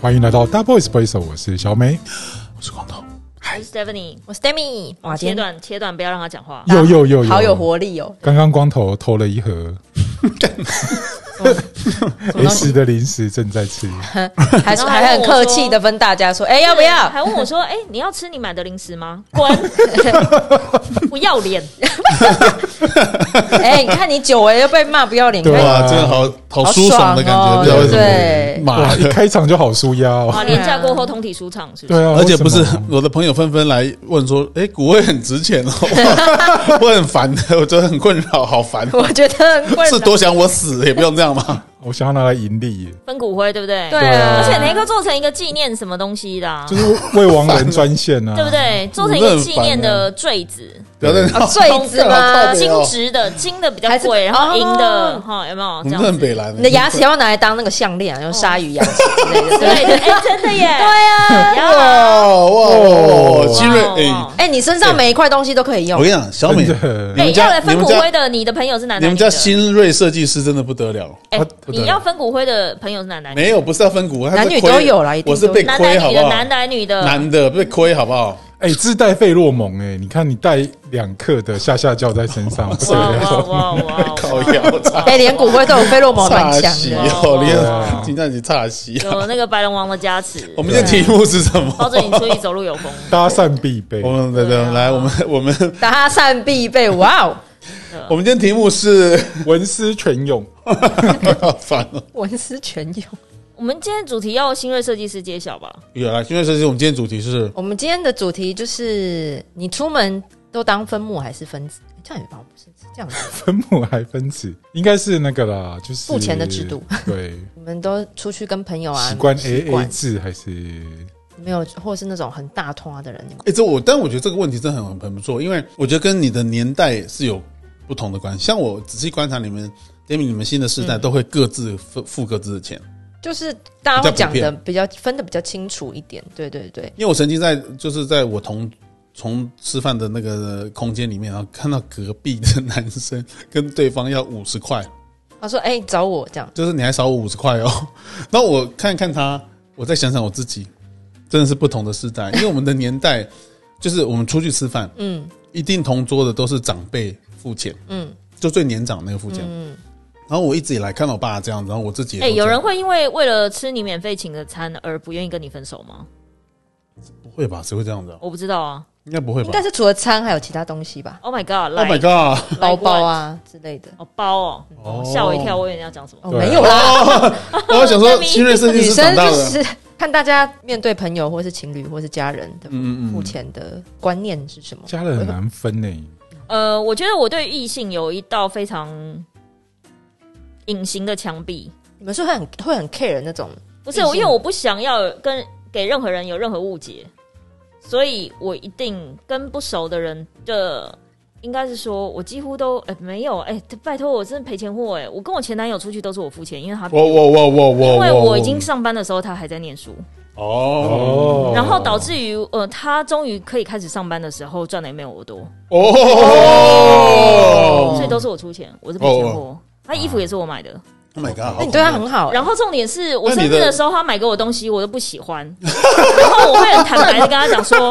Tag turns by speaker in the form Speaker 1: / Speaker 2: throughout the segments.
Speaker 1: 欢迎来到 Double Espresso，我是小美，我是光头。
Speaker 2: 我是 Stephanie，
Speaker 3: 我是 Demi，哇，今
Speaker 2: 切
Speaker 3: 天
Speaker 2: 断切断，不要让他讲话。
Speaker 1: 有有有
Speaker 3: 好有活力哦，
Speaker 1: 刚刚光头偷了一盒
Speaker 3: 么东
Speaker 1: S 的零食，正在 吃。
Speaker 3: 还是还很客气的分大家说，哎，要不要？
Speaker 2: 还问我说：“哎、你要吃你买的零食吗？” 滚，不要脸！
Speaker 4: 啊
Speaker 3: 哎，你看你久违又被骂不要脸，
Speaker 1: 对啊
Speaker 4: 哇，真的好好
Speaker 3: 好
Speaker 4: 舒爽的感觉，
Speaker 3: 哦
Speaker 4: 不知道为什么。
Speaker 3: 对，
Speaker 4: 妈
Speaker 1: 哇，一
Speaker 4: 的，
Speaker 1: 开场就好舒压哦。
Speaker 2: 哇，廉价过后通体舒畅，是不是？
Speaker 1: 对啊，
Speaker 4: 而且不是
Speaker 1: 为什么
Speaker 4: 我的朋友纷纷来问说：“哎，股位很值 钱哦，哇我很烦的，我觉得很困扰，好烦，哦
Speaker 3: 我觉得很困
Speaker 4: 是
Speaker 3: 难。
Speaker 4: 多想我死也不用这样吗
Speaker 1: 我想要拿来盈利耶，
Speaker 2: 分骨灰，对不对？
Speaker 3: 对
Speaker 2: 而
Speaker 3: 啊，
Speaker 2: 且能够做成一个纪念什么东西的、啊
Speaker 1: 就，是为亡人专线啊，
Speaker 2: 对不？对？做成一个纪念的坠子，？”
Speaker 4: 不要再闹
Speaker 3: 哦坠子吗
Speaker 4: 对
Speaker 2: 金
Speaker 4: 哦
Speaker 2: 值的，金的比较
Speaker 3: 还是
Speaker 2: 贵，然后银的
Speaker 3: 哦
Speaker 2: 哈、有没有
Speaker 4: 我
Speaker 2: 这
Speaker 4: 们
Speaker 2: 样
Speaker 4: 这很
Speaker 2: 子
Speaker 4: 北蓝，
Speaker 3: 你的牙齿要不要拿来当那个项链啊，用鲨鱼牙齿之类的？
Speaker 2: 之类的？哎、真的耶！ 对啊，然后
Speaker 4: 哇哇哇哇！基瑞，
Speaker 2: 哇
Speaker 4: 哎，
Speaker 3: 哎，你身上每一块东西都可以
Speaker 4: 我
Speaker 3: 用
Speaker 4: 跟你，讲，小美，
Speaker 1: 真的
Speaker 4: 你
Speaker 2: 哎
Speaker 4: 们
Speaker 2: 要
Speaker 4: 家
Speaker 2: 来
Speaker 4: 你
Speaker 2: 分
Speaker 4: 们
Speaker 2: 骨
Speaker 4: 家
Speaker 2: 灰的，你的朋友是男
Speaker 4: 你
Speaker 2: 男
Speaker 4: 们
Speaker 2: 女
Speaker 4: 家
Speaker 2: 的？
Speaker 4: 新锐设计师真的不得了，
Speaker 2: 哎、
Speaker 1: 啊不得
Speaker 2: 你
Speaker 1: 了
Speaker 2: 要分骨灰的朋友是男男女的
Speaker 4: 没有不是要分股，他是
Speaker 3: 男女
Speaker 4: 亏
Speaker 3: 都有啦一定
Speaker 4: 我是
Speaker 3: 都
Speaker 4: 被
Speaker 2: 男
Speaker 4: 亏
Speaker 2: 男
Speaker 4: 哦好
Speaker 2: 女
Speaker 4: 不
Speaker 2: 的，
Speaker 4: 好？
Speaker 2: 男男女的，
Speaker 4: 男的被亏好不好？
Speaker 1: 哎，自带费洛蒙哎，你看你带两克的下下教在身 上，不得
Speaker 2: 哇
Speaker 1: 了
Speaker 2: 哇哇哇！
Speaker 4: 靠腰差
Speaker 3: 哎，连骨灰 都有菲洛蒙，蛮
Speaker 4: 差
Speaker 3: 强
Speaker 4: 西
Speaker 3: 的。
Speaker 4: 哦，
Speaker 2: 对
Speaker 1: 啊
Speaker 4: 连今天你差西。
Speaker 2: 有那个白龙王的加持，
Speaker 4: 我们今天题目是什么？
Speaker 2: 包着你出去走路有风，
Speaker 1: 搭讪必备
Speaker 4: 我。们等等来，我们我们
Speaker 3: 搭讪必备，哇哦，
Speaker 4: 我们今天题目 是，
Speaker 1: 文思泉涌，
Speaker 4: 好烦哦。
Speaker 3: 文思泉涌。
Speaker 2: 我们今天主题要新锐设计师揭晓吧？
Speaker 4: 有啦，因为这是我们今天主题是
Speaker 3: 我们今天的主题就是你出门都当分母还是分子？这样也帮我不是是这样子。
Speaker 1: 分母还分子，应该是那个啦，就是
Speaker 3: 付钱的制度。
Speaker 1: 对，
Speaker 3: 我们都出去跟朋友啊，
Speaker 1: 习惯
Speaker 3: 习
Speaker 1: A
Speaker 3: 惯
Speaker 1: A 制还是
Speaker 3: 没有，或是那种很大通啊的人，
Speaker 4: 哎、这我，但我觉得这个问题真的很很不错，因为我觉得跟你的年代是有不同的关系。像我仔细观察你们 d a m i 你们新的世代都会各自付付各自的钱，
Speaker 3: 就是大家会讲
Speaker 4: 比较
Speaker 3: 的
Speaker 4: 普
Speaker 3: 比较分的比较清楚一点。对对对，
Speaker 4: 因为我曾经在就是在我同从吃饭的那个空间里面，然后看到隔壁的男生跟对方要五十块，
Speaker 3: 他说：“哎、找我这样。
Speaker 4: 就是你还少我五十块哦。 然后我看看他，我再想想我自己，真的是不同的世代，因为我们的年代 就是我们出去吃饭，
Speaker 3: 嗯”
Speaker 4: 一定同桌的都是长辈付钱，
Speaker 3: 嗯
Speaker 4: 就最年长那个付钱。
Speaker 3: 嗯
Speaker 4: 然后我一直以来看到我爸这样，然后我自己也
Speaker 2: 哎、
Speaker 4: 都这
Speaker 2: 有
Speaker 4: 样
Speaker 2: 人会因为为了吃你免费请的餐而不愿意跟你分手吗？
Speaker 4: 不会吧？谁会这样子、啊？
Speaker 2: 我不知道啊。
Speaker 4: 应该不会
Speaker 3: 应
Speaker 4: 吧
Speaker 3: 该是除了餐还有其他东 西吧，
Speaker 2: Oh my god！
Speaker 4: ？Oh
Speaker 2: 来
Speaker 4: my god！
Speaker 2: 来
Speaker 3: 包包啊之类的。
Speaker 2: 哦包哦，
Speaker 4: 哦
Speaker 2: 吓我一跳，我以为你要讲什么。
Speaker 3: 哦，
Speaker 1: 对啊
Speaker 3: 没有啦，
Speaker 4: 我想 说，新锐设计
Speaker 3: 女
Speaker 4: 师
Speaker 3: 生
Speaker 4: 长大
Speaker 3: 就
Speaker 4: 了，
Speaker 3: 是看大家面对朋友或是情侣或是家人的
Speaker 4: 嗯嗯
Speaker 3: 付
Speaker 4: 嗯，
Speaker 3: 钱的观念是什么？
Speaker 1: 家人很难分呢？
Speaker 2: 呃，我觉得我对异性有一道非常隐形的墙壁，
Speaker 3: 你们是会很会很 care 那种
Speaker 4: 哦
Speaker 2: 不是
Speaker 3: 异
Speaker 2: 因
Speaker 3: 性
Speaker 2: 为我不想要跟给任何人有任何误解，所以我一定跟不熟的人的，应该是说我几乎都哎、没有哎、拜托我真的赔钱货哎、我跟我前男友出去都是我付钱，因为他
Speaker 4: 我我我我我，
Speaker 2: 因为我已经上班的时候他还在念书，
Speaker 4: 哦
Speaker 1: 哦，
Speaker 2: 然后导致于呃他终于可以开始上班的时候赚的也没有我多，
Speaker 4: 哦
Speaker 2: 所以都是我出钱，我是赔钱货，他衣服也是我买的。
Speaker 4: ，Oh my god！
Speaker 3: 那你对他很好、欸，
Speaker 2: 然后重点是我
Speaker 4: 哦那
Speaker 2: 生
Speaker 4: 你
Speaker 2: 日
Speaker 4: 的
Speaker 2: 的时候，他买给我东西，我都不喜欢。 然后我会很坦白的跟他讲说，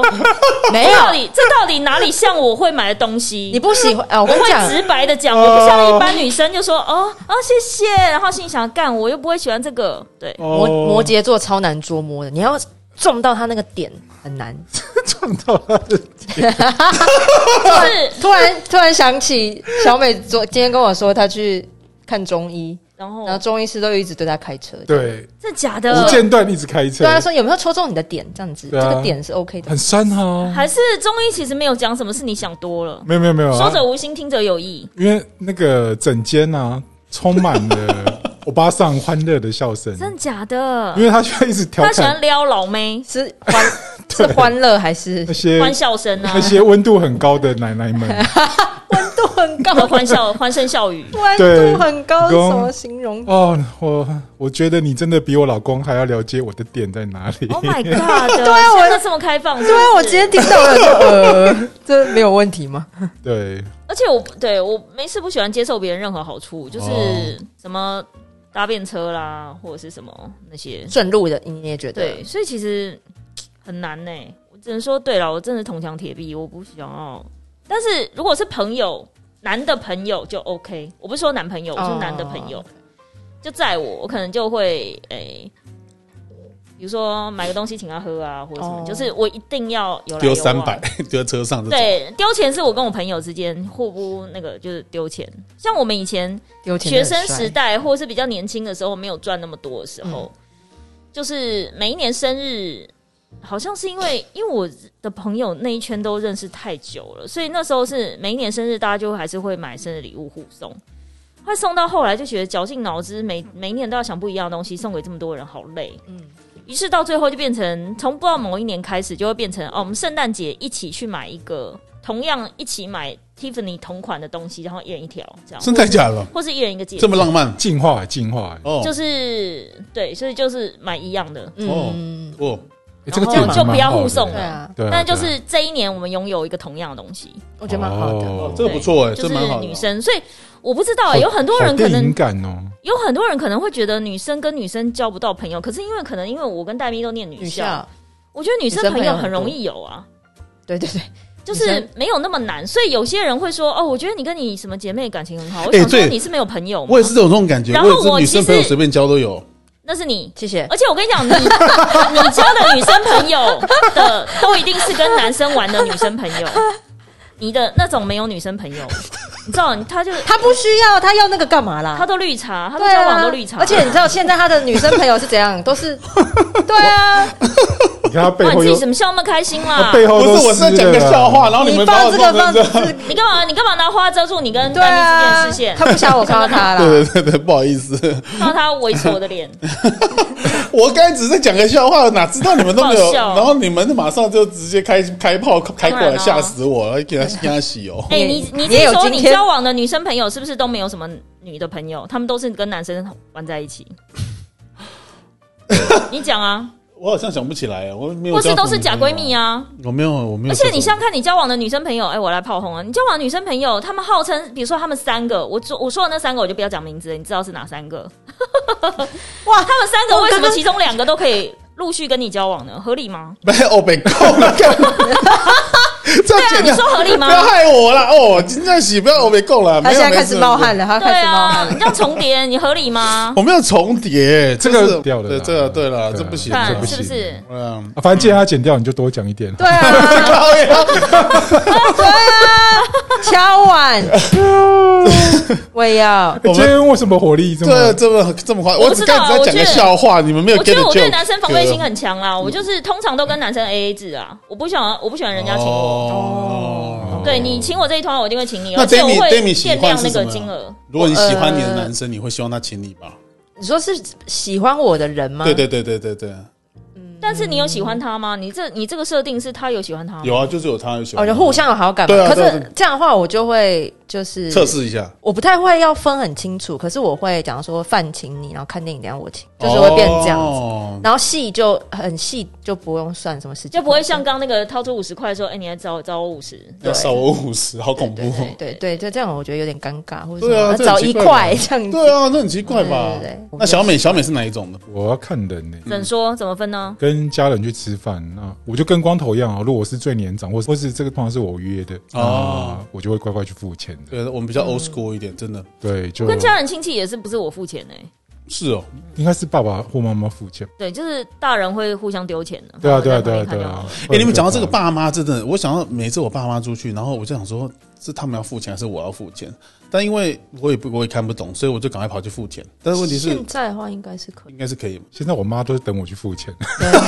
Speaker 3: 没
Speaker 2: 这
Speaker 3: 有
Speaker 2: 到底这到底哪里像我会买的东西？
Speaker 3: 哎你不喜欢啊？我
Speaker 2: 我
Speaker 3: 跟你
Speaker 2: 会
Speaker 3: 讲，哦
Speaker 2: 直白的讲，我不像一般女生就说哦哦谢谢，然后心里想干我又不会喜欢这个，对，
Speaker 1: 哦
Speaker 3: 摩摩羯座超难捉摸的，你要撞到他那个点很难。
Speaker 1: 撞到他的
Speaker 2: 就是
Speaker 3: 突然 突然想起小美昨今天跟我说，她去看中医，
Speaker 2: 然
Speaker 3: 然后
Speaker 2: 后
Speaker 3: 中医师都一直对她开车，
Speaker 1: 对，
Speaker 2: 这假
Speaker 1: 无
Speaker 2: 的。
Speaker 1: 间断一直开车
Speaker 3: 对，啊
Speaker 2: 啊
Speaker 3: 她说有没有戳中你的点这样子，
Speaker 1: 对啊
Speaker 3: 这个点是 OK 的。
Speaker 1: 很酸哦。
Speaker 2: 还是中医其实没有讲什么，是你想多了。
Speaker 1: 没有没有没有，
Speaker 2: 说者
Speaker 1: 啊
Speaker 2: 无心，听者有意。
Speaker 1: 因为那个整间啊，充满 了欧巴桑欢乐的笑声，
Speaker 2: 真的假的
Speaker 1: 因？为他就一直调
Speaker 2: 他喜
Speaker 1: 侃
Speaker 2: 欢撩老妹，
Speaker 3: 是欢是欢乐还是
Speaker 1: 那些
Speaker 2: 欢笑声啊
Speaker 1: 那，些温度很高的奶奶们，
Speaker 3: 温度很高？
Speaker 2: 和欢笑欢声笑 语。
Speaker 3: 温
Speaker 1: 对
Speaker 3: 度很高，
Speaker 1: 你跟我
Speaker 3: 怎么形容？
Speaker 1: 哦，我我觉得你真的比我老公还要了解我的点在哪里。
Speaker 2: Oh my god！对
Speaker 3: 啊我
Speaker 2: 这么开放，
Speaker 3: 对啊，我
Speaker 2: 今
Speaker 3: 今
Speaker 2: 天，
Speaker 3: 天听到了就，呃，这没有问题吗？
Speaker 1: 对，
Speaker 3: 哦
Speaker 2: 而且我对我没事不喜欢接受别人任何好处，就是
Speaker 1: 哦
Speaker 2: 什么搭便车啦，或者是什么那些。
Speaker 3: 顺路的你也觉得
Speaker 2: 对，所以其实很难呢、我只能说，对了，我真的是铜墙铁壁，我不想要。但是如果是朋友，男的朋友就 OK。我不是说男朋友，我说男的朋友、
Speaker 3: 哦
Speaker 2: 就载我，我可能就会诶、比如说买个东西请他喝啊，或者什么
Speaker 3: 哦
Speaker 2: 就是我一定要有来有
Speaker 4: 丢
Speaker 2: 往
Speaker 4: 三百。丢在车上这种，
Speaker 2: 对，丢钱是我跟我朋友之间互不那个，就是丢钱。像我们以前
Speaker 3: 有钱
Speaker 2: 学
Speaker 3: 真的
Speaker 2: 生
Speaker 3: 很帅嗯
Speaker 2: 时代，或是比较年轻的时候，没有赚那么多的时候，就是每一年生日，好像是因为因为我的朋友那一圈都认识太久了，所以那时候是每一年生日，大家就还是会买生日礼物互送。会送到后来就觉得绞尽脑汁，每每一年都要想不一样的东西送给这么多人，好累。嗯，于是到最后就变成从不知道某一年开始，就会变成哦，我们圣诞节一起去买一个同样一起买 Tiffany 同款的东西，然后一人一条这样。
Speaker 4: 真太假了，
Speaker 2: 或是一人一个戒指，
Speaker 4: 这么浪漫
Speaker 1: 进化进化，
Speaker 4: 哦，
Speaker 2: 就是对，所以就是买一样的，
Speaker 3: 嗯，
Speaker 4: 哦，
Speaker 1: 欸这个
Speaker 2: 然后
Speaker 1: 点
Speaker 2: 就
Speaker 1: 蛮
Speaker 2: 不要
Speaker 1: 好的
Speaker 2: 互送
Speaker 3: 对啊，
Speaker 1: 对啊，
Speaker 2: 但就
Speaker 1: 对啊
Speaker 2: 是这一年我们拥有一个同样的东西，
Speaker 3: 我觉得蛮好的。
Speaker 1: 哦
Speaker 4: 哦这个不错哎，
Speaker 2: 就
Speaker 4: 这
Speaker 2: 是
Speaker 4: 蛮好的
Speaker 2: 女。生，所以我不知道、啊有很多
Speaker 1: 好
Speaker 2: 人可
Speaker 1: 电
Speaker 2: 能
Speaker 1: 影感哦，
Speaker 2: 有很多人可能会觉得女生跟女生交不到朋友，可是因为可能因为我跟戴咪都念女
Speaker 3: 女
Speaker 2: 校，
Speaker 3: 校，
Speaker 2: 我觉得女生朋友很容易有啊。
Speaker 3: 对对对，
Speaker 2: 就
Speaker 3: 生
Speaker 2: 是没有那么难，所以有些人会说：“哦，我觉得你跟你什么姐妹感情很好。”我
Speaker 4: 哎
Speaker 2: 想说
Speaker 4: 对
Speaker 2: 你是没有朋友吗？
Speaker 4: 我也是这种这种感觉，
Speaker 2: 然
Speaker 4: 我
Speaker 2: 后
Speaker 4: 也是
Speaker 2: 我
Speaker 4: 女
Speaker 2: 其
Speaker 4: 生朋友
Speaker 2: 实
Speaker 4: 随便交都有，
Speaker 2: 那是你
Speaker 3: 谢谢。
Speaker 2: 而且我跟你讲，你 你交的女生朋友的都一定是跟男生玩的女生朋友，你的那种没有女生朋友，你知道，他就
Speaker 3: 他不需要，他要那个干嘛啦？
Speaker 2: 他都绿茶，他都
Speaker 3: 对
Speaker 2: 交往
Speaker 3: 啊
Speaker 2: 都绿茶，
Speaker 3: 而且你知道现在他的女生朋友是怎样？都是对啊，
Speaker 1: 你看他背
Speaker 2: 哇，你
Speaker 1: 后
Speaker 2: 自己
Speaker 1: 又
Speaker 2: 怎么笑那么开心啦
Speaker 3: 哦
Speaker 1: 他？背后
Speaker 4: 不
Speaker 1: 都
Speaker 4: 是我是在
Speaker 1: 湿
Speaker 4: 讲个
Speaker 1: 了
Speaker 4: 笑话，然后
Speaker 3: 你
Speaker 4: 哦们把
Speaker 3: 放
Speaker 4: 我
Speaker 3: 这个
Speaker 4: 弄
Speaker 3: 放
Speaker 4: 成
Speaker 3: 这
Speaker 4: 这样
Speaker 3: 个，
Speaker 2: 你干嘛？你干嘛拿花遮住你跟
Speaker 3: 对
Speaker 2: 丹
Speaker 3: 啊
Speaker 2: 妮之间的视线，？
Speaker 3: 他不想我看到他啦。
Speaker 4: 对对对对，不好意思，
Speaker 2: 让他猥琐的 脸，
Speaker 4: 我刚才只是讲个笑话，哪知道你们都没
Speaker 2: 好
Speaker 4: 有，
Speaker 2: 笑哦
Speaker 4: 然后你们马上就直接开开炮开过
Speaker 2: 当
Speaker 4: 来，
Speaker 2: 然啊
Speaker 4: 吓死我了，给他给他洗哦。
Speaker 2: 哎，
Speaker 3: 你
Speaker 2: 你你
Speaker 3: 你也
Speaker 2: 听
Speaker 3: 有
Speaker 2: 说
Speaker 3: 今
Speaker 2: 你
Speaker 3: 天
Speaker 2: 交往的女生朋友是不是都没有什么女的朋友？他们都是跟男生玩在一 起。你讲啊，
Speaker 4: 我好像想不起来，我没有。
Speaker 2: 或是都是假闺蜜
Speaker 4: 啊？
Speaker 2: 啊？
Speaker 4: 我没有，我没 有。
Speaker 2: 而且你 像看你交往的女生朋 友，哎、我来炮轰啊！你交往的女生朋友，她们号称，比如说她们三个，我说我说的那三个，我就不要讲名字了，你知道是哪三个？
Speaker 3: 哇，
Speaker 2: 她们三个
Speaker 3: 我
Speaker 2: 为什么
Speaker 3: 刚刚
Speaker 2: 其中两个都可以陆续跟你交往呢？合理吗？
Speaker 4: 被我被告了，干 这
Speaker 2: 对
Speaker 4: 样
Speaker 2: 啊，
Speaker 4: 简
Speaker 2: 你
Speaker 4: 单
Speaker 2: 说。合理
Speaker 4: 不
Speaker 2: 吗？
Speaker 4: 要害我啦！哦，金正喜，不要我被告了。
Speaker 3: 他
Speaker 4: 没有
Speaker 3: 现在开始冒，汗
Speaker 4: 没事
Speaker 3: 了，他
Speaker 2: 对
Speaker 3: 开始冒汗
Speaker 2: 啊，
Speaker 3: 了。
Speaker 2: 你这样重叠，你合理吗？
Speaker 4: 我没有重叠，
Speaker 1: 这个
Speaker 4: 是
Speaker 1: 掉了
Speaker 4: 对，
Speaker 1: 啦
Speaker 4: 这个对了，
Speaker 1: 对
Speaker 4: 这
Speaker 1: 啊
Speaker 4: 不行，这
Speaker 2: 看
Speaker 4: 不
Speaker 2: 是
Speaker 4: 行。
Speaker 2: 不是？
Speaker 4: 嗯，
Speaker 1: 啊反正既然他剪掉，你就多讲一点。
Speaker 3: 对啊，
Speaker 4: 靠 呀
Speaker 3: 对啊，敲 碗，我也要。
Speaker 1: 哎今天为什么火力这
Speaker 4: 啊这
Speaker 1: 么？
Speaker 4: 这么这么快，
Speaker 2: 我
Speaker 4: 我
Speaker 2: 不
Speaker 4: 只
Speaker 2: 知
Speaker 4: 刚
Speaker 2: 道
Speaker 4: 才只在讲个
Speaker 2: 我觉得
Speaker 4: 笑话，你们没有
Speaker 2: 我觉
Speaker 4: get
Speaker 2: 得我
Speaker 4: joke。
Speaker 2: 对男生防备心很强啦，我就是通常都跟男生 AA 制啊，我不喜欢我不喜欢人家请我。
Speaker 4: 哦
Speaker 2: 对你请我这一团，我一定会请你，
Speaker 4: 那
Speaker 2: 而且我
Speaker 4: Demi
Speaker 2: 会
Speaker 4: Demi 喜
Speaker 2: 限量
Speaker 4: 欢是
Speaker 2: 那
Speaker 4: 什
Speaker 2: 个
Speaker 4: 么
Speaker 2: 金额
Speaker 4: 呀？。如果你喜欢你的男生，你会希望他请你吧？
Speaker 3: 你说是喜欢我的人吗？
Speaker 4: 对对对对对对，
Speaker 2: 但是你有喜欢他
Speaker 1: 嗯
Speaker 2: 吗？你这你这个设定是他有喜欢他吗？
Speaker 4: 有啊，就是有他有喜欢
Speaker 3: 哦，
Speaker 4: 他，
Speaker 3: 就互相有好感嘛。
Speaker 4: 对啊
Speaker 3: 可
Speaker 4: 对啊对
Speaker 3: 是这样的话，我就会就是
Speaker 4: 测，试一下，
Speaker 3: 我不太会要分很清楚，可是我会讲说饭请你，然后看电影等一下我请，就是会变成这样子。
Speaker 4: 哦
Speaker 3: 然后细就很细，就不用算什么时间，
Speaker 2: 就不会像刚那个掏出五十块说，哎、你来找我找我五十，
Speaker 4: 要少我五十，好恐怖。
Speaker 3: 对对对，就这样我觉得有点尴尬，或者
Speaker 4: 对
Speaker 3: 什
Speaker 4: 啊
Speaker 3: 么
Speaker 4: 这很
Speaker 3: 找
Speaker 4: 奇
Speaker 3: 一
Speaker 4: 怪
Speaker 3: 块
Speaker 4: 吧
Speaker 3: 这样子。
Speaker 4: 对啊，那很奇怪吧
Speaker 3: 对对对？
Speaker 4: 那小美，小美是哪一种的？
Speaker 1: 我要看人呢、
Speaker 2: 怎说怎么分呢？
Speaker 1: 跟家人去吃饭，那我就跟光头一样啊。如果我是最年长，或或是这个通常是我约的啊，
Speaker 4: 哦
Speaker 1: 那我就会乖乖去付钱的。
Speaker 4: 对，我们比较 old school 一点，真的
Speaker 1: 对，就
Speaker 2: 跟家人亲戚也是不是我付钱哎、
Speaker 4: 是哦。
Speaker 1: 应该是爸爸或妈妈付钱。
Speaker 2: 对，就是大人会互相丢钱的。
Speaker 1: 对啊，对啊，
Speaker 2: 然后
Speaker 1: 对
Speaker 2: 我
Speaker 1: 啊，
Speaker 2: 在旁边看
Speaker 1: 对
Speaker 2: 就
Speaker 1: 啊
Speaker 2: 好了。。
Speaker 4: 哎，你们讲到这个爸妈，真的，我想到每次我爸妈出去，然后我就想说，是他们要付钱还是我要付钱？但因为我也不我也看不懂，所以我就赶快跑去付钱。但是问题是
Speaker 3: 现，在的话应该是可以，
Speaker 4: 应该是可以嘛？
Speaker 1: 现在我妈都是等我去付钱，
Speaker 3: 对对，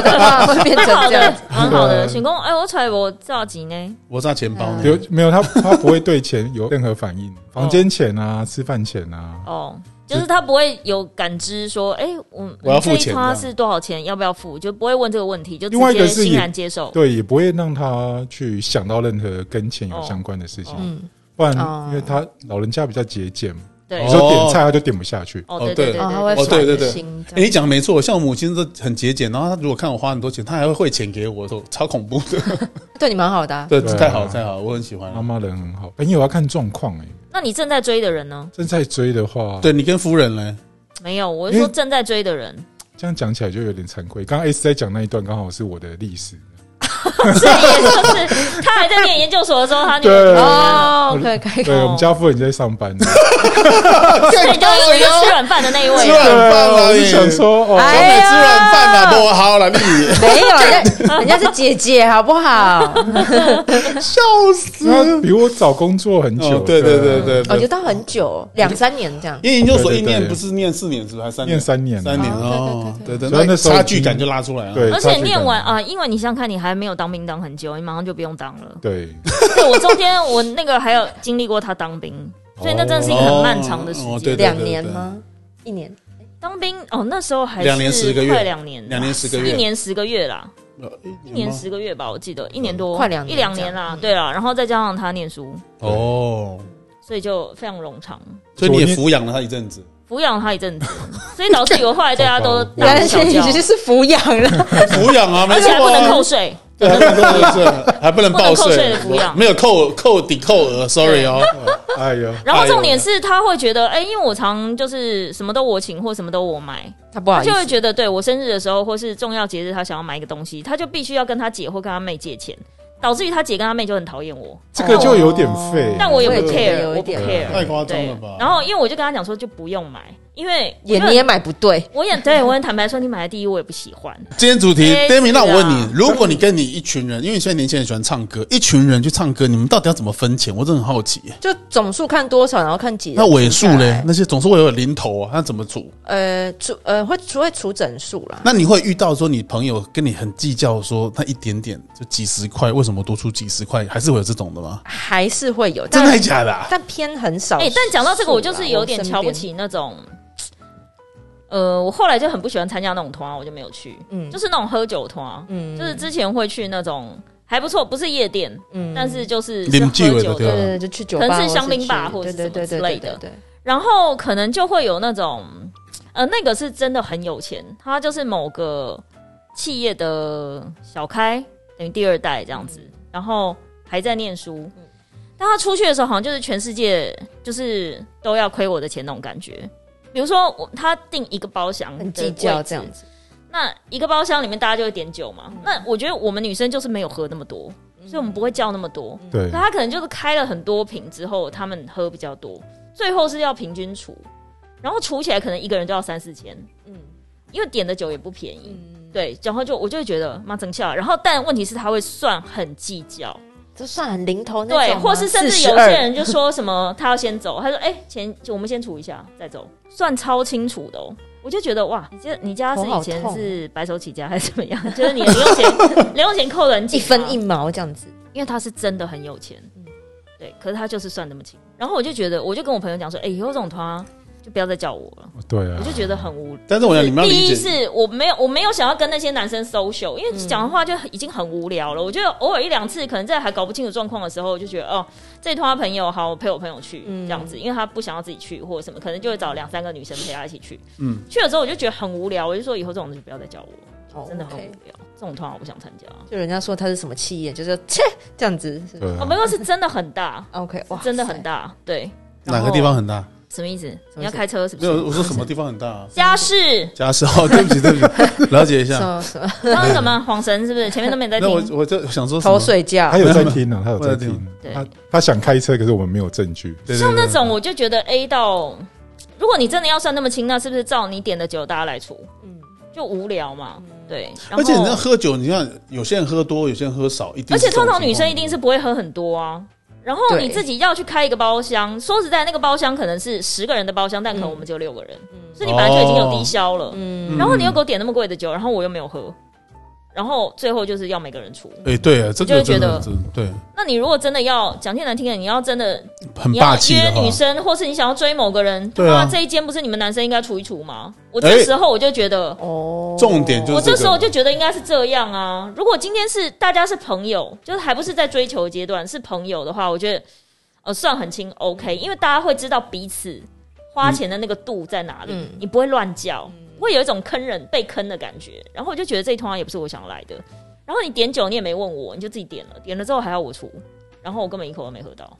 Speaker 3: 可能的话会变成
Speaker 2: 蛮好
Speaker 3: 这样
Speaker 2: 的
Speaker 3: 子。，
Speaker 2: 蛮好的。
Speaker 1: 啊对啊
Speaker 2: 选工，哎，我揣我造几呢？
Speaker 4: 我炸钱包呢，
Speaker 1: 有没有她她不会对钱有任何反应，房间钱啊，吃饭钱啊，
Speaker 2: 哦，就是他不会有感知说，哎、我
Speaker 4: 我要付钱
Speaker 2: 这一趴是多少钱，要不要付，就不会问这个问题，就直
Speaker 1: 另外一
Speaker 2: 接
Speaker 1: 个是
Speaker 2: 欣
Speaker 1: 也
Speaker 2: 然接受。
Speaker 1: 对，也不会让她去想到任何跟钱有
Speaker 2: 哦
Speaker 1: 相关的事情。
Speaker 3: 嗯，
Speaker 1: 不然
Speaker 3: 哦，
Speaker 1: 因为他老人家比较节俭嘛，
Speaker 2: 对
Speaker 1: 你，说点菜他就点不下去，
Speaker 2: 哦，
Speaker 4: 哦
Speaker 2: 对
Speaker 4: 对
Speaker 2: 对
Speaker 4: 对
Speaker 2: 对
Speaker 3: 哦，他
Speaker 2: 对
Speaker 3: 会
Speaker 4: 哦对对对
Speaker 3: 心这
Speaker 4: 哎、
Speaker 3: 样
Speaker 4: 你讲的没错，像我母亲都很节俭，然后她如果看我花很多钱，她还会汇钱给我，都超恐怖的。
Speaker 3: 对你蛮好的啊、
Speaker 4: 对，
Speaker 1: 对啊
Speaker 4: 太好了太好了，我很喜欢。
Speaker 1: 妈妈人很好。哎，因为我要看状况哎，
Speaker 2: 那你正在追的人呢？
Speaker 1: 正在追的话，
Speaker 4: 对你跟夫人嘞，
Speaker 2: 没有，我是
Speaker 1: 因
Speaker 2: 说
Speaker 1: 为
Speaker 2: 正在追的人，
Speaker 1: 这样讲起来就有点惭愧。刚刚 S 在讲那一段，刚好是我的历 史。
Speaker 2: 是也 就是他还在念研究所的时候，他念
Speaker 1: 对
Speaker 3: 哦，可以可以，
Speaker 1: 对我们家夫人在上 班，
Speaker 2: 所以你就是一个吃软饭的那一
Speaker 4: 吃
Speaker 2: 位
Speaker 4: 软。饭
Speaker 1: 对
Speaker 4: 啊，
Speaker 1: 我就
Speaker 4: 你
Speaker 1: 想说哦，
Speaker 4: 我
Speaker 3: 哎
Speaker 4: 们
Speaker 3: 呀
Speaker 4: 吃软饭啊，不好了，你
Speaker 3: 没有，人家人家是姐姐，好不好？
Speaker 4: 笑死。
Speaker 2: 啊
Speaker 1: 那比我早工作很久啊
Speaker 4: 哦，，对对对对
Speaker 3: 我觉
Speaker 4: 对
Speaker 3: 得，到很久，两三年这样。
Speaker 4: 因为研究所一
Speaker 1: 对对对
Speaker 4: 念不是念四年，是不是还是三年？
Speaker 1: 念三年啊
Speaker 4: 三年
Speaker 3: 哦
Speaker 4: 哦，对对，
Speaker 1: 所以
Speaker 4: 那
Speaker 1: 那时候
Speaker 4: 差
Speaker 1: 已经
Speaker 4: 距感就拉出来了。
Speaker 1: 对，
Speaker 2: 而
Speaker 1: 差
Speaker 2: 且
Speaker 1: 距
Speaker 2: 念
Speaker 1: 感
Speaker 2: 完啊，因为你想想看，你还没有当兵当很久，你马上就不用当了。
Speaker 1: 对，
Speaker 2: 对我中间我那个还有经历过他当兵，所以那真的是一个很漫长的时
Speaker 4: 哦哦
Speaker 2: 间。
Speaker 4: 对对
Speaker 3: 两年吗？一年？
Speaker 2: 当兵哦，那时候还是
Speaker 4: 两年十个月
Speaker 2: 快两年，
Speaker 4: 两年十个月
Speaker 2: 一年十个月啦，
Speaker 4: 呃
Speaker 2: 一
Speaker 4: 一
Speaker 2: 年
Speaker 4: 吗
Speaker 2: 十个月吧，我记得一年
Speaker 4: 嗯
Speaker 2: 多，
Speaker 3: 快两年
Speaker 2: 一两年啦，对啦，然后再加上他念书，
Speaker 4: 哦，
Speaker 2: 所以就非常冗长，
Speaker 4: 所以你也抚养了他一阵子。
Speaker 2: 抚养他一阵子，所以导致我后来对他 都
Speaker 1: 糟糕
Speaker 2: 大
Speaker 3: 原
Speaker 2: 呼
Speaker 3: 来
Speaker 2: 小
Speaker 3: 是
Speaker 2: 叫，
Speaker 3: 你是抚养了，
Speaker 4: 抚养啊，没
Speaker 2: 而且
Speaker 4: 错
Speaker 2: 还不
Speaker 3: 哎
Speaker 2: 能扣
Speaker 4: 啊，
Speaker 2: 税，
Speaker 4: 对，还不能扣税， 还不能报
Speaker 2: 不能扣税的抚养
Speaker 4: 没有扣扣抵扣额，sorry 哦。
Speaker 1: 哎呦，
Speaker 2: 然后重点是他会觉得，哎、因为我常就是什么都我请或什么都我买，
Speaker 3: 他不好
Speaker 2: 他
Speaker 3: 意思
Speaker 2: 就会，觉得对我生日的时候或是重要节日，他想要买一个东西，他就必须要跟他姐或跟他妹借钱，导致于他姐跟他妹就很讨厌我，
Speaker 1: 这个就有点废
Speaker 3: 哦。
Speaker 2: 但我也不
Speaker 3: 我也觉得
Speaker 2: care，
Speaker 3: 有一
Speaker 2: 我不
Speaker 3: 点
Speaker 2: care，
Speaker 4: 太夸张
Speaker 2: 对
Speaker 4: 了吧
Speaker 2: 然后因为我就跟他讲说就不用买，因为
Speaker 3: 也
Speaker 2: 因为
Speaker 3: 你也买不对，
Speaker 2: 我也对我很坦白说，你买的第一我也不喜欢，
Speaker 4: 今天主题
Speaker 2: 哎
Speaker 4: ，Demi，
Speaker 2: 是
Speaker 4: 那我问
Speaker 2: 啊
Speaker 4: 你，如果你跟你一群人，因为现在年轻人喜欢唱歌，一群人去唱歌，你们到底要怎么分钱？我真的很好奇耶。
Speaker 3: 就总数看多少，然后看几人
Speaker 4: 那尾数
Speaker 3: 停下
Speaker 4: 嘞
Speaker 3: 来？
Speaker 4: 那些总是会有零头啊，那怎么组？
Speaker 3: 呃，除呃会除会除整数啦。
Speaker 4: 那你会遇到说你朋友跟你很计较，说那一点点就几十块，为什么多出几十块？还是会有这种的吗？
Speaker 3: 还是会有，
Speaker 4: 真
Speaker 3: 但
Speaker 4: 的还假的啊？
Speaker 3: 但偏很少数
Speaker 2: 哎、
Speaker 3: 啦。
Speaker 2: 但讲到这个，我就是有点
Speaker 3: 我身
Speaker 2: 瞧不
Speaker 3: 边。
Speaker 2: 起那种，呃，我后来就很不喜欢参加那种团，我就没有去。
Speaker 3: 嗯
Speaker 2: 就是那种喝酒团，啊
Speaker 3: 嗯
Speaker 2: 就是之前会去那种还不错，不是夜店，
Speaker 3: 嗯
Speaker 2: 但是就是是
Speaker 4: 啉
Speaker 2: 喝酒
Speaker 4: 酒的对
Speaker 3: 对
Speaker 4: 吧
Speaker 2: 的，
Speaker 3: 对对，就去酒吧，
Speaker 2: 可能是香槟吧
Speaker 3: 去
Speaker 2: 或者
Speaker 3: 对对对
Speaker 2: 什
Speaker 3: 对
Speaker 2: 么之类的
Speaker 3: 对对对
Speaker 2: 然后可能就会有那种，呃，那个是真的很有钱，他就是某个企业的小开，等于第二代这样子，
Speaker 3: 嗯
Speaker 2: 然后还在念书。但他出去的时候，好像就是全世界就是都要亏我的钱那种感觉。比如说我，他订一个包厢，
Speaker 3: 很计较这样。子。嗯
Speaker 2: 那一个包厢里面大家就会点酒嘛。那我觉得我们女生就是没有喝那么多，所以我们不会叫那么多。
Speaker 1: 对啊
Speaker 2: 可，他可能就是开了很多瓶之后，他们喝比较多，最后是要平均除，然后除起来可能一个人就要三四千，
Speaker 3: 嗯
Speaker 2: 因为点的酒也不便宜。
Speaker 3: 嗯，
Speaker 2: 对，然后就我就会觉得妈真笑，然后但问题是他会算很计较，
Speaker 3: 这算很零头那
Speaker 2: 对，
Speaker 3: 种吗
Speaker 2: 或是甚至有
Speaker 3: 42
Speaker 2: 些人就说什么他要先走，他说哎、钱我们先除一下再走，算超清楚的哦。我就觉得哇，你家你家是
Speaker 3: 头好
Speaker 2: 以前
Speaker 3: 痛
Speaker 2: 是白手起家还是怎么样？ 就是你的零用钱零用钱扣人
Speaker 3: 一分一毛这样子，
Speaker 2: 因为他是真的很有钱，
Speaker 3: 嗯
Speaker 2: 对，可是他就是算那么清。然后我就觉得，我就跟我朋友讲说，哎、以后这种团啊就不要再叫我了，
Speaker 1: 对
Speaker 2: 我
Speaker 1: 啊
Speaker 2: 就，觉得很无聊。
Speaker 4: 但是我想你们要
Speaker 2: 第
Speaker 4: 理
Speaker 2: 一
Speaker 4: 解，
Speaker 2: 是我没有我没有想要跟那些男生 social，因为
Speaker 3: 嗯
Speaker 2: 讲的话就已经很无聊了。我觉得偶尔一两次，可能在还搞不清楚状况的时候，我就觉得哦，这团朋友好，我陪我朋友去、
Speaker 3: 嗯
Speaker 2: 这样子，因为他不想要自己去或者什么，可能就会找两三个女生陪他一起去。
Speaker 4: 嗯，
Speaker 2: 去了之后我就觉得很无聊，我就说以后这种就不要再叫我，
Speaker 3: 哦
Speaker 2: 真的很
Speaker 3: OK
Speaker 2: 无聊。这种团我不想参加。
Speaker 4: 啊
Speaker 3: 就人家说他是什么企业，就是切这样子。是
Speaker 1: 对
Speaker 2: 哦，
Speaker 1: 啊
Speaker 2: 没，有是真的很大，
Speaker 3: OK，哇，
Speaker 2: 真的很。大，对。
Speaker 4: 哪个地方很大？
Speaker 2: 什么意思？
Speaker 3: 思
Speaker 2: 你要开车是不
Speaker 4: 没有，
Speaker 2: 是？
Speaker 4: 我说什么地方很大啊？
Speaker 2: 家事
Speaker 4: 家事哦， 对不起，对 不起，了解一
Speaker 3: 什
Speaker 4: 下。
Speaker 3: 么什么
Speaker 2: 刚刚什么晃神是不是？前面都没在
Speaker 4: 那我
Speaker 2: 听。
Speaker 4: 我就想说什么
Speaker 3: 偷？睡觉
Speaker 1: 他？有在听啊呢，他有在
Speaker 4: 我有
Speaker 1: 听
Speaker 4: 听，
Speaker 2: 对
Speaker 1: 他他想开车，可是我们没有证据。
Speaker 4: 对对对
Speaker 2: 像那种我就觉得 A 到，如果你真的要算那么清，那是不是照你点的酒大家来出？
Speaker 3: 嗯
Speaker 2: 就无聊嘛。对，然后
Speaker 4: 嗯而且你知道喝酒，你看有些人喝多，有些人喝少，一定
Speaker 2: 而
Speaker 4: 是
Speaker 2: 且
Speaker 4: 这种
Speaker 2: 通
Speaker 4: 情况。
Speaker 2: 常女生一定是不会喝很多啊。然后
Speaker 3: 对
Speaker 2: 你自己要去开一个包厢，说实在，那个包厢可能是十个人的包厢，但可能
Speaker 4: 嗯
Speaker 2: 我们只有六个人，所以你本来就已经有低消了。
Speaker 4: 哦
Speaker 3: 嗯，
Speaker 2: 然后你又给我点那么贵的酒，然后我又没有喝，然后最后就是要每个人出。
Speaker 4: 哎，对啊，这
Speaker 2: 就
Speaker 4: 个
Speaker 2: 会觉
Speaker 4: 真的
Speaker 2: 得
Speaker 4: 真的对
Speaker 2: 那你如果真的要讲句难听的，你要真的
Speaker 4: 很
Speaker 2: 你要
Speaker 4: 霸气
Speaker 2: 约
Speaker 4: 的哈
Speaker 2: 女。生，或是你想要追某个人，
Speaker 4: 对啊
Speaker 2: 哇这一间不是你们男生应该除一除吗？我这时候我就觉得，
Speaker 3: 哦，
Speaker 4: 重点就是
Speaker 2: 我这时候
Speaker 4: 这
Speaker 2: 就
Speaker 4: 个
Speaker 2: 觉得应该是这样啊。如果今天是大家是朋友，就是还不是在追求阶段，是朋友的话，我觉得呃算很清 OK，因为大家会知道彼此花钱的那个度在哪里，
Speaker 3: 嗯
Speaker 2: 你不会乱叫，不会有一种坑人被坑的感觉。然后我就觉得这一通啊也不是我想来的。然后你点酒你也没问我，你就自己点了，点了之后还要我出，然后我根本一口都没喝到，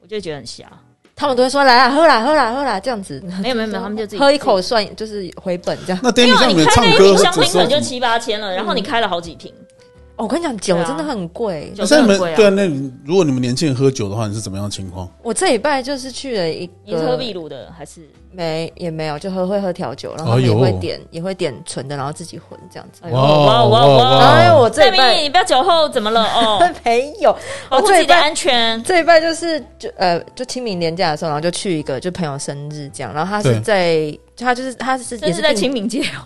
Speaker 2: 我就觉得很瞎。
Speaker 3: 他们都会说来啊啦，喝啦，喝啦，喝啦，这样子。
Speaker 2: 没有没有没有，他们就自己
Speaker 3: 喝一口算就是回本这样。
Speaker 4: 那 d a
Speaker 2: 没
Speaker 4: m
Speaker 2: 有啊，
Speaker 4: i 像
Speaker 2: 你
Speaker 4: 你们
Speaker 2: 开
Speaker 4: 唱
Speaker 2: 那一
Speaker 4: 歌
Speaker 2: 瓶香
Speaker 4: 只
Speaker 2: 槟
Speaker 4: 是
Speaker 2: 可能就七八千了，然后你开了好几瓶，
Speaker 3: 哦，我跟你讲，酒
Speaker 2: 对啊
Speaker 3: 真的很贵。
Speaker 2: 酒
Speaker 4: 像
Speaker 2: 真
Speaker 4: 你
Speaker 2: 的很
Speaker 4: 们
Speaker 2: 贵
Speaker 4: 对啊，
Speaker 2: 啊。
Speaker 4: 那你如果你们年轻人喝酒的话，你是怎么样的情况？
Speaker 3: 我这礼拜就是去了一
Speaker 2: 你是喝
Speaker 3: 个，
Speaker 2: 秘鲁的还是？
Speaker 3: 没也没有，就喝会喝调酒，然后
Speaker 4: 哎
Speaker 3: 他们也
Speaker 4: 呦
Speaker 3: 会点也会点纯的，然后自己混这样子。
Speaker 2: 哎呦
Speaker 4: 哇哦
Speaker 2: 哇哦哇哦
Speaker 4: 哇哦
Speaker 2: 哇
Speaker 4: 哇哦
Speaker 2: 哦！
Speaker 3: 然后我这
Speaker 2: 戴
Speaker 3: 礼
Speaker 2: 咪，
Speaker 3: 拜
Speaker 2: 你不要酒后怎么了？ 哦，
Speaker 3: 没有，
Speaker 2: 保
Speaker 3: 我
Speaker 2: 护自
Speaker 3: 这
Speaker 2: 己
Speaker 3: 礼
Speaker 2: 的
Speaker 3: 拜
Speaker 2: 安全。
Speaker 3: 这一拜就是就呃，就清明年假的时候，然后就去一个就朋友生日这样，然后他是
Speaker 4: 对
Speaker 3: 在就他就是他是
Speaker 2: 这
Speaker 3: 也
Speaker 2: 是
Speaker 3: 是
Speaker 2: 在
Speaker 3: 病
Speaker 2: 清明节哦，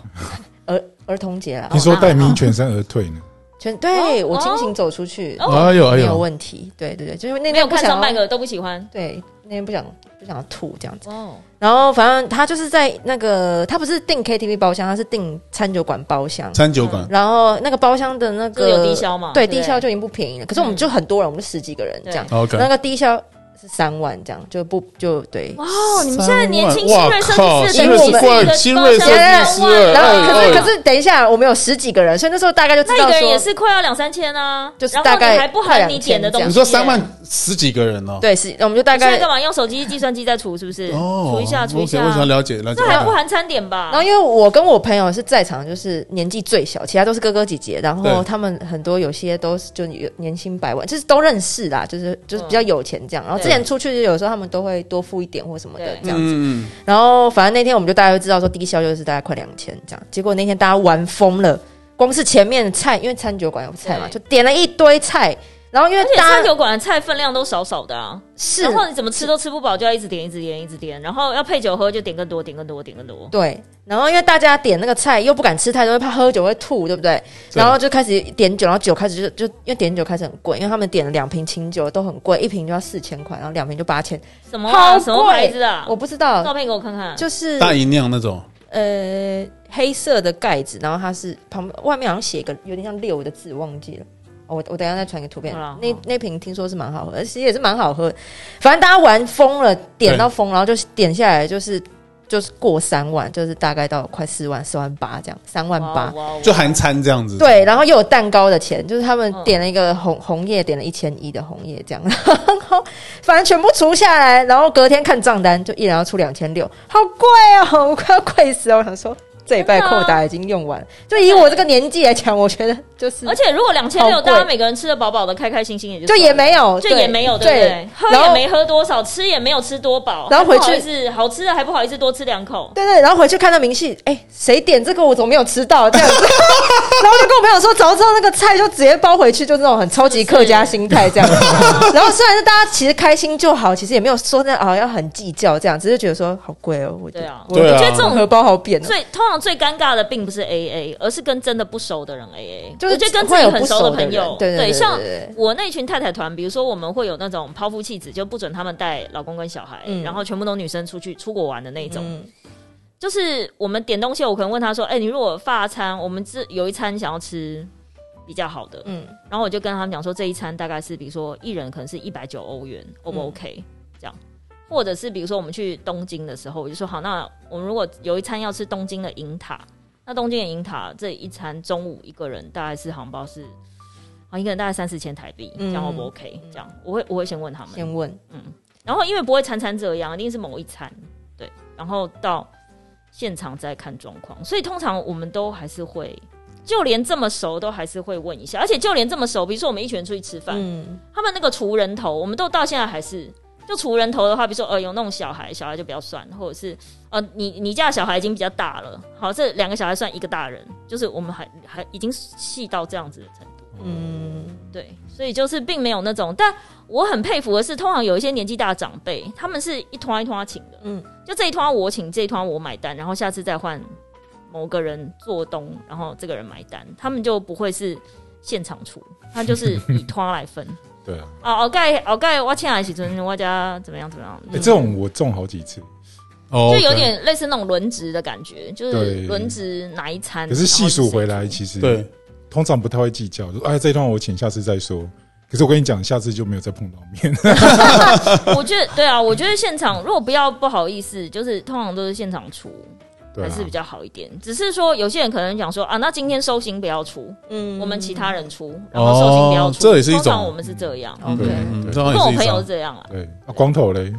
Speaker 3: 儿儿童节啦
Speaker 1: 听，说戴明全身而退 呢？
Speaker 3: 全对
Speaker 2: 哦
Speaker 3: 我清醒走出去
Speaker 2: 哦
Speaker 4: 哎呦哎
Speaker 3: 没有
Speaker 4: 呦，
Speaker 3: 问题，对对对，就是那
Speaker 2: 没有
Speaker 3: 天不
Speaker 2: 看
Speaker 3: 想
Speaker 2: 上麦
Speaker 3: 要
Speaker 2: 克都不喜欢。
Speaker 3: 对那天不想不想吐这样子，
Speaker 2: 哦，
Speaker 3: 然后反正他就是在那个他不是订 KTV 包厢，他是订餐酒馆包厢，
Speaker 4: 餐酒馆
Speaker 3: 然后那个包厢的那
Speaker 2: 这有低
Speaker 3: 个
Speaker 2: 消嘛？
Speaker 3: 对
Speaker 2: 不
Speaker 3: 低消就已经不便宜了，可是我们就很多人，我们就十几个人这
Speaker 2: 嗯
Speaker 3: 样，
Speaker 4: ，OK，
Speaker 3: 那个低消是三万这样，就不就对，
Speaker 2: 哇哦，你们现在年轻新锐生
Speaker 4: 哇靠
Speaker 2: 日
Speaker 4: 新
Speaker 2: 等
Speaker 4: 锐
Speaker 2: 于是
Speaker 4: 生
Speaker 2: 一个
Speaker 4: 新锐生
Speaker 3: 日
Speaker 2: 高三万
Speaker 4: 12
Speaker 3: 然后可
Speaker 4: 哎
Speaker 3: 是
Speaker 4: 哎
Speaker 3: 可是等一下，我们有十几个人，所以那时候大概就知
Speaker 2: 那一
Speaker 3: 道
Speaker 2: 个人也
Speaker 3: 说，
Speaker 2: 是快要两三千啊，
Speaker 3: 就是
Speaker 2: 然后
Speaker 3: 大概
Speaker 2: 你还不
Speaker 3: 快
Speaker 2: 含
Speaker 3: 两
Speaker 2: 你点的东西耶。
Speaker 4: 你说三万十几个人哦，
Speaker 3: 对，是，我们就大
Speaker 2: 你现在
Speaker 3: 概。
Speaker 2: 干嘛用手机计算机在除？是不是？
Speaker 4: 哦，
Speaker 2: 除一下，除一下
Speaker 4: 我。想了解了解
Speaker 2: 这，还不含餐点吧？
Speaker 3: 然后因为我跟我朋友是在场，就是年纪最小，其他都是哥哥姐姐，然后
Speaker 4: 对
Speaker 3: 他们很多有些都是就有年薪百万，就是都认识啦，
Speaker 2: 嗯
Speaker 3: 就是就是比较有钱这样。然后之前出去有时候他们都会多付一点或什么的
Speaker 2: 对
Speaker 3: 这样。
Speaker 4: 嗯，嗯
Speaker 3: 然后反正那天我们就大概会知道说低消就是大概快两千这样。结果那天大家玩疯了，光是前面的菜，因为餐酒馆有菜嘛，
Speaker 2: 对
Speaker 3: 就点了一堆菜。然后因为
Speaker 2: 而且
Speaker 3: 大
Speaker 2: 餐
Speaker 3: 家
Speaker 2: 酒馆的菜分量都少少的啊，
Speaker 3: 是
Speaker 2: 然后你怎么吃都吃不饱，就要一直点，一直点，一直点，然后要配酒喝就点更多，点更多，点更多。
Speaker 3: 对，然后因为大家点那个菜又不敢吃太多，怕喝酒会吐，对不对？
Speaker 4: 对
Speaker 3: 然后就开始点酒，然后酒开始就就因为点酒开始很贵，因为他们点了两瓶清酒都很贵，一瓶就要四千块，然后两瓶就八千、
Speaker 2: 什么啊
Speaker 3: 好
Speaker 2: 什么
Speaker 3: 贵
Speaker 2: 牌子啊？
Speaker 3: 我不知道
Speaker 2: 照，片给我看看。
Speaker 3: 就是
Speaker 4: 大银酿那种，
Speaker 3: 呃黑色的盖子，然后它是旁外面好像写一个有点像六的字，忘记了。哦我我等一下再传个图片
Speaker 2: 好啦。
Speaker 3: 那
Speaker 2: 好
Speaker 3: 那瓶听说是蛮好喝，呃其实也是蛮好喝。反正大家玩疯了，点到疯，然后就点下来就是就是过三万，就是大概到快四万、四万八这样，三万八。
Speaker 2: 哇哇
Speaker 4: 就含餐这样子，
Speaker 3: 对，然后又有蛋糕的钱，就是他们
Speaker 2: 嗯
Speaker 3: 点了一个红红叶，点了一千一的红叶这样，然后反正全部除下来，然后隔天看账单，就一人要出两千六，好贵哦，我快要贵死了。我想说，这礼拜
Speaker 2: 真的啊
Speaker 3: 扣打已经用完了，就以我这个年纪来讲，我觉得就是
Speaker 2: 而且如果两千
Speaker 3: 好
Speaker 2: 六，
Speaker 3: 贵
Speaker 2: 大家每个人吃的饱饱的，开开心心也就
Speaker 3: 就
Speaker 2: 算了
Speaker 3: 也没有，
Speaker 2: 就
Speaker 3: 对
Speaker 2: 也没有，对不
Speaker 3: 对
Speaker 2: 对？？喝
Speaker 3: 然
Speaker 2: 也
Speaker 3: 后
Speaker 2: 没喝多少，吃也没有吃多饱，
Speaker 3: 然后回
Speaker 2: 还
Speaker 3: 去
Speaker 2: 不好意思好吃的还不好意思多吃两口。
Speaker 3: 对对，然后回去看到明细，哎，谁点这个我怎么没有吃到这样 子？然后就跟我朋友说，早知道那个菜就直接包回去，就那种很超级客家心态这样。 然后虽然是大家其实开心就好，其实也没有说那啊要很计较这样，只是觉得说好贵哦，我觉
Speaker 2: 对
Speaker 3: 得
Speaker 2: 啊
Speaker 3: 我
Speaker 4: 对啊
Speaker 2: 我觉得这
Speaker 3: 我
Speaker 2: 种
Speaker 3: 荷包好扁哦。
Speaker 2: 最通常最尴尬的并不是 A A，而是跟真的不熟的人 A A，
Speaker 3: 就是
Speaker 2: 我觉得跟自
Speaker 3: 会
Speaker 2: 己
Speaker 3: 有
Speaker 2: 很
Speaker 3: 不
Speaker 2: 熟
Speaker 3: 熟的
Speaker 2: 朋友
Speaker 3: 人，对对对对
Speaker 2: 像
Speaker 3: 对对
Speaker 2: 我那群太太团，比如说我们会有那种抛夫弃子，就不准他们带老公跟小孩，
Speaker 3: 嗯
Speaker 2: 然后全部都女生出去出国玩的那种。
Speaker 3: 嗯，
Speaker 2: 就是我们点东西，我可能问他说：“哎、你如果发餐，我们这有一餐想要吃比较好的，
Speaker 3: 嗯，
Speaker 2: 然后我就跟他们讲说，这一餐大概是比如说一人可能是一百九欧元，O 不
Speaker 3: 嗯
Speaker 2: OK？、这样，或者是比如说我们去东京的时候，我就说好，那我们如果有一餐要吃东京的银塔，那东京的银塔这一餐中午一个人大概是航包是。啊，一个人大概三四千台币，这样 O 不 OK？、这样我会我会先问他们，
Speaker 3: 先问
Speaker 2: 然后因为不会餐餐这样，一定是某一餐对，然后到现场再看状况。所以通常我们都还是会，就连这么熟都还是会问一下，而且就连这么熟，比如说我们一群人出去吃饭，
Speaker 3: 嗯，
Speaker 2: 他们那个除人头，我们都到现在还是。就除人头的话，比如说呃有那种小孩，小孩就不要算，或者是呃你你家的小孩已经比较大了，好这两个小孩算一个大人，就是我们还还已经细到这样子的程度。
Speaker 3: 嗯，
Speaker 2: 对，所以就是并没有那种，但我很佩服的是，通常有一些年纪大的长辈，他们是一团一团请的，
Speaker 3: 嗯
Speaker 2: 嗯，就这一团我请，这一团我买单，然后下次再换某个人做东，然后这个人买单，他们就不会是现场出，他就是以团来分。
Speaker 1: 对啊，
Speaker 2: 啊，我盖我盖我请来时阵，我家怎么样怎么样，
Speaker 1: 哎，这种我中好几次，
Speaker 4: 哦，
Speaker 2: 就
Speaker 4: OK
Speaker 2: 有点类似那种轮值的感觉，就
Speaker 1: 对
Speaker 2: 是轮值哪一餐。
Speaker 1: 可是细
Speaker 2: 然后
Speaker 1: 数
Speaker 2: 谁
Speaker 1: 回来，
Speaker 2: 出
Speaker 1: 其实
Speaker 4: 对，
Speaker 1: 通常不太会计较，就说哎这一段我请，下次再说。可可是我跟你讲，下次就没有再碰到面。
Speaker 2: 我觉得对啊，我觉得现场如果不要不好意思，就是通常都是现场出
Speaker 1: 对
Speaker 2: 还
Speaker 1: 啊，
Speaker 2: 是比较好一点。只是说有些人可能讲说啊，那今天收心不要出，
Speaker 3: 嗯
Speaker 2: 我们其他人出，然后收心不要出。
Speaker 4: 哦这也是一种
Speaker 2: 通常我们是这样，
Speaker 3: OK
Speaker 1: 对
Speaker 4: 嗯，
Speaker 1: 对
Speaker 4: 这
Speaker 2: 跟
Speaker 4: 样也
Speaker 2: 我
Speaker 4: 是一
Speaker 2: 朋友
Speaker 4: 招
Speaker 2: 是这样啊。
Speaker 1: 对，啊光头嘞，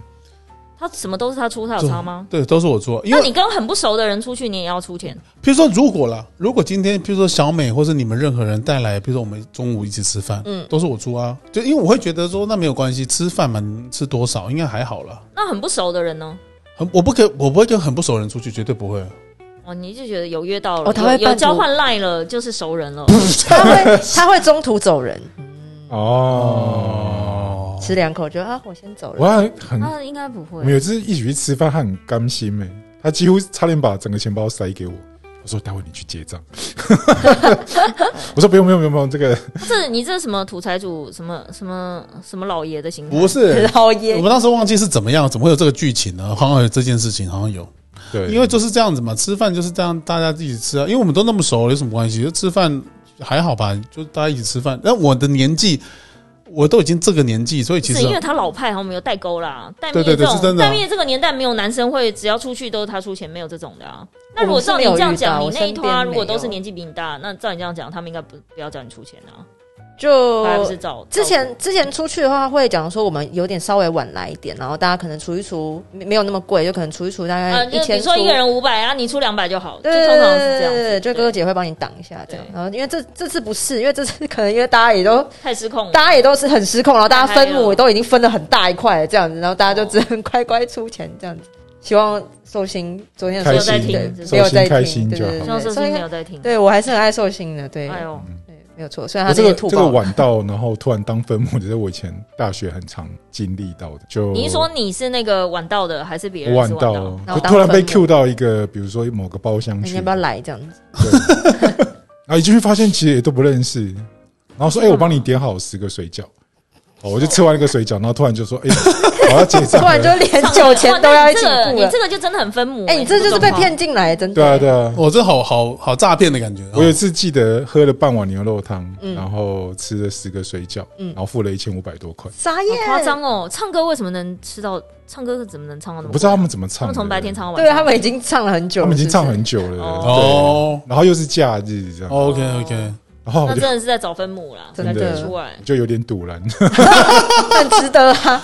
Speaker 2: 他什么都是他出，他有差吗？
Speaker 4: 对，都是我做，因
Speaker 2: 那
Speaker 4: 为
Speaker 2: 你跟很不熟的人出去，你也要出钱，
Speaker 4: 譬如说，如果啦，如果今天譬如说小美或是你们任何人带来，譬如说我们中午一起吃饭，嗯，都是我出啊，就因为我会觉得说那没有关系，吃饭嘛，你吃多少应该还好啦。
Speaker 2: 那很不熟的人呢？
Speaker 4: 很，我不可，我不会跟很不熟的人出去，绝对不会。
Speaker 2: 哦，你就觉得有约到了，
Speaker 3: 哦他会
Speaker 2: 有有
Speaker 3: 扮作
Speaker 2: 交换赖了，就是熟人 了。
Speaker 3: 他会他会中途走人，
Speaker 2: 嗯
Speaker 1: 哦，
Speaker 4: 哦，
Speaker 3: 吃两口就啊，我先走
Speaker 1: 我
Speaker 3: 了。，
Speaker 1: 还很，
Speaker 2: 那啊应该不
Speaker 1: 我
Speaker 2: 会
Speaker 1: 们。有一次一起去吃饭，他很甘心诶，他几乎差点把整个钱包塞给我。我说待会你去结账， 我说不用不用不用不用，这个
Speaker 2: 这你这什么土财主，什么什么什么老爷的
Speaker 1: 嗯
Speaker 2: 心态？
Speaker 4: 不是
Speaker 3: 老爷
Speaker 4: 我们当时忘记是怎么样，怎么会有这个剧情呢？好像有这件事情，好像有，
Speaker 1: 对，
Speaker 4: 因为就是这样子嘛，吃饭就是这样，大家一起吃啊，因为我们都那么熟，有什么关系？就吃饭还好吧，就大家一起吃饭。但我的年纪，我都已经这个年纪，所以其
Speaker 2: 不
Speaker 4: 实
Speaker 2: 是因为他老派，好像没有代沟啦。戴
Speaker 4: 对
Speaker 2: 面
Speaker 4: 对
Speaker 2: 这
Speaker 4: 对是
Speaker 2: 种
Speaker 4: 真的啊
Speaker 2: 戴面这个年代，没有男生会只要出去都是他出钱，没有这种的啊。那如
Speaker 3: 我
Speaker 2: 果
Speaker 3: 是
Speaker 2: 照你
Speaker 3: 没有
Speaker 2: 这样
Speaker 3: 遇
Speaker 2: 讲，你
Speaker 3: 到我
Speaker 2: 那一
Speaker 3: 身
Speaker 2: 团
Speaker 3: 边
Speaker 2: 如果
Speaker 3: 没
Speaker 2: 都是
Speaker 3: 有
Speaker 2: 年纪比你大，那照你这样讲，他们应该不不要叫你出钱啊，
Speaker 3: 就
Speaker 2: 大概不是照
Speaker 3: 之
Speaker 2: 照
Speaker 3: 前之前出去的话，会讲说我们有点稍微晚来一点，然后大家可能除一除没没有那么贵，就可能除一除大
Speaker 2: 顾
Speaker 3: 概
Speaker 2: 啊，
Speaker 3: 一
Speaker 2: 就比
Speaker 3: 千
Speaker 2: 如
Speaker 3: 出。
Speaker 2: 说一个人五百啊，你出两百就好，就
Speaker 3: 对
Speaker 2: 通
Speaker 3: 对
Speaker 2: 常
Speaker 3: 对对
Speaker 2: 是这样
Speaker 3: 对对
Speaker 2: 子。
Speaker 3: 对，就
Speaker 2: 对
Speaker 3: 哥哥姐会帮你挡一下这样
Speaker 2: 对。
Speaker 3: 然后因为这这次不是，因为这次可能因为大家也都
Speaker 2: 太失控了。
Speaker 3: 大家也都是很失控，然后大家分
Speaker 2: 还
Speaker 3: 母
Speaker 2: 有
Speaker 3: 都已经分了很大一块了这样子，然后大家就只能乖乖出钱这样子。希望寿星昨天的
Speaker 1: 开
Speaker 3: 寿星
Speaker 1: 心
Speaker 2: 寿
Speaker 3: 对
Speaker 2: 星
Speaker 3: 没有在听，
Speaker 1: 开心
Speaker 3: 对
Speaker 1: 就好
Speaker 3: 对对
Speaker 2: 希望
Speaker 3: 对
Speaker 2: 寿
Speaker 3: 寿
Speaker 2: 星没
Speaker 3: 星
Speaker 2: 有在听。
Speaker 3: 对我还是很爱寿星的，对，
Speaker 2: 哎呦，
Speaker 4: 嗯
Speaker 3: 对没有错。虽然
Speaker 1: 我
Speaker 3: 他
Speaker 1: 这
Speaker 3: 今
Speaker 1: 个
Speaker 3: 天吐
Speaker 1: 这个
Speaker 3: 爆了，
Speaker 1: 晚到，然后突然当分母，这是我以前大学很常经历到的。就
Speaker 2: 你是说你是那个晚到的，还是别
Speaker 1: 我
Speaker 2: 人是
Speaker 1: 晚
Speaker 2: 晚
Speaker 1: 到
Speaker 2: 到？，
Speaker 3: 然
Speaker 1: 就
Speaker 3: 后当
Speaker 1: 突然被
Speaker 3: 分母
Speaker 1: Q 到一个，比如说某个包厢
Speaker 3: 你
Speaker 1: 去，
Speaker 3: 要不要来这样子？
Speaker 1: 对， 然后一进去发现其实也都不认识，然后说：“哎、我帮你点好十个水饺。”哦，我就吃完一个水饺，然后突然就说：“哎、我要结账
Speaker 3: 突
Speaker 1: 了。
Speaker 3: 然就连酒钱都要一起
Speaker 2: 哦哇那你这个
Speaker 3: 付
Speaker 2: 你
Speaker 3: 了。
Speaker 2: 这个就真的很分母。
Speaker 3: 哎，你这就是
Speaker 2: 种
Speaker 3: 被
Speaker 2: 话
Speaker 3: 骗进来，真的。
Speaker 1: 对啊，对啊。
Speaker 4: 我哦这好好好诈骗的感觉。
Speaker 1: 我有一
Speaker 4: 哦
Speaker 1: 次记得喝了半碗牛肉汤，
Speaker 3: 嗯
Speaker 1: 然后吃了十个水饺，
Speaker 3: 嗯
Speaker 1: 然后付了一千五百多块。
Speaker 3: 傻
Speaker 2: 好
Speaker 3: 眼，
Speaker 2: 夸张哦！唱歌为什么能吃到？唱歌怎么能唱到那
Speaker 1: 我
Speaker 2: 么？
Speaker 1: 不知道他们怎么
Speaker 2: 他
Speaker 1: 唱的，
Speaker 2: 们从白天唱到晚
Speaker 3: 对
Speaker 2: 上。
Speaker 3: 他们已经唱了很久
Speaker 1: 他
Speaker 3: 了，
Speaker 1: 们已经
Speaker 3: 是不
Speaker 1: 唱
Speaker 3: 是
Speaker 1: 很久了。
Speaker 2: 哦
Speaker 1: 对
Speaker 4: 哦
Speaker 1: 然后又是假日这样，
Speaker 4: ，OK OK，
Speaker 1: 然哦后我
Speaker 2: 那
Speaker 1: 就
Speaker 2: 真的是在找分母啦，
Speaker 3: 真
Speaker 1: 的
Speaker 2: 感觉出来。
Speaker 1: 就有点堵然，
Speaker 3: 很值 得啊！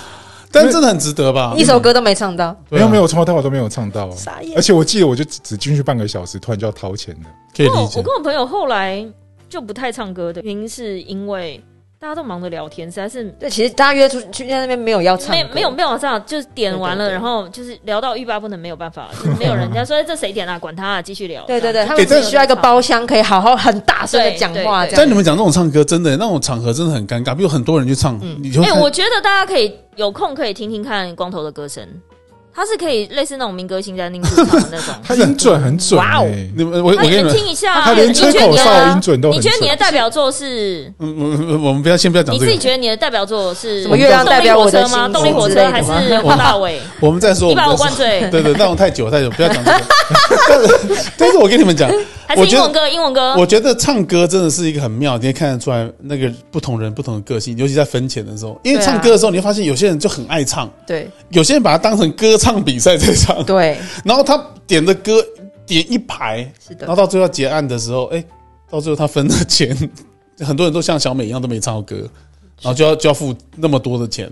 Speaker 4: 但真的很值得吧嗯
Speaker 3: 一？首歌都没唱到，
Speaker 4: 啊
Speaker 1: 没有没有，从头到尾都没有唱到，
Speaker 3: 傻眼
Speaker 1: 而。且我记得我就只只进去半个小时，突然就要掏钱了。。
Speaker 4: 可以
Speaker 2: 那
Speaker 4: 理
Speaker 2: 我哦我
Speaker 4: 解。
Speaker 2: 跟我朋友后来就不太唱歌的原因，是因为大家都忙着聊天，实在是
Speaker 3: 对，其实大家约出去在那边没有要唱歌，
Speaker 2: 没没有没有这样，就是点完
Speaker 3: 对对
Speaker 2: 了，
Speaker 3: 对
Speaker 2: 然后就是聊到欲罢不能，没有办法，就是没有人家说 哎这谁点啊，管他啊，继续聊。
Speaker 3: 对对
Speaker 2: 这
Speaker 3: 对，
Speaker 2: 样
Speaker 3: 他
Speaker 4: 给
Speaker 3: 们
Speaker 4: 这
Speaker 3: 只需要一个包厢，可以好好很大声的
Speaker 2: 对
Speaker 3: 讲
Speaker 2: 对
Speaker 3: 话，
Speaker 2: 对
Speaker 3: 这
Speaker 4: 但
Speaker 3: 样
Speaker 4: 你们讲这种唱歌，真的那种场合真的很尴尬。比如很多人去唱，你就
Speaker 2: 哎、
Speaker 4: 看
Speaker 2: 我觉得大家可以有空可以听听看光头的歌声，他是可以类似那种民歌星在宁主唱的那种
Speaker 1: 他音准很准、欸，
Speaker 2: 哇哦
Speaker 4: 你们我我
Speaker 2: 那
Speaker 4: 跟
Speaker 2: 你
Speaker 4: 你
Speaker 2: 们
Speaker 4: 们，
Speaker 2: 听一下啊，
Speaker 1: 他连
Speaker 2: 你
Speaker 1: 吹
Speaker 2: 觉得
Speaker 1: 口
Speaker 2: 你的
Speaker 1: 哨音准都很
Speaker 2: 你觉得
Speaker 1: 准
Speaker 2: 你的代表作是
Speaker 4: 嗯嗯嗯，我们不要先不要讲
Speaker 2: 你
Speaker 4: 这
Speaker 2: 自己
Speaker 4: 个，
Speaker 2: 觉得你的代表作是
Speaker 3: 什么月亮代表我的
Speaker 2: 动力火车吗？
Speaker 3: 心
Speaker 2: 动力火
Speaker 3: 之类
Speaker 2: 车
Speaker 3: 的
Speaker 2: 还是
Speaker 3: 吗
Speaker 2: 黄大炜？
Speaker 4: 我们再说。
Speaker 2: 你
Speaker 4: 我们
Speaker 2: 把我
Speaker 4: 再
Speaker 2: 灌
Speaker 4: 说。
Speaker 2: 醉，
Speaker 4: 对对，那种太久太久，不要讲这 个。但是我跟你们讲，
Speaker 2: 还
Speaker 4: 我
Speaker 2: 是英
Speaker 4: 觉得
Speaker 2: 文歌？英文歌，
Speaker 4: 我觉得唱歌真的是一个很妙，你也看得出来那个不同人不同的个性，尤其在分钱的时候，因为
Speaker 3: 对啊
Speaker 4: 唱歌的时候，你会发现有些人就很爱唱，
Speaker 3: 对
Speaker 4: 有些人把它当成歌唱比赛在唱，
Speaker 3: 对，
Speaker 4: 然后他点的歌点一排，
Speaker 3: 是
Speaker 4: 然后
Speaker 3: 的，
Speaker 4: 到最后结案的时候，哎、到最后他分的钱， 很多人都像小美一样都没唱到歌，然后就要就要付那么多的钱。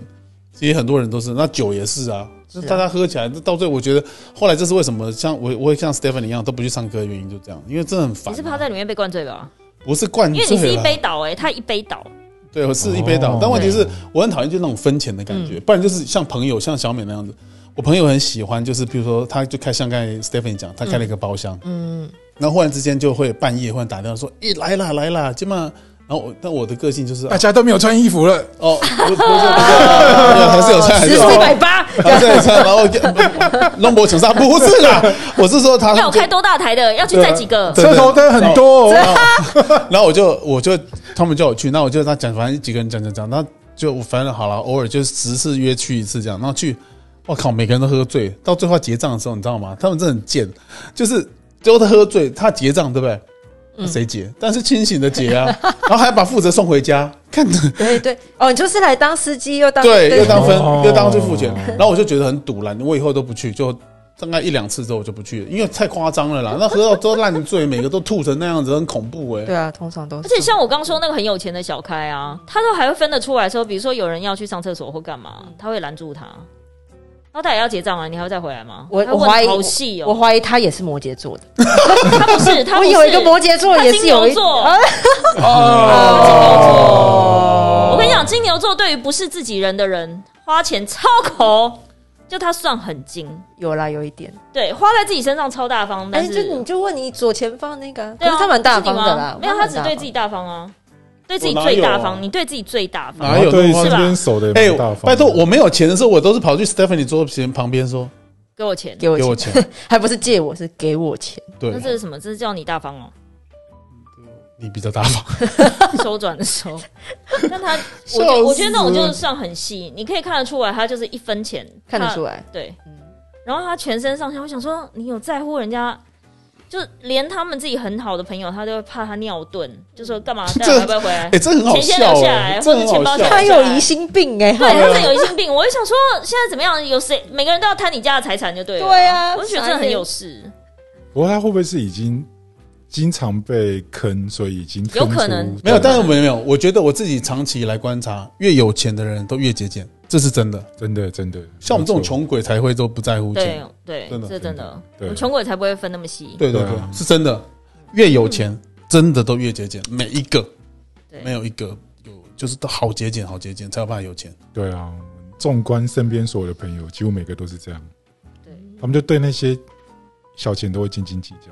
Speaker 4: 其实很多人都是，那酒也是啊，就是
Speaker 3: 是啊
Speaker 4: 大家喝起来，那到最后我觉得，后来这是为什么像我我会像 Stephen 一样都不去唱歌的原因，就这样，因为真的很烦、
Speaker 2: 你是怕在里面被灌醉吧？
Speaker 4: 不是啊灌
Speaker 2: 因
Speaker 4: 醉
Speaker 2: 为
Speaker 4: 了，
Speaker 2: 你是一杯倒哎，他一杯倒，
Speaker 4: 对，我是一杯倒
Speaker 1: 哦。
Speaker 4: 但问题是，我很讨厌就那种分钱的感觉，不然就是像朋友，像小美那样子。我朋友很喜欢，就是比如说，他就开像刚才 Stephen 讲，他开了一个包厢，嗯，然后忽然之间就会半夜忽然打电话说：“咦、来啦来啦，今晚。”然后我，但我的个性就是
Speaker 1: 大家都没有穿衣服了，
Speaker 4: 哦，不不不不不，还是有菜，还
Speaker 3: 十
Speaker 4: 是有
Speaker 3: 哦四百
Speaker 4: 菜，
Speaker 3: 八，
Speaker 4: 还是有菜。然后弄波成啥？不是啦，我是说他
Speaker 2: 要开多大台的，要去载几个？
Speaker 4: 对对
Speaker 1: 车头灯很多、哦，
Speaker 4: 然后我就我就他们叫我去，那我就跟他讲，反正几个人讲讲讲，那就反正好了，偶尔就十次约去一次这样，然后去，我靠，每个人都喝醉，到最后结账的时候，你知道吗？他们真的很贱，就是最后他喝 醉，他结账对不对？那谁结？但是清醒的结啊，然后还把负责送回家，看着
Speaker 3: 对对，哦，你就是来当司机又当
Speaker 4: 对，又当分
Speaker 1: 哦，
Speaker 4: 又当去付钱，然后我就觉得很堵然，我以后都不去，就大概一两次之后我就不去了，因为太夸张了啦，那喝到都烂醉，每个都吐成那样子，很恐怖哎、
Speaker 3: 对啊，通常都
Speaker 2: 而
Speaker 3: 是。
Speaker 2: 且像我刚说那个很有钱的小开啊，他都还会分得出来说，比如说有人要去上厕所或干嘛，他会拦住他，然后他也要结账啊，你还会再回来吗？
Speaker 3: 我
Speaker 2: 他
Speaker 3: 我
Speaker 2: 问
Speaker 3: 怀疑
Speaker 2: 好细
Speaker 3: 我
Speaker 2: 哦，
Speaker 3: 怀疑他也是摩羯座的。
Speaker 2: 他不 是，他
Speaker 3: 我
Speaker 2: 不
Speaker 3: 有一
Speaker 2: 是
Speaker 3: 个摩羯座
Speaker 2: 他
Speaker 3: 也
Speaker 2: 金
Speaker 3: 是有
Speaker 2: 牛
Speaker 3: 一
Speaker 2: 座
Speaker 3: 啊
Speaker 2: 我跟你讲，金牛座对于不是自己人的人，花钱超抠，就他算很精，
Speaker 3: 有啦，有一点。
Speaker 2: 对，花在自己身上超大方，但
Speaker 3: 哎，
Speaker 2: 是、
Speaker 3: 就你就问你左前方那个啊，可
Speaker 2: 对啊，
Speaker 3: 是他蛮大
Speaker 2: 是你
Speaker 3: 方
Speaker 2: 吗
Speaker 3: 的啦，
Speaker 2: 没有，他
Speaker 3: 蛮
Speaker 2: 只
Speaker 3: 大
Speaker 2: 对
Speaker 3: 方
Speaker 2: 自己大方啊，对自己
Speaker 4: 我哪
Speaker 2: 最大
Speaker 4: 有啊
Speaker 2: 方，你对自己最大方
Speaker 4: 哪，有
Speaker 1: 对
Speaker 4: 那么
Speaker 1: 身边手的
Speaker 4: 哎、
Speaker 1: 也蛮大方。
Speaker 4: 拜托，我没有钱的时候，我都是跑去 Stephanie 桌前旁边说
Speaker 2: 给我钱，
Speaker 3: 给我
Speaker 4: 给我
Speaker 3: 钱，
Speaker 4: 钱，
Speaker 3: 还不是借我，是给我钱。
Speaker 4: 对
Speaker 2: 那这是什么？这是叫你大方哦，
Speaker 4: 你比较大方，
Speaker 2: 收转的时候， 但他，
Speaker 4: 笑
Speaker 2: 我觉得我觉得那种
Speaker 4: 死
Speaker 2: 就是
Speaker 4: 了
Speaker 2: 算很细，你可以看得出来，他就是一分钱
Speaker 3: 看得
Speaker 2: 他
Speaker 3: 出来
Speaker 2: 对，然后他全身上下，我想说，你有在乎人家？就连他们自己很好的朋友，他都会怕他尿遁，就说干嘛？
Speaker 4: 这
Speaker 2: 待会会不会回来
Speaker 4: 哎、？这很好
Speaker 2: 钱先
Speaker 4: 笑
Speaker 2: 留下
Speaker 4: 哎、
Speaker 2: 来
Speaker 4: 这很好
Speaker 2: 或者钱包下
Speaker 4: 笑
Speaker 2: 来。
Speaker 3: 他有疑心病哎，
Speaker 2: 对，
Speaker 3: 好
Speaker 2: 他是有疑心病。我就想说，现在怎么样？有谁每个人都要贪你家的财产就对了。
Speaker 3: 对啊
Speaker 2: 我就觉得真的很有事，
Speaker 1: 不过他会不会是已经经常被坑，所以已经
Speaker 2: 有可能
Speaker 1: 坑出
Speaker 4: 没有，但是没有没有，我觉得我自己长期以来观察，越有钱的人都越节俭，这是真的。
Speaker 1: 真的真的
Speaker 4: 像我们这种
Speaker 1: 没错
Speaker 4: 穷鬼才会都不在乎钱
Speaker 2: 对，对
Speaker 4: 真，的
Speaker 2: 这真的，我
Speaker 1: 对
Speaker 2: 们穷鬼才不会分那么细。
Speaker 4: 对对
Speaker 1: 对啊
Speaker 4: 对，是真的。越有钱，真的都越节俭，每一个
Speaker 2: 对，
Speaker 4: 没有一个有，就是都好节俭，好节俭才有办法有钱。
Speaker 1: 对啊，纵观身边所有的朋友，几乎每个都是这样。
Speaker 2: 对，
Speaker 1: 他们就对那些小钱都会斤斤计较。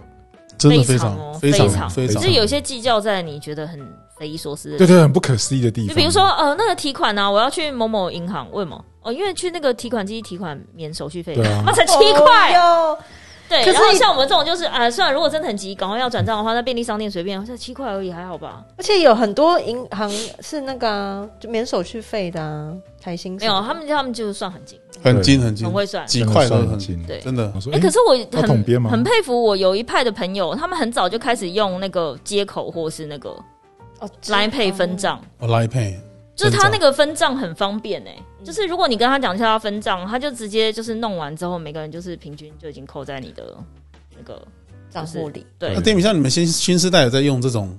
Speaker 4: 真的
Speaker 2: 非
Speaker 4: 非
Speaker 2: 常
Speaker 4: 常
Speaker 2: 哦
Speaker 4: 非
Speaker 2: 非常
Speaker 4: 常非
Speaker 2: 就
Speaker 4: 常
Speaker 2: 是有些计较在你觉得很匪夷所思的
Speaker 1: 对对，很不可思议的地
Speaker 2: 就
Speaker 1: 方。
Speaker 2: 比如说，呃，那个提款呢、啊，我要去某某银行，为什么？哦，因为去那个提款机提款免手续费，
Speaker 1: 对啊
Speaker 2: 那才七块。
Speaker 3: 哦哟
Speaker 2: 对，
Speaker 3: 可是
Speaker 2: 然后
Speaker 3: 你
Speaker 2: 像我们这种就是啊，算了，如果真的很急，赶快要转账的话，那便利商店随便，才七块而已，还好吧？
Speaker 3: 而且有很多银行是那个啊就免手续费的啊，台新
Speaker 2: 没
Speaker 3: 什么
Speaker 2: 有，他们他们就是算很精，
Speaker 4: 很精很精
Speaker 2: 很，会算。
Speaker 4: 几块都
Speaker 1: 真的
Speaker 4: 很
Speaker 1: 算精
Speaker 2: 对
Speaker 4: 真的
Speaker 1: 我。说，
Speaker 2: 哎、
Speaker 1: 哎，
Speaker 2: 可是我
Speaker 1: 要统编
Speaker 2: 很
Speaker 1: 吗
Speaker 2: 很佩服我有一派的朋友，他们很早就开始用那个接口或是那个
Speaker 3: 哦
Speaker 2: 来配分，
Speaker 3: 知道
Speaker 2: 账，
Speaker 4: 我来配，
Speaker 2: 就是他
Speaker 4: 分
Speaker 2: 那
Speaker 4: 账
Speaker 2: 个分账很方便哎、
Speaker 3: 嗯
Speaker 2: 就是如果你跟他讲一下要分账，他就直接就是弄完之后，每个人就是平均就已经扣在你的那个
Speaker 3: 账户里。
Speaker 2: 对
Speaker 4: 那。店米像你们新新时代有在用这种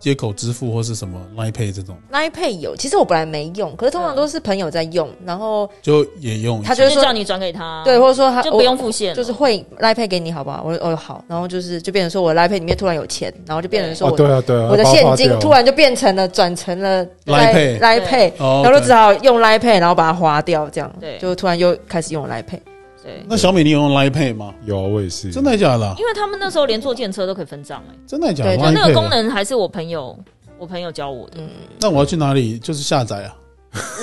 Speaker 4: 接口支付或是什么来配这种，
Speaker 3: Line Pay 有，其实我本来没用，可是通常都是朋友在用，然后
Speaker 4: 就也用。
Speaker 3: 他
Speaker 2: 啊就
Speaker 3: 就
Speaker 2: 是是叫
Speaker 3: 说
Speaker 2: 你转给他，
Speaker 3: 对，，或者说他
Speaker 2: 就不用
Speaker 3: 我
Speaker 2: 付现了，
Speaker 3: 就是会 Line Pay 给你好不好？我说哦好，然后就是就变成说我 Line Pay 里面突然有钱，然后就变成说
Speaker 1: 哦，
Speaker 3: 我
Speaker 1: 对啊对啊，
Speaker 3: 我的
Speaker 1: 把它
Speaker 3: 现
Speaker 1: 划
Speaker 3: 金
Speaker 1: 掉
Speaker 3: 突然就变成了转成了
Speaker 4: Line Pay
Speaker 3: Line
Speaker 2: 对
Speaker 3: Pay，
Speaker 4: 哦
Speaker 3: 然后就只好用 Line Pay，然后把它花掉，这样
Speaker 2: 对
Speaker 3: 就突然又开始用 Line Pay。
Speaker 2: 对，
Speaker 4: 那小美你有用 Line Pay 吗？
Speaker 1: 有啊，我也是
Speaker 4: 真的假的啊？
Speaker 2: 因为他们那时候连坐电车都可以分账哎、
Speaker 4: 真的假的？
Speaker 3: 对就
Speaker 2: 就
Speaker 4: Line
Speaker 2: 那个
Speaker 4: Pay
Speaker 2: 功能还是我朋友我朋友教我的，
Speaker 4: 那我要去哪里？就是下载啊，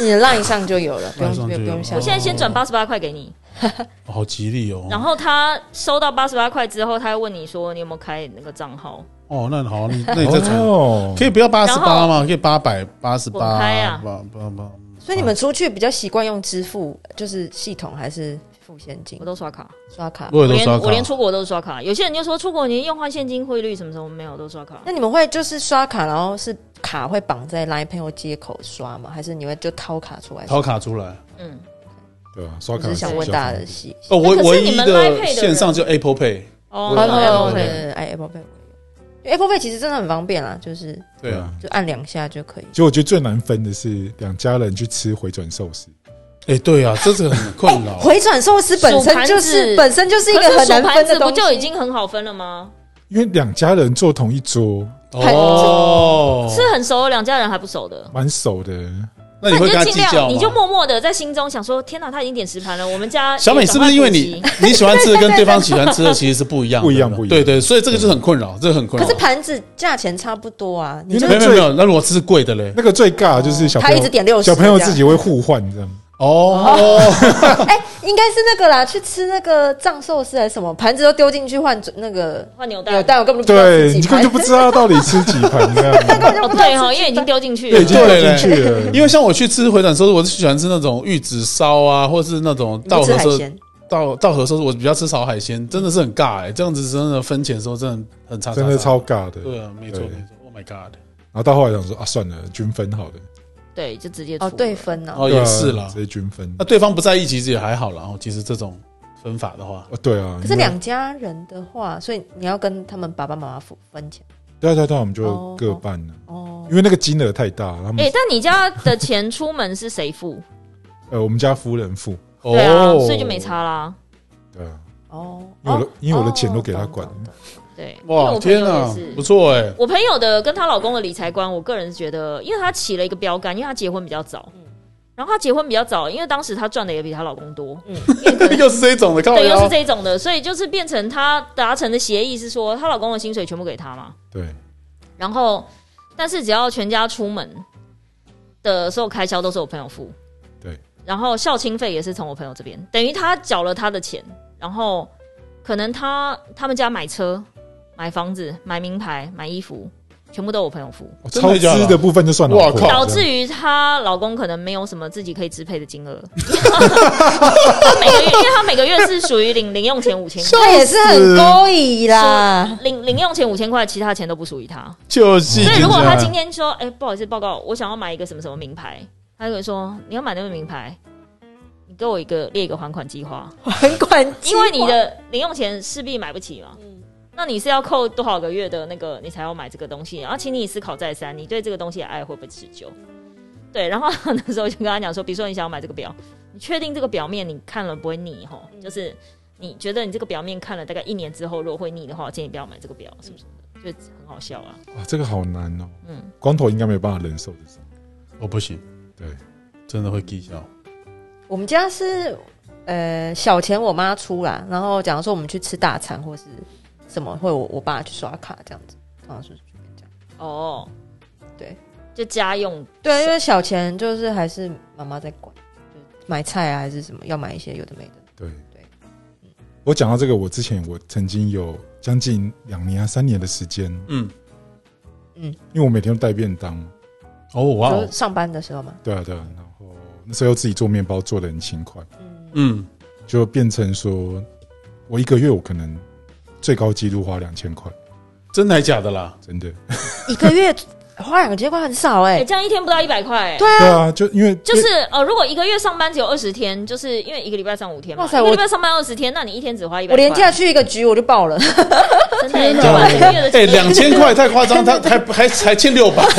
Speaker 3: 你的 Line 上就有了，不用
Speaker 4: Line 上
Speaker 3: 不
Speaker 4: 就有
Speaker 3: 用不用想
Speaker 2: 我。现在先转八十八块给你，
Speaker 4: 哦好吉利哦。
Speaker 2: 然后他收到八十八块之后，他会问你说你有没有开那个账号，
Speaker 4: 哦，那 好，你那你再传
Speaker 1: 哦
Speaker 4: 可，以不要八十
Speaker 2: 然
Speaker 4: 八
Speaker 2: 后
Speaker 4: 吗？可以八百八十
Speaker 2: 滚
Speaker 4: 八，
Speaker 2: 开啊
Speaker 4: 八八八。
Speaker 3: 所以你们出去比较习惯用支付，就是系统还是付现金
Speaker 2: 我都刷卡，
Speaker 3: 刷卡？
Speaker 4: 我也都
Speaker 2: 连
Speaker 4: 刷
Speaker 2: 我连
Speaker 4: 卡，
Speaker 2: 出国都是刷卡，有些人就说出国你用换现金汇率什么什么没有都刷卡，
Speaker 4: 哎
Speaker 3: 那你们会就是刷卡，然后是卡会绑在 Line Pay 或接口刷吗？还是你会就掏卡出来？
Speaker 4: 掏卡出来。
Speaker 2: 嗯，
Speaker 1: 对啊，刷
Speaker 3: 我只
Speaker 1: 卡
Speaker 3: 是
Speaker 1: 是
Speaker 3: 想
Speaker 1: 比
Speaker 3: 问
Speaker 1: 较
Speaker 3: 大
Speaker 1: 方
Speaker 3: 家的
Speaker 1: 便
Speaker 3: 细。
Speaker 4: 哦，我
Speaker 2: 可是
Speaker 4: 唯
Speaker 2: 你
Speaker 4: 一
Speaker 2: 们 Line Pay 的人
Speaker 4: 线上就 Apple Pay，
Speaker 2: 哦
Speaker 3: 哦
Speaker 4: 我也
Speaker 2: 那
Speaker 4: 哦
Speaker 3: 哦
Speaker 2: Apple
Speaker 3: 对
Speaker 2: Pay
Speaker 3: 对，对哎 Apple Pay 我也有因为 Apple Pay 其实真的很方便啦，就是
Speaker 4: 对啊。，
Speaker 3: 就按两下就可以。
Speaker 1: 其实我觉得最难分的是两家人去吃回转寿司，
Speaker 4: 哎，对啊，这是很
Speaker 1: 哎
Speaker 4: 困
Speaker 1: 哦
Speaker 4: 扰。
Speaker 3: 哦回转寿司本
Speaker 2: 数
Speaker 3: 身
Speaker 2: 盘
Speaker 3: 就
Speaker 2: 子
Speaker 3: 是本身就是一
Speaker 2: 可
Speaker 3: 个
Speaker 2: 是
Speaker 3: 很
Speaker 2: 数
Speaker 3: 难
Speaker 2: 盘
Speaker 3: 分
Speaker 2: 子
Speaker 3: 的
Speaker 2: 不
Speaker 3: 东西，
Speaker 2: 就已经很好分了吗？
Speaker 1: 因为两家人坐同一桌，
Speaker 4: 哦，
Speaker 2: 是很熟，两家人还不熟的。
Speaker 1: 蛮熟的。
Speaker 4: 那你会
Speaker 2: 你
Speaker 4: 跟
Speaker 2: 就
Speaker 4: 他
Speaker 2: 尽
Speaker 4: 计较
Speaker 2: 量，你就
Speaker 4: 吗？
Speaker 2: 默默的在心中想说：天哪，他已经点十盘了，我们家
Speaker 4: 小美是不是因为你你喜欢吃的跟对方喜欢吃的其实是不一样的，
Speaker 1: 不一样不一样
Speaker 4: 对对，所以这个就很困扰，这个很困
Speaker 3: 可
Speaker 1: 哦
Speaker 3: 是。
Speaker 4: 扰
Speaker 3: 盘子价钱差不多啊，你
Speaker 1: 因
Speaker 3: 就
Speaker 1: 为
Speaker 4: 没有没有没有，那如果吃贵的嘞？
Speaker 1: 那个最尬的就是小朋友
Speaker 3: 哦他一直点60
Speaker 1: 小朋友自己会互换这 样，
Speaker 4: 哦，
Speaker 3: 哎、应该是那个啦，去吃那个藏寿司还是什么，盘子都丢进去换那个
Speaker 2: 换扭蛋？
Speaker 3: 扭蛋，我根本就不知道
Speaker 1: 对
Speaker 3: 是
Speaker 1: 你
Speaker 3: 几
Speaker 1: 根本
Speaker 3: 盘
Speaker 1: 就，不知道到底吃几盘 这样，
Speaker 3: 根本就
Speaker 2: 哦，
Speaker 3: 不知道
Speaker 2: 对哈，
Speaker 3: 是几
Speaker 2: 因为已经
Speaker 3: 盘
Speaker 2: 丢进去
Speaker 1: 对，已经
Speaker 2: 了。
Speaker 1: 掉进去了。
Speaker 4: 因为像我去吃回转寿司，我是喜欢吃那种玉子烧啊，或是那种
Speaker 3: 你
Speaker 4: 稻
Speaker 3: 不吃
Speaker 4: 荷
Speaker 3: 海
Speaker 4: 寿
Speaker 3: 鲜，
Speaker 4: 稻稻荷寿司，我比较吃炒海鲜，真的是很欸尬哎、这样子真的分钱的时候真的很差，
Speaker 1: 真的超尬的。
Speaker 4: 对啊，没错
Speaker 1: 对
Speaker 4: 没错，Oh my God，
Speaker 1: 后到后来想说啊，算了，均分好了，
Speaker 2: 对，就直接出
Speaker 3: 哦，
Speaker 2: 了
Speaker 3: 对，分呢、
Speaker 4: 哦，
Speaker 1: 对
Speaker 4: 也
Speaker 1: 啊
Speaker 4: 是啦
Speaker 1: 直。接均分
Speaker 4: 那。对方不在意，其实也还好啦。哦，其实这种分法的话，
Speaker 1: 哦，对啊，
Speaker 3: 可是
Speaker 1: 因为
Speaker 3: 两家人的话，所以你要跟他们爸爸妈妈付分钱
Speaker 1: 对啊对啊对啊，我们就
Speaker 3: 哦
Speaker 1: 各半了，
Speaker 3: 哦。
Speaker 1: 因为那个金额太大，
Speaker 4: 嗯
Speaker 1: 他们
Speaker 2: 哎、但你家的钱出门是谁付？
Speaker 1: 呃，我们家夫人付，
Speaker 2: 对啊，
Speaker 4: 哦
Speaker 2: 所以就没。差啦。
Speaker 1: 对啊，
Speaker 3: 哦，
Speaker 1: 因为我的
Speaker 3: 哦
Speaker 1: 因为我的钱都给他
Speaker 3: 懂
Speaker 1: 管
Speaker 3: 懂懂
Speaker 2: 对，因为
Speaker 4: 哇，
Speaker 2: 我朋友
Speaker 4: 天
Speaker 2: 也
Speaker 4: 哪
Speaker 2: 是，
Speaker 4: 不错哎，
Speaker 2: 我朋友的跟她老公的理财观，我个人是觉得，因为她起了一个标杆，因为她结婚比较早，然后她结婚比较早，因为当时她赚的也比她老公多，
Speaker 3: 嗯
Speaker 4: 又是这一种的，靠
Speaker 2: 对，又
Speaker 4: 腰
Speaker 2: 是这种的，所以就是变成她达成的协议是说，她老公的薪水全部给她嘛，
Speaker 1: 对，啊
Speaker 2: 然后但是只要全家出门的所有开销都是我朋友付，
Speaker 1: 对，
Speaker 2: 然后孝亲费也是从我朋友这边，等于她缴了她的钱，然后可能她他们家买车、买房子、买名牌、买衣服，全部都我朋友付。
Speaker 1: 哦
Speaker 4: 真
Speaker 1: 超
Speaker 4: 的假的
Speaker 1: 支的部分就算老
Speaker 4: 哇
Speaker 1: 婆
Speaker 4: 靠
Speaker 2: 导
Speaker 1: 这
Speaker 2: 致
Speaker 1: 样
Speaker 2: 于她老公可能没有什么自己可以支配的金额，她每个月，因为她每个月是属于领零用钱五千块，
Speaker 3: 那 也是啊很勾引啦。
Speaker 2: 领零用钱五千块，其他钱都不属于她。
Speaker 4: 就是啊
Speaker 2: 所以如果
Speaker 4: 这样
Speaker 2: 她今天说，哎、不好意思，报告，我想要买一个什么什么名牌，她就会说，你要买那个名牌，你给我一个列一个还款计划，
Speaker 3: 很管，
Speaker 2: 因为你的零用钱势必买不起嘛。
Speaker 3: 嗯
Speaker 2: 那你是要扣多少个月的那个，你才要买这个东西？然后请你思考再三，你对这个东西的爱会不会持久？对，然后那时候就跟他讲说，比如说你想要买这个表，你确定这个表面你看了不会腻吼？就是你觉得你这个表面看了大概一年之后，如果会腻的话，我建议不要买这个表，是不是？就很好笑啊。
Speaker 1: 哇，这个好难哦，
Speaker 2: 嗯，
Speaker 1: 光头应该没有办法忍受这种，
Speaker 4: 我哦不行，
Speaker 1: 对，
Speaker 4: 真的会计较。
Speaker 3: 我们家是呃小钱我妈出啦，然后假如说我们去吃大餐或是什么，会我我爸去刷卡这样子，啊是这样。
Speaker 2: 哦，
Speaker 3: 对，
Speaker 2: 就家用，
Speaker 3: 对啊，因为小钱就是还是妈妈在管，就是买菜啊还是什么要买一些有的没的。
Speaker 1: 对
Speaker 3: 对
Speaker 1: 我讲到这个，我之前我曾经有将近两年啊三年的时间，
Speaker 4: 嗯，
Speaker 1: 因为我每天都带便当，
Speaker 4: 哦哇
Speaker 3: 就
Speaker 4: 哦
Speaker 3: 是，上班的时候嘛，
Speaker 1: 对啊对啊，然后那时候又自己做面包做的很勤快，
Speaker 3: 嗯，
Speaker 4: 嗯，
Speaker 1: 就变成说我一个月我可能最高纪录花两千块，
Speaker 4: 真的还假的啦？
Speaker 1: 真的，
Speaker 3: 一个月花两千块很少哎、
Speaker 2: 哎、这样一天不到一百块，哎
Speaker 3: 对
Speaker 1: 对
Speaker 3: 啊，
Speaker 1: 啊，就因为
Speaker 2: 就是呃，如果一个月上班只有二十天，就是因为一个礼拜上五天嘛，
Speaker 3: 哇塞
Speaker 2: 一个
Speaker 3: 我
Speaker 2: 礼拜上班二十天，那你一天只花一百，
Speaker 3: 我连假去一个局我就爆
Speaker 1: 啊
Speaker 3: 了，
Speaker 2: 真的耶
Speaker 4: 天
Speaker 2: 就
Speaker 4: 哪
Speaker 2: 把一个月的
Speaker 4: 哎，
Speaker 2: 钱
Speaker 4: 两千块太夸 张，他还还还欠六百，
Speaker 2: 不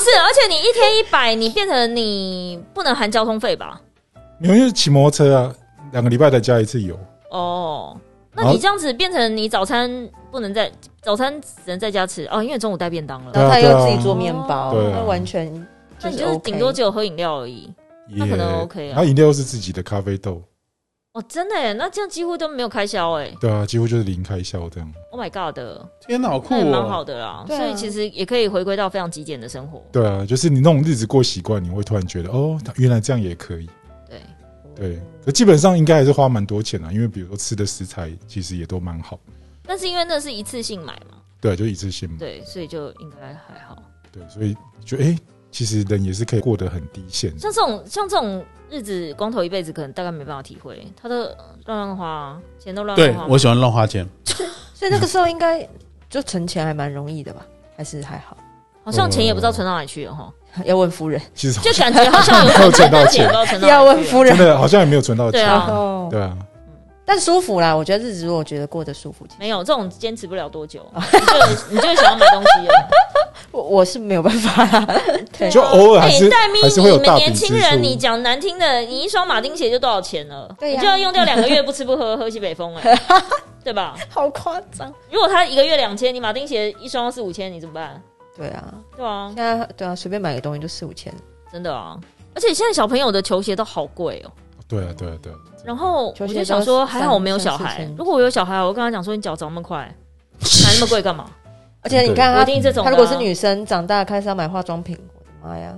Speaker 2: 是，而且你一天一百，你变成你不能含交通费吧？
Speaker 1: 因为骑摩托车啊，两个礼拜才加一次油，
Speaker 2: 哦，那
Speaker 1: 好
Speaker 2: 你这样子变成你早餐不能在早餐只能在家吃哦，因为中午带便当了
Speaker 1: 对，
Speaker 3: 然
Speaker 1: 啊
Speaker 3: 后他又自己做面包，
Speaker 1: 对啊
Speaker 3: 他完全
Speaker 2: 那
Speaker 3: 就
Speaker 2: 你
Speaker 3: 是
Speaker 2: 就是顶多
Speaker 3: OK
Speaker 2: 只有喝饮料而已。那可能 OK 啊
Speaker 1: 然后饮料是自己的咖啡豆，
Speaker 2: 哦，真的耶，那这样几乎都没有开销哎
Speaker 1: 对啊，几乎就是零开销这样。
Speaker 2: ，Oh my god，
Speaker 4: 天哪，好酷
Speaker 2: 那也蛮好
Speaker 4: 哦！
Speaker 2: 的啦。
Speaker 3: 对啊
Speaker 2: 所以其实也可以回归到非常极简的生活。
Speaker 1: 对啊，就是你那种日子过习惯，你会突然觉得哦，原来这样也可以。
Speaker 2: 对，
Speaker 1: 对，可基本上应该还是花蛮多钱啊，因为比如说吃的食材其实也都蛮好，
Speaker 2: 但是因为那是一次性买嘛，
Speaker 1: 对、啊就一次性嘛，
Speaker 2: 对，所以就应该还好。
Speaker 1: 对，所以就诶，其实人也是可以过得很低限的
Speaker 2: 像这种像这种日子，光头一辈子可能大概没办法体会，他都乱乱花啊，钱都乱
Speaker 4: 对
Speaker 2: 乱花嘛。
Speaker 4: 我喜欢乱花钱，
Speaker 3: 所以那个时候应该就存钱还蛮容易的吧？还是还好？
Speaker 2: 好像钱也不知道存到哪里去了哈，
Speaker 4: 嗯
Speaker 3: 要问夫人，
Speaker 1: 其实
Speaker 2: 就感觉好像有
Speaker 1: 没有存到
Speaker 2: 但
Speaker 1: 钱
Speaker 2: 也不知道存到哪里去了
Speaker 3: 要问夫
Speaker 1: 真
Speaker 3: 人。
Speaker 1: 的好像也没有存到
Speaker 2: 对
Speaker 1: 钱，
Speaker 2: 啊
Speaker 3: 哦，
Speaker 1: 对啊，
Speaker 3: 但舒服啦，我觉得日子如果觉得过得舒服，其实
Speaker 2: 没有这种坚持不了多久，你就你就会想要买东西了。
Speaker 3: 我我是没有办法啦。对
Speaker 1: 就偶尔还是、
Speaker 2: 哎戴咪，
Speaker 1: 还是会有
Speaker 2: 你们
Speaker 1: 大笔
Speaker 2: 年
Speaker 1: 支
Speaker 2: 轻人，你
Speaker 1: 出。
Speaker 2: 讲难听的，你一双马丁鞋就多少钱了？
Speaker 3: 对啊呀
Speaker 2: 你就要用掉两个月不吃不喝，喝西北风 哎，对吧？
Speaker 3: 好夸张。
Speaker 2: 如果他一个月两千，你马丁鞋一双是五千，你怎么办？
Speaker 3: 对啊，
Speaker 2: 对啊
Speaker 3: 现，在对啊，随便买个东西就四五千。
Speaker 2: 真的啊。而且现在小朋友的球鞋都好贵哦、
Speaker 1: 对啊，对啊，对啊，
Speaker 2: 然后我
Speaker 3: 球鞋
Speaker 2: 就想说，
Speaker 3: 都
Speaker 2: 还好我没有
Speaker 3: 三
Speaker 2: 小
Speaker 3: 三四
Speaker 2: 孩
Speaker 3: 千。
Speaker 2: 如果我有小孩，我跟他讲说，你脚长那么快，买那么贵干嘛？
Speaker 3: 而且你看
Speaker 2: 我一
Speaker 3: 他，
Speaker 2: 定这种的啊。
Speaker 3: 他如果是女生，长大开始要买化妆品，我的妈呀！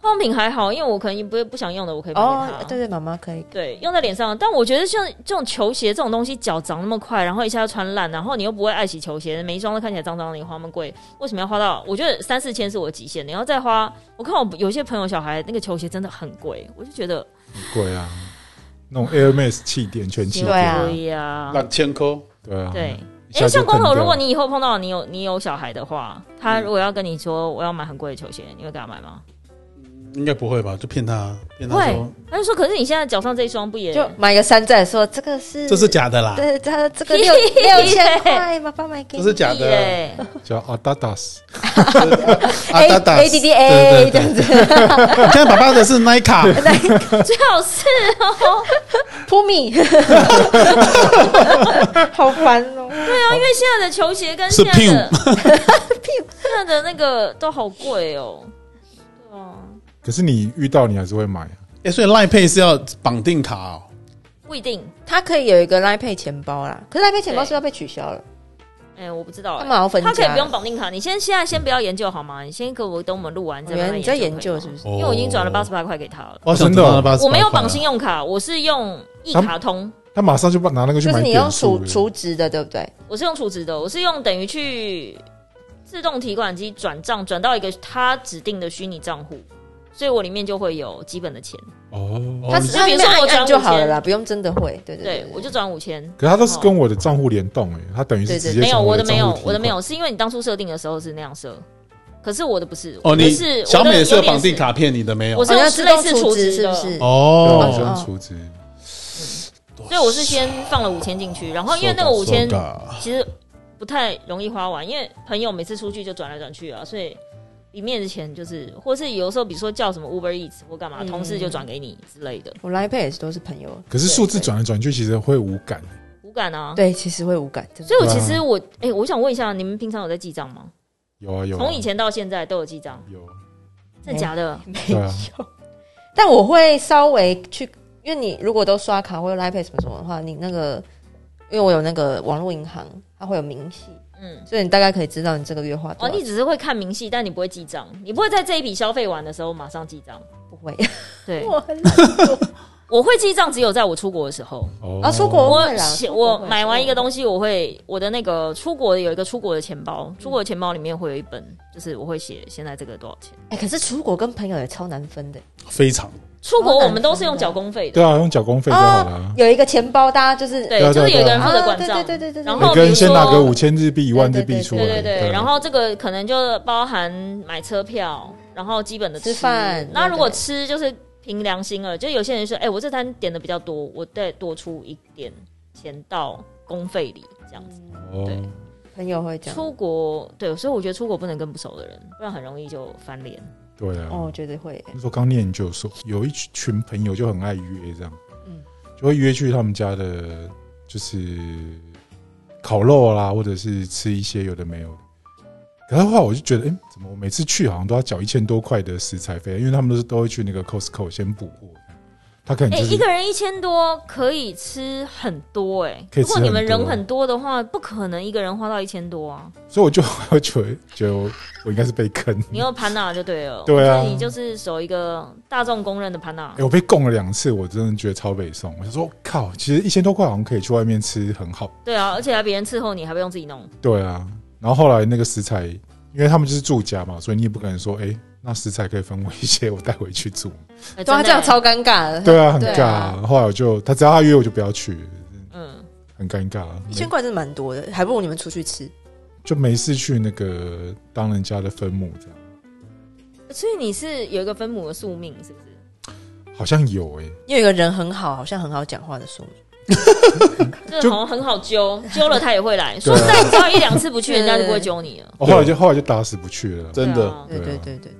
Speaker 2: 化妆品还好，因为我可能不不想用的，我可以买给
Speaker 3: 哦
Speaker 2: 他。，
Speaker 3: 对对，妈妈可以。
Speaker 2: 对，用在脸上。但我觉得像这种球鞋这种东西，脚长那么快，然后一下就穿烂，然后你又不会爱洗球鞋，每一双都看起来脏脏的，你花那么贵，为什么要花到？我觉得三四千是我极限，你要再花，我看我有些朋友小孩那个球鞋真的很贵，我就觉得
Speaker 1: 很贵啊，那种 Air Max 气垫全气
Speaker 3: 对
Speaker 1: 垫，
Speaker 3: 啊
Speaker 2: 对呀、
Speaker 4: 两千块，
Speaker 1: 对啊，
Speaker 2: 对，因
Speaker 1: 下
Speaker 2: 为
Speaker 1: 就
Speaker 2: 像
Speaker 1: 坑
Speaker 2: 光
Speaker 1: 掉
Speaker 2: 头，如果你以后碰到你有你有小孩的话，
Speaker 4: 嗯
Speaker 2: 他如果要跟你说我要买很贵的球鞋，你会给他买吗？
Speaker 4: 应该不会吧？就骗他，啊骗他
Speaker 2: 会
Speaker 4: 说，
Speaker 2: 他就说，可是你现在脚上这一双不也
Speaker 3: 就买个山寨，说这个是
Speaker 4: 这是假的啦，
Speaker 3: 对，他这个六
Speaker 2: 屁
Speaker 3: 六千块，爸爸买给
Speaker 4: 这
Speaker 3: 你。
Speaker 4: 是假的。啊
Speaker 2: 耶
Speaker 1: 叫阿达达斯，
Speaker 4: 阿达达
Speaker 3: A D D A 这样
Speaker 4: 子。
Speaker 3: 子，
Speaker 4: 现在爸爸的 是 Nike，
Speaker 2: 最好是哦，
Speaker 3: 扑米， 好烦哦！
Speaker 2: 对啊，因为现在的球鞋跟
Speaker 4: 是
Speaker 2: 现在的 现在的那个都好贵哦。对啊，
Speaker 1: 可是你遇到你还是会买啊，
Speaker 4: 哎，所以 Line Pay 是要绑定卡哦。
Speaker 2: 不一定。
Speaker 3: 它可以有一个 Line Pay 钱包啦，可是 Line Pay 钱包是要被取消了，
Speaker 2: 哎、我不知道、
Speaker 3: 他
Speaker 2: 哎
Speaker 3: 们好分家。
Speaker 2: 他可以不用绑定卡，你先现在先不要研究好吗？你先给我等我们录完再
Speaker 3: 原
Speaker 2: 慢
Speaker 3: 来
Speaker 2: 慢
Speaker 3: 你在研
Speaker 2: 研
Speaker 3: 究
Speaker 2: 究
Speaker 3: 是不
Speaker 2: 是？
Speaker 3: 是？
Speaker 2: 因为我已经转了八十八块给啊他了。
Speaker 4: 哦我想
Speaker 1: 真的哦
Speaker 4: 知道那88
Speaker 2: 我没有绑
Speaker 4: 块
Speaker 2: 信用卡，我是用一卡通，
Speaker 1: 他马上就把拿那个去
Speaker 3: 就是
Speaker 1: 买
Speaker 3: 你用
Speaker 1: 点
Speaker 3: 储
Speaker 1: 数
Speaker 3: 储
Speaker 1: 了。
Speaker 3: 值的，对不对？
Speaker 2: 我是用储值的，我是用等于去自动提款机转账，转到一个他指定的虚拟账户，所以我里面就会有基本的钱。
Speaker 4: 哦，
Speaker 3: 它
Speaker 4: 你
Speaker 3: 只是里
Speaker 2: 就比如说
Speaker 3: 面按
Speaker 2: 我
Speaker 3: 一
Speaker 2: 转
Speaker 3: 按就
Speaker 2: 5000
Speaker 3: 好了啦，不用真的会。对对
Speaker 2: 对，我就转五千。
Speaker 1: 可是他都是跟我的账户联动诶，他等于是直接
Speaker 2: 哦没有
Speaker 1: 从
Speaker 2: 我的
Speaker 1: 的
Speaker 2: 没有
Speaker 1: 账户提
Speaker 2: 我的没
Speaker 1: 款，
Speaker 2: 有，是因为你当初设定的时候是那样设，可是我的不是。我
Speaker 4: 哦，
Speaker 2: 的
Speaker 4: 你
Speaker 2: 是
Speaker 4: 小
Speaker 2: 我的
Speaker 4: 美是
Speaker 2: 有
Speaker 4: 有
Speaker 2: 点
Speaker 4: 绑定卡片你的没有
Speaker 2: 我？是
Speaker 3: 好
Speaker 2: 用
Speaker 3: 像哦自
Speaker 2: 类
Speaker 3: 动
Speaker 2: 似
Speaker 3: 储
Speaker 2: 储
Speaker 3: 值
Speaker 2: 值
Speaker 3: 是
Speaker 2: 的
Speaker 3: 不是？
Speaker 1: 对，
Speaker 4: 哦
Speaker 1: 好
Speaker 3: 哦
Speaker 1: 像储值。
Speaker 2: 所以我是先放了五千进去，然后哦因为那个五千
Speaker 4: Soga，Soga
Speaker 2: 其实不太容易花完，因为朋友每次出去就转来转去啊，所以里面的钱就是，或是有时候比如说叫什么 Uber Eats 或干嘛，
Speaker 3: 嗯
Speaker 2: 同事就转给你之类的，
Speaker 3: 我 Line Pay 也是都是朋友，
Speaker 1: 可是数字转来转去，其实会无感。
Speaker 2: 无感啊。
Speaker 3: 对，其实会无感。真的
Speaker 2: 所以我
Speaker 1: 对啊
Speaker 2: 其实我哎、我想问一下，你们平常有在记账吗？
Speaker 1: 有啊有啊，
Speaker 2: 从以前到现在都有记账，
Speaker 1: 有，
Speaker 2: 真的假的？
Speaker 1: 对啊，
Speaker 3: 但我会稍微去，因为你如果都刷卡或者 Line Pay 什么什么的话，你那个因为我有那个网络银行，它会有明细，
Speaker 2: 嗯。
Speaker 3: 所以你大概可以知道你这个月花多
Speaker 2: 哦，
Speaker 3: 少。
Speaker 2: 你只是会看明细，但你不会记账，你不会在这一笔消费完的时候马上记账。
Speaker 3: 不会，
Speaker 2: 对，
Speaker 3: 我很懒惰
Speaker 2: 我会记账，只有在我出国的时候，
Speaker 1: 哦
Speaker 3: 啊，出国
Speaker 2: 我
Speaker 3: 会啦，
Speaker 2: 写
Speaker 3: 出国
Speaker 2: 我
Speaker 3: 会
Speaker 2: 买完一个东西，我会我的那个出国有一个出国的钱包，出国的钱包里面会有一本，就是我会写现在这个多少钱。
Speaker 3: 哎、可是出国跟朋友也超难分的。
Speaker 4: 非常
Speaker 2: 出国
Speaker 3: 好难
Speaker 2: 我们都是用缴公费的，
Speaker 1: 对啊，用缴工费就好
Speaker 2: 啊
Speaker 1: 了。
Speaker 3: 有一个钱包，大家就是
Speaker 2: 对
Speaker 1: 对啊，
Speaker 2: 就是有一个人
Speaker 1: 对
Speaker 2: 负责管
Speaker 3: 啊对
Speaker 2: 账
Speaker 3: 对，对对对，
Speaker 2: 然后
Speaker 1: 每个人先拿个五千日币、一万日币出来，啊
Speaker 2: 对对对，然
Speaker 1: 后
Speaker 2: 后这个可能就包含买车票，然后基本的
Speaker 3: 吃饭
Speaker 2: 那如果
Speaker 3: 对对
Speaker 2: 吃就是凭良心了，就有些人说，哎、我这餐点的比较多，我再多出一点钱到公费里这样子。对
Speaker 3: 朋友会这样，
Speaker 2: 出国对，所以我觉得出国不能跟不熟的人，不然很容易就翻脸。
Speaker 1: 对啊，
Speaker 3: 哦，我觉得会耶
Speaker 1: 那时候刚念研究所，有一群朋友就很爱约这样，
Speaker 3: 嗯
Speaker 1: 就会约去他们家的，就是烤肉啦，或者是吃一些有的没有的。可是后来我就觉得，哎、怎么我每次去好像都要缴一千多块的食材费？因为他们都是都会去那个 Costco 先补货，他可能
Speaker 2: 哎、
Speaker 1: 就
Speaker 2: 一
Speaker 1: 是
Speaker 2: 个人一千多可以吃很多哎、
Speaker 1: 可以
Speaker 2: 如
Speaker 1: 吃
Speaker 2: 果你
Speaker 1: 很
Speaker 2: 们
Speaker 1: 多
Speaker 2: 人很多的话，不可能一个人花到一千多啊。
Speaker 1: 所以我就 我觉得觉得我我应该是被坑，
Speaker 2: 你又潘娜就对了，
Speaker 1: 对啊
Speaker 2: 我觉得你就是守一个大众公认的潘娜
Speaker 1: 哎、。我被供了两次，我真的觉得超北宋。我就说，靠，其实一千多块好像可以去外面吃很好。
Speaker 2: 对啊，而且还别人伺候你，还不用自己弄。
Speaker 1: 对啊，然后后来那个食材，因为他们就是住家嘛，所以你也不可能说，哎、那食材可以分我一些，我带回去 煮。
Speaker 2: 哎
Speaker 3: 对啊，
Speaker 2: 真的
Speaker 3: 这
Speaker 2: 欸
Speaker 3: 样超尴尬的。
Speaker 1: 对啊，很
Speaker 3: 对
Speaker 1: 尬、
Speaker 3: 啊
Speaker 1: 后来我就他只要他约我就不要去，
Speaker 2: 嗯，
Speaker 1: 很尴尬。
Speaker 3: 一
Speaker 1: 没
Speaker 3: 千块真的蛮多的，还不如你们出去吃。
Speaker 1: 就没事去那个当人家的分母这样，
Speaker 2: 所以你是有一个分母的宿命，是不是？
Speaker 1: 好像有哎、
Speaker 3: 因为有一个人很好，好像很好讲话的说明，
Speaker 2: 这
Speaker 1: 就
Speaker 2: 好像很好 揪，揪了他也会来。
Speaker 1: 对
Speaker 2: 说
Speaker 1: 啊
Speaker 2: 实在，你只要一两次不去，人家就不会揪你了。
Speaker 1: 我哦后来就后来就打死不去了，
Speaker 4: 真
Speaker 2: 对
Speaker 4: 的，
Speaker 2: 啊
Speaker 3: 对
Speaker 1: 对
Speaker 3: 对
Speaker 1: 啊
Speaker 3: 对对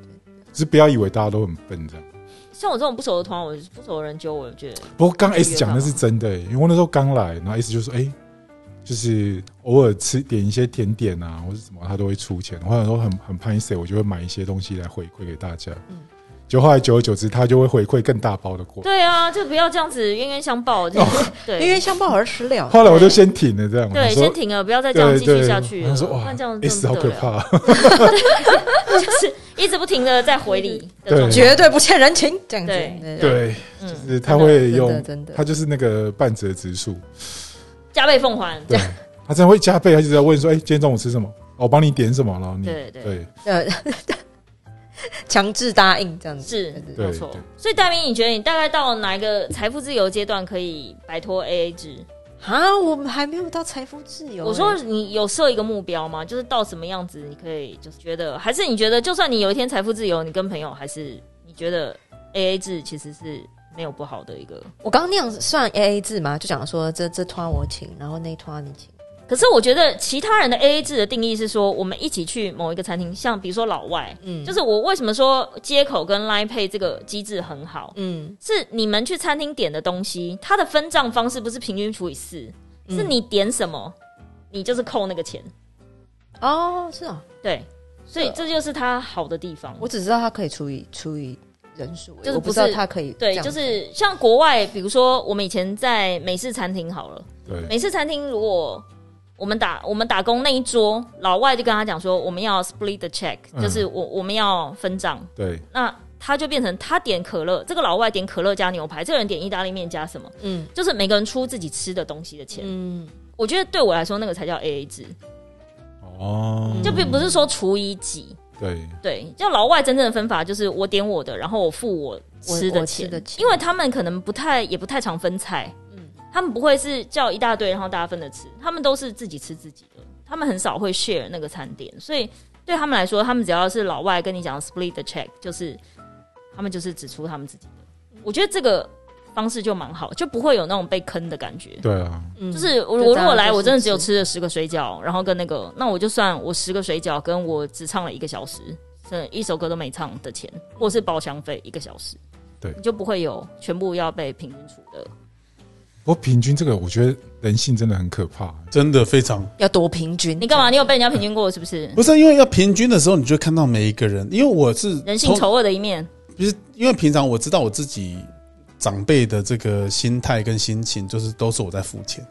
Speaker 1: 只是不要以为大家都很笨这样。
Speaker 2: 像我这种不熟的团，我不熟的人揪我，我觉得
Speaker 1: 不过刚 S 讲的是真的、欸，因为我那时候刚来，然后 S 就说：“哎、就是偶尔吃点一些甜点啊，或者什么，他都会出钱。”后来我说很很拍谁，我就会买一些东西来回馈给大家。嗯，就后来久而久之，他就会回馈更大包的过来。
Speaker 2: 对啊，就不要这样子冤冤相报。就是
Speaker 3: 对，因
Speaker 2: 对
Speaker 3: 为香爆好像吃了，
Speaker 1: 后来我就先停了，这样
Speaker 2: 对，
Speaker 1: 哦我说
Speaker 2: 先停了，不要再这样继续下去
Speaker 1: 他
Speaker 2: 了。
Speaker 1: 说：“
Speaker 2: 不
Speaker 1: 哇
Speaker 2: 然这样真
Speaker 1: ，S
Speaker 2: 的啊
Speaker 1: 好
Speaker 2: 不得
Speaker 1: 可
Speaker 2: 了，
Speaker 1: 怕。
Speaker 2: 就是一直不停的在回礼的
Speaker 1: 对
Speaker 2: 状态。
Speaker 3: 绝对不欠人情，这样子。
Speaker 2: 对
Speaker 3: 对”对
Speaker 1: 对，
Speaker 2: 嗯
Speaker 1: 就是他会
Speaker 3: 真的
Speaker 1: 用
Speaker 3: 真的，
Speaker 1: 他就是那个半折指 数，
Speaker 2: 加倍奉还。
Speaker 1: 对他真的会加倍，他就在问说：“哎，今天中午吃什么？我帮你点什么？”然后你
Speaker 2: 对对
Speaker 1: 对
Speaker 3: 呃， 强制答应这样子。
Speaker 2: 是
Speaker 1: 对
Speaker 2: 没错
Speaker 1: 对，
Speaker 2: 所以戴明，你觉得你大概到哪一个财富自由阶段可以摆脱 AA 制？
Speaker 3: 啊，我们还没有到财富自由欸、
Speaker 2: 我说你有设一个目标吗？就是到什么样子你可以就是觉得，还是你觉得就算你有一天财富自由，你跟朋友还是你觉得 A A 制其实是没有不好的一个。
Speaker 3: 我刚刚那样算 A A 制嘛，就讲说这这团我请，然后那团你请。
Speaker 2: 可是我觉得其他人的 A A 制的定义是说，我们一起去某一个餐厅，像比如说老外，
Speaker 3: 嗯
Speaker 2: 就是我为什么说接口跟 Line Pay 这个机制很好，
Speaker 3: 嗯，
Speaker 2: 是你们去餐厅点的东西，它的分账方式不是平均除以四、
Speaker 3: 嗯
Speaker 2: 是你点什么，你就是扣那个钱。
Speaker 3: 哦，是啊，
Speaker 2: 对，所以这就是它好的地方。
Speaker 3: 我只知道它可以除以除以人数而已，
Speaker 2: 就是
Speaker 3: 我
Speaker 2: 不
Speaker 3: 不知道
Speaker 2: 是
Speaker 3: 它可以这
Speaker 2: 对，
Speaker 3: 样
Speaker 2: 就是像国外，比如说我们以前在美式餐厅好了，
Speaker 1: 对，
Speaker 2: 美式餐厅如果我们打我们打工那一桌，老外就跟他讲说我们要 split the check，、
Speaker 1: 嗯
Speaker 2: 就是我我们要分账，
Speaker 1: 对，
Speaker 2: 那他就变成他点可乐，这个老外点可乐加牛排，这个人点意大利面加什么，
Speaker 3: 嗯
Speaker 2: 就是每个人出自己吃的东西的钱。
Speaker 3: 嗯
Speaker 2: 我觉得对我来说，那个才叫 A A 制，
Speaker 1: 哦，
Speaker 2: 就并不是说除以几。
Speaker 1: 对，
Speaker 2: 对，就老外真正的分法就是我点我的，然后我付我吃
Speaker 3: 我
Speaker 2: 的
Speaker 3: 我
Speaker 2: 钱，
Speaker 3: 吃的钱
Speaker 2: 因为他们可能不太也不太常分菜，
Speaker 3: 嗯
Speaker 2: 他们不会是叫一大堆然后大家分着吃，他们都是自己吃自己的，他们很少会 share 那个餐点，所以对他们来说，他们只要是老外跟你讲 split the check，就是他们就是只出他们自己的，我觉得这个方式就蛮好，就不会有那种被坑的感觉。
Speaker 1: 对啊，
Speaker 3: 嗯，
Speaker 2: 就是我我
Speaker 3: 就大
Speaker 2: 如
Speaker 3: 家
Speaker 2: 果来，
Speaker 3: 就是
Speaker 2: 我真的只有
Speaker 3: 吃
Speaker 2: 吃了十个水饺，然后跟那个，那我就算我十个水饺，跟我只唱了一个小时，真的一首歌都没唱的钱，或是包厢费一个小时，
Speaker 1: 对
Speaker 2: 你就不会有全部要被平均除的。
Speaker 1: 不过平均这个，我觉得人性真的很可怕。
Speaker 4: 真的非常
Speaker 3: 要多平均。
Speaker 2: 你干嘛？你有被人家平均过是不是？
Speaker 4: 不是因为要平均的时候，你就会看到每一个人，因为我是
Speaker 2: 人性
Speaker 4: 从
Speaker 2: 丑恶的一面，
Speaker 4: 不是因为平常我知道我自己长辈的这个心态跟心情，就是都是我在付钱。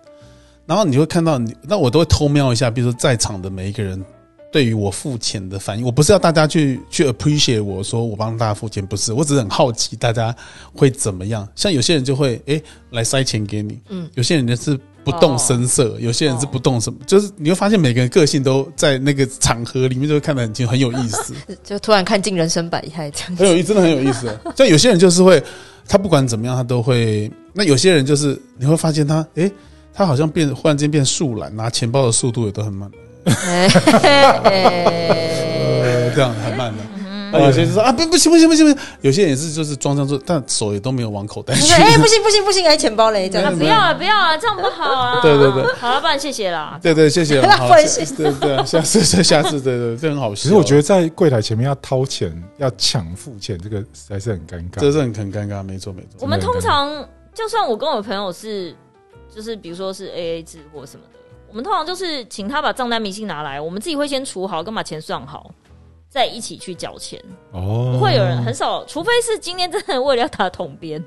Speaker 4: 然后你会看到你，那我都会偷瞄一下，比如说在场的每一个人对于我付钱的反应。我不是要大家去去 appreciate 我说我帮大家付钱，不是，我只是很好奇大家会怎么样。像有些人就会诶来塞钱给你，嗯，有些人是不动声色，有些人是不动什么，就是你会发现每个人个性都在那个场合里面就会看得很清楚，很有意思。
Speaker 3: 就突然看尽人生百态这样
Speaker 4: 很
Speaker 3: 子。
Speaker 4: 有意，真的很有意 思。像有些人就是会，他不管怎么样，他都会。那有些人就是你会发现他，诶，他好像变，忽然间变树懒，拿钱包的速度也都很 慢，
Speaker 3: 哎嘿
Speaker 4: 呃，这样很慢的。那有些人就说啊，不不行不行不行不行，有些人也是就是装装作，但手也都没有往口袋
Speaker 3: 你
Speaker 4: 去
Speaker 3: 说。哎，不行不行不行，哎，钱包嘞这
Speaker 2: 啊
Speaker 3: 样
Speaker 4: 嗯
Speaker 3: 子。
Speaker 2: 不要啊，不要啊，这样不好啊。
Speaker 4: 对对对，
Speaker 2: 好了，不然谢谢啦。
Speaker 4: 对对，谢谢。
Speaker 3: 那
Speaker 4: 好
Speaker 3: 不然谢谢
Speaker 4: 对对，下次下下次，对对，这很好笑。
Speaker 1: 其实我觉得在柜台前面要掏钱、要抢付钱，这个实在是很尴尬。
Speaker 4: 这是很很尴尬，没错没错。
Speaker 2: 我们通常就算我跟我朋友是，就是比如说是 A A 制或什么的，我们通常就是请他把账单明细拿来，我们自己会先除好，跟把钱算好，再一起去缴钱。
Speaker 1: 哦
Speaker 2: 不会有人很少，除非是今天真的为了要打统编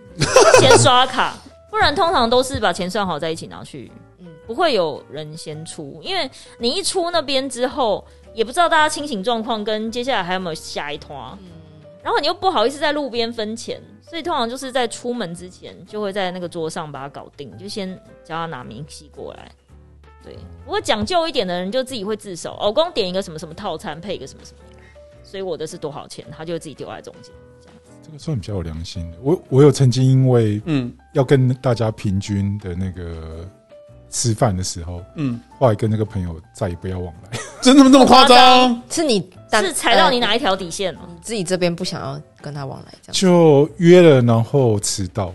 Speaker 2: 先刷卡，不然通常都是把钱算好再一起拿去。嗯，不会有人先出，因为你一出那边之后，也不知道大家清醒状况跟接下来还有没有下一团、然后你又不好意思在路边分钱，所以通常就是在出门之前就会在那个桌上把它搞定，就先叫他拿明细过来。对，不过讲究一点的人就自己会自首，哦，光点一个什么什么套餐配一个什么什么。所以我的是多少钱，他就自己丢在中间。
Speaker 1: 这个算比较有良心的。我我有曾经因为
Speaker 4: 嗯
Speaker 1: 要跟大家平均的那个吃饭的时候，
Speaker 4: 嗯，
Speaker 1: 后来跟那个朋友再也不要往来。
Speaker 4: 真的那么夸张？
Speaker 3: 是你单
Speaker 2: 是踩到你
Speaker 3: 呃
Speaker 2: 哪一条底线了？
Speaker 3: 你自己这边不想要跟他往来这样，
Speaker 1: 就约了，然后迟到，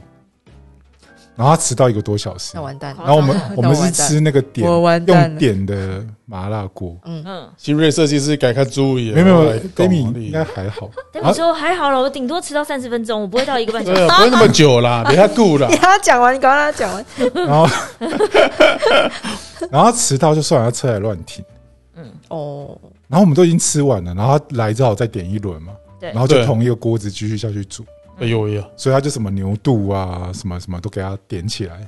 Speaker 1: 然后他迟到一个多小时
Speaker 3: 那。完蛋。
Speaker 1: 然后我们
Speaker 3: 那
Speaker 1: 我
Speaker 3: 我
Speaker 1: 们是
Speaker 3: 完蛋
Speaker 1: 吃那个点
Speaker 3: 我完蛋了
Speaker 1: 用点的麻辣锅，
Speaker 2: 嗯，
Speaker 4: 新锐设计师改看注意，
Speaker 1: 没有没有
Speaker 4: 来搞
Speaker 1: ，Demi
Speaker 4: 哪里
Speaker 1: 应该还好。啊
Speaker 2: 但
Speaker 3: 啊
Speaker 2: 你说还好了，我顶多迟到三十分钟，我不会到一个半小
Speaker 4: 对
Speaker 2: 时。
Speaker 4: 啊，不会那么久啦，别太顾啦
Speaker 3: 你。还要讲完，你赶快让他讲完。
Speaker 1: 然后 然后迟到就算了，他车还乱停。
Speaker 3: 哦，
Speaker 1: 然后我们都已经吃完了，然后他来只好再点一轮嘛，
Speaker 2: 对
Speaker 1: 然后就
Speaker 4: 对
Speaker 1: 同一个锅子继续下去煮，
Speaker 4: 哎呦呀，
Speaker 1: 所以他就什么牛肚啊，什么什么都给他点起来。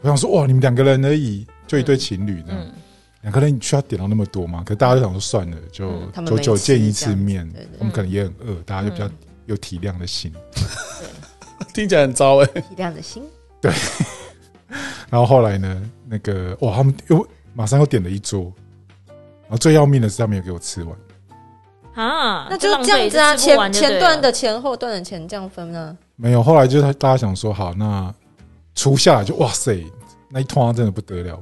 Speaker 1: 我想说，哇，你们两个人而已，就一对情侣这样，
Speaker 2: 嗯，
Speaker 1: 两个人你需要点到那么多吗？可大家都想说算了，就
Speaker 2: 嗯
Speaker 3: 他们
Speaker 1: 久
Speaker 3: 没
Speaker 1: 久
Speaker 3: 吃
Speaker 1: 见一
Speaker 3: 这
Speaker 1: 次
Speaker 3: 样子
Speaker 1: 面
Speaker 3: 对对，
Speaker 1: 我们可能也很饿，大家就比较
Speaker 2: 嗯
Speaker 1: 有体谅的心。
Speaker 4: 听起来很糟哎。
Speaker 3: 体谅的心，
Speaker 1: 然后后来呢，那个哇，他们又马上又点了一桌，然后最要命的是他们有给我吃完，
Speaker 2: 啊，
Speaker 3: 那就是
Speaker 2: 浪费
Speaker 3: 这样子啊，
Speaker 2: 就吃不
Speaker 3: 前
Speaker 2: 完就对了
Speaker 3: 前段的钱，后段的钱这样分啊。
Speaker 1: 没有。后来就是他大家想说，好，那除下来就哇塞，那一通常真的不得了。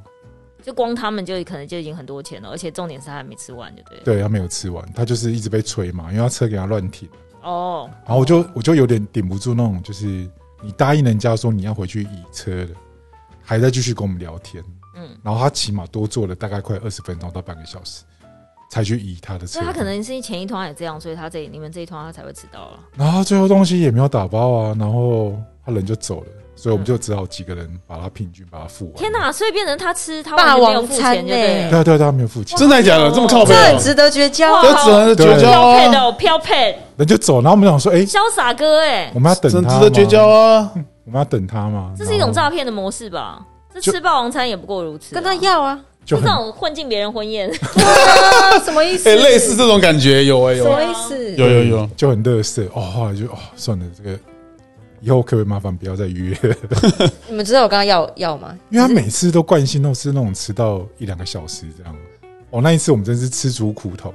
Speaker 2: 就光他们就可能就已经很多钱了，而且重点是他还没吃完，就对了。
Speaker 1: 对他没有吃完，他就是一直被催嘛，因为他车给他乱停。
Speaker 2: 哦，
Speaker 1: 然后我就我就有点顶不住那种，就是你答应人家说你要回去移车的，还在继续跟我们聊天，
Speaker 2: 嗯，
Speaker 1: 然后他起码多坐了大概快二十分钟到半个小时，才去移他的车。
Speaker 2: 所以他可，能是前一团也这样，所以他这你们这一团他才会迟到啊了。
Speaker 1: 然后他最后东西也没有打包啊，然后他人就走了，所以我们就只好几个人把他平均把他付完。
Speaker 2: 天
Speaker 1: 哪！
Speaker 2: 哪，所以变成他吃他
Speaker 3: 霸
Speaker 2: 完全没有
Speaker 3: 王
Speaker 2: 付
Speaker 3: 餐
Speaker 2: 钱，就对
Speaker 1: 对
Speaker 2: 了。
Speaker 1: 啊对啊，对啊，没有付钱，
Speaker 4: 真的假的？这么靠背
Speaker 3: 这很
Speaker 4: 哦，
Speaker 3: 值得绝交啊
Speaker 2: 哇！
Speaker 4: 这只能是绝交
Speaker 2: 漂配的
Speaker 4: 啊，
Speaker 2: 哦，漂配，
Speaker 1: 人就走。然后我们想说，哎，
Speaker 2: 潇洒哥，哎
Speaker 1: 我，们要等
Speaker 4: 只
Speaker 1: 他
Speaker 4: 能
Speaker 1: 吗
Speaker 4: 值得绝交啊。
Speaker 1: 我们要等他吗？
Speaker 2: 这是一种
Speaker 1: 然后
Speaker 2: 诈骗的模式吧？这
Speaker 1: 就
Speaker 2: 吃霸王餐也不过如此啊，
Speaker 3: 哦跟他要啊，
Speaker 1: 就
Speaker 2: 就这
Speaker 1: 很
Speaker 2: 种混进别人婚宴，
Speaker 3: 啊什么意思？
Speaker 4: 哎，类似这种感觉有哎
Speaker 3: 什
Speaker 4: 有
Speaker 3: 么意思？
Speaker 4: 有有有，
Speaker 1: 就很乐色哦。后来就哦，算了，这个以后可不可以麻烦不要再约？
Speaker 3: 你们知道我刚刚要要吗？
Speaker 1: 因为他每次都惯性都是那种迟到一两个小时这样。哦，那一次我们真是吃足苦头，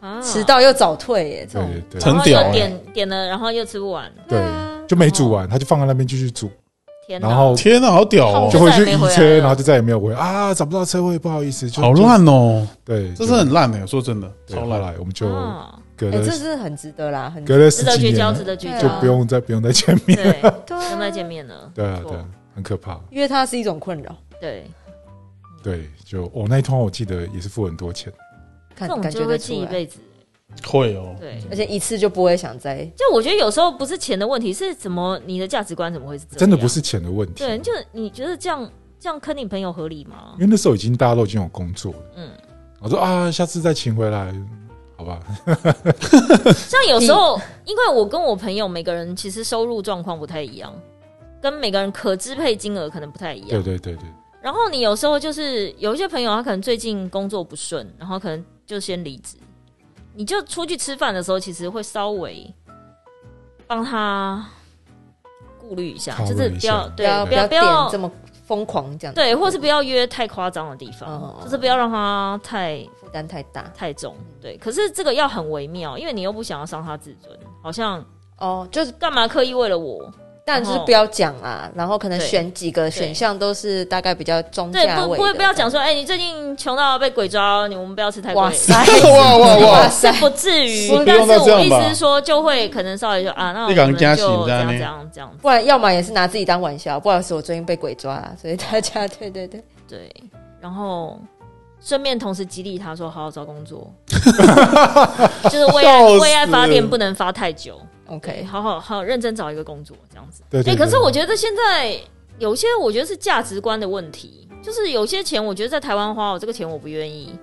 Speaker 2: 啊
Speaker 3: 迟到又早退耶，这
Speaker 1: 对
Speaker 3: 种
Speaker 1: 对对，
Speaker 4: 成
Speaker 2: 然后
Speaker 4: 屌
Speaker 2: 又
Speaker 4: 欸
Speaker 2: 点点了，然后又吃不完，
Speaker 1: 对
Speaker 3: 啊
Speaker 1: 就没煮完，他就放在那边继续煮，
Speaker 2: 天哪！
Speaker 1: 然后
Speaker 4: 天哪，好屌哦
Speaker 1: 就，会去
Speaker 2: 就再也
Speaker 1: 移
Speaker 2: 没回来
Speaker 1: 车，
Speaker 2: 了
Speaker 1: 然后就再也没有回啊，找不到车位，不好意思，就
Speaker 4: 好，烂哦，
Speaker 1: 就对，
Speaker 4: 这是很烂哎，说真的，
Speaker 1: 就对
Speaker 4: 超
Speaker 1: 后
Speaker 4: 烂。
Speaker 1: 来我们就
Speaker 2: 啊
Speaker 1: 隔
Speaker 3: 哎，这
Speaker 1: 了
Speaker 3: 是很值得啦，很
Speaker 1: 隔了
Speaker 2: 值
Speaker 1: 十
Speaker 2: 得
Speaker 1: 几
Speaker 2: 绝交，
Speaker 1: 年
Speaker 2: 值，得绝交，
Speaker 1: 就不用再不用再见面，
Speaker 2: 对，不
Speaker 3: 对啊
Speaker 2: 用再见面了。
Speaker 1: 对啊
Speaker 2: 没错
Speaker 1: 对啊，很可怕，
Speaker 3: 约他是一种困扰，
Speaker 2: 对，
Speaker 1: 对，就哦那一通我记得也是付很多钱，
Speaker 2: 这
Speaker 3: 看
Speaker 2: 种
Speaker 3: 感觉
Speaker 2: 就
Speaker 3: 得
Speaker 2: 会记
Speaker 3: 出
Speaker 2: 一
Speaker 3: 来，
Speaker 2: 辈子。
Speaker 4: 会哦，
Speaker 2: 对，
Speaker 3: 而且一次就不会想再
Speaker 2: 就我觉得有时候不是钱的问题，是怎么你的价值观怎么会是这样？
Speaker 1: 真的不是钱的问题，
Speaker 2: 对，就你觉得这样这样坑你朋友合理吗
Speaker 1: 因？为那时候已经大家都已经有工作了，
Speaker 2: 嗯，
Speaker 1: 我说啊下次再请回来，好吧，
Speaker 2: 像有时候，因为我跟我朋友每个人其实收入状况不太一样，跟每个人可支配金额可能不太一
Speaker 1: 对
Speaker 2: 样。
Speaker 1: 对对对，
Speaker 2: 然后你有时候就是有一些朋友，他可能最近工作不顺，然后可能就先离职。你就出去吃饭的时候，其实会稍微帮他顾虑一下，
Speaker 1: 考虑
Speaker 2: 就是
Speaker 1: 一
Speaker 2: 不
Speaker 1: 下
Speaker 2: 要
Speaker 3: 啊不
Speaker 2: 对
Speaker 3: 要
Speaker 2: 不
Speaker 3: 要
Speaker 2: 要
Speaker 3: 点这么疯狂这样，
Speaker 2: 对，或是不要约太夸张的地
Speaker 3: 哦
Speaker 2: 方，就是不要让他太
Speaker 3: 负担太大
Speaker 2: 太重。对，可是这个要很微妙，因为你又不想要伤他自尊，好像
Speaker 3: 哦，就是
Speaker 2: 干嘛刻意为了我？
Speaker 3: 但就是不要讲啦，然后可能
Speaker 2: 对
Speaker 3: 选几个选项都是大概比较中
Speaker 2: 对，
Speaker 3: 价
Speaker 2: 不
Speaker 3: 位
Speaker 2: 不会
Speaker 3: 的，
Speaker 2: 不要讲说，哎、你最近穷到被鬼抓，你我们不要吃太贵
Speaker 3: 哇。塞
Speaker 4: 哇哇
Speaker 3: 哇
Speaker 4: 哇！
Speaker 2: 是
Speaker 3: 塞，
Speaker 2: 不至于
Speaker 4: 不，
Speaker 2: 但
Speaker 4: 用到
Speaker 2: 是
Speaker 4: 这
Speaker 2: 我
Speaker 4: 样
Speaker 2: 意
Speaker 4: 吧
Speaker 2: 思是说，就会可能稍微就啊，那我
Speaker 4: 你敢
Speaker 2: 们就这
Speaker 4: 加薪
Speaker 2: 样这
Speaker 4: 在那
Speaker 2: 样
Speaker 4: 边
Speaker 2: 这样这样，
Speaker 3: 不然要么也是拿自己当玩笑，不好意思，我最近被鬼抓了，所以大家对对对，
Speaker 2: 对，然后顺便同时激励他说好好找工作，就是为爱
Speaker 4: 笑死
Speaker 2: 为爱发电不能发太久，对，
Speaker 3: OK，
Speaker 2: 好好好认真找一个工作这样子。
Speaker 1: 对对
Speaker 2: 哎、
Speaker 1: 对
Speaker 2: 可是我觉得现在有些我觉得是价值观的问题，就是有些钱我觉得在台湾花，我这个钱我不愿意，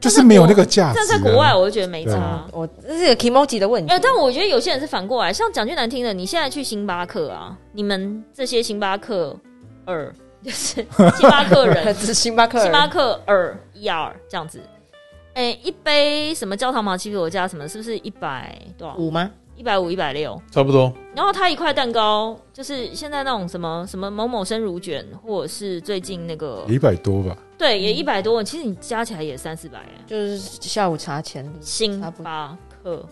Speaker 1: 就是没有那个价值、啊。
Speaker 2: 但在国外我就觉得没
Speaker 1: 对
Speaker 2: 差
Speaker 1: 啊。
Speaker 3: 我这是有 emoji 的问题
Speaker 2: 哎、，但我觉得有些人是反过来，像讲句难听的，你现在去星巴克啊，你们这些星巴克二 就是星巴克人，
Speaker 3: 只是星巴克人，
Speaker 2: 星巴克二一二这样子，哎、一杯什么焦糖玛奇朵加什么，是不是一百多少？
Speaker 3: 五吗？
Speaker 2: 一百五、一百六？
Speaker 4: 差不多，
Speaker 2: 然后它一块蛋糕，就是现在那种什么什么某某生乳卷，或者是最近那个
Speaker 1: 一百多吧，
Speaker 2: 对，也一百多，其实你加起来也三四百哎。
Speaker 3: 就是下午茶前
Speaker 2: 星
Speaker 3: 差不多
Speaker 2: 巴克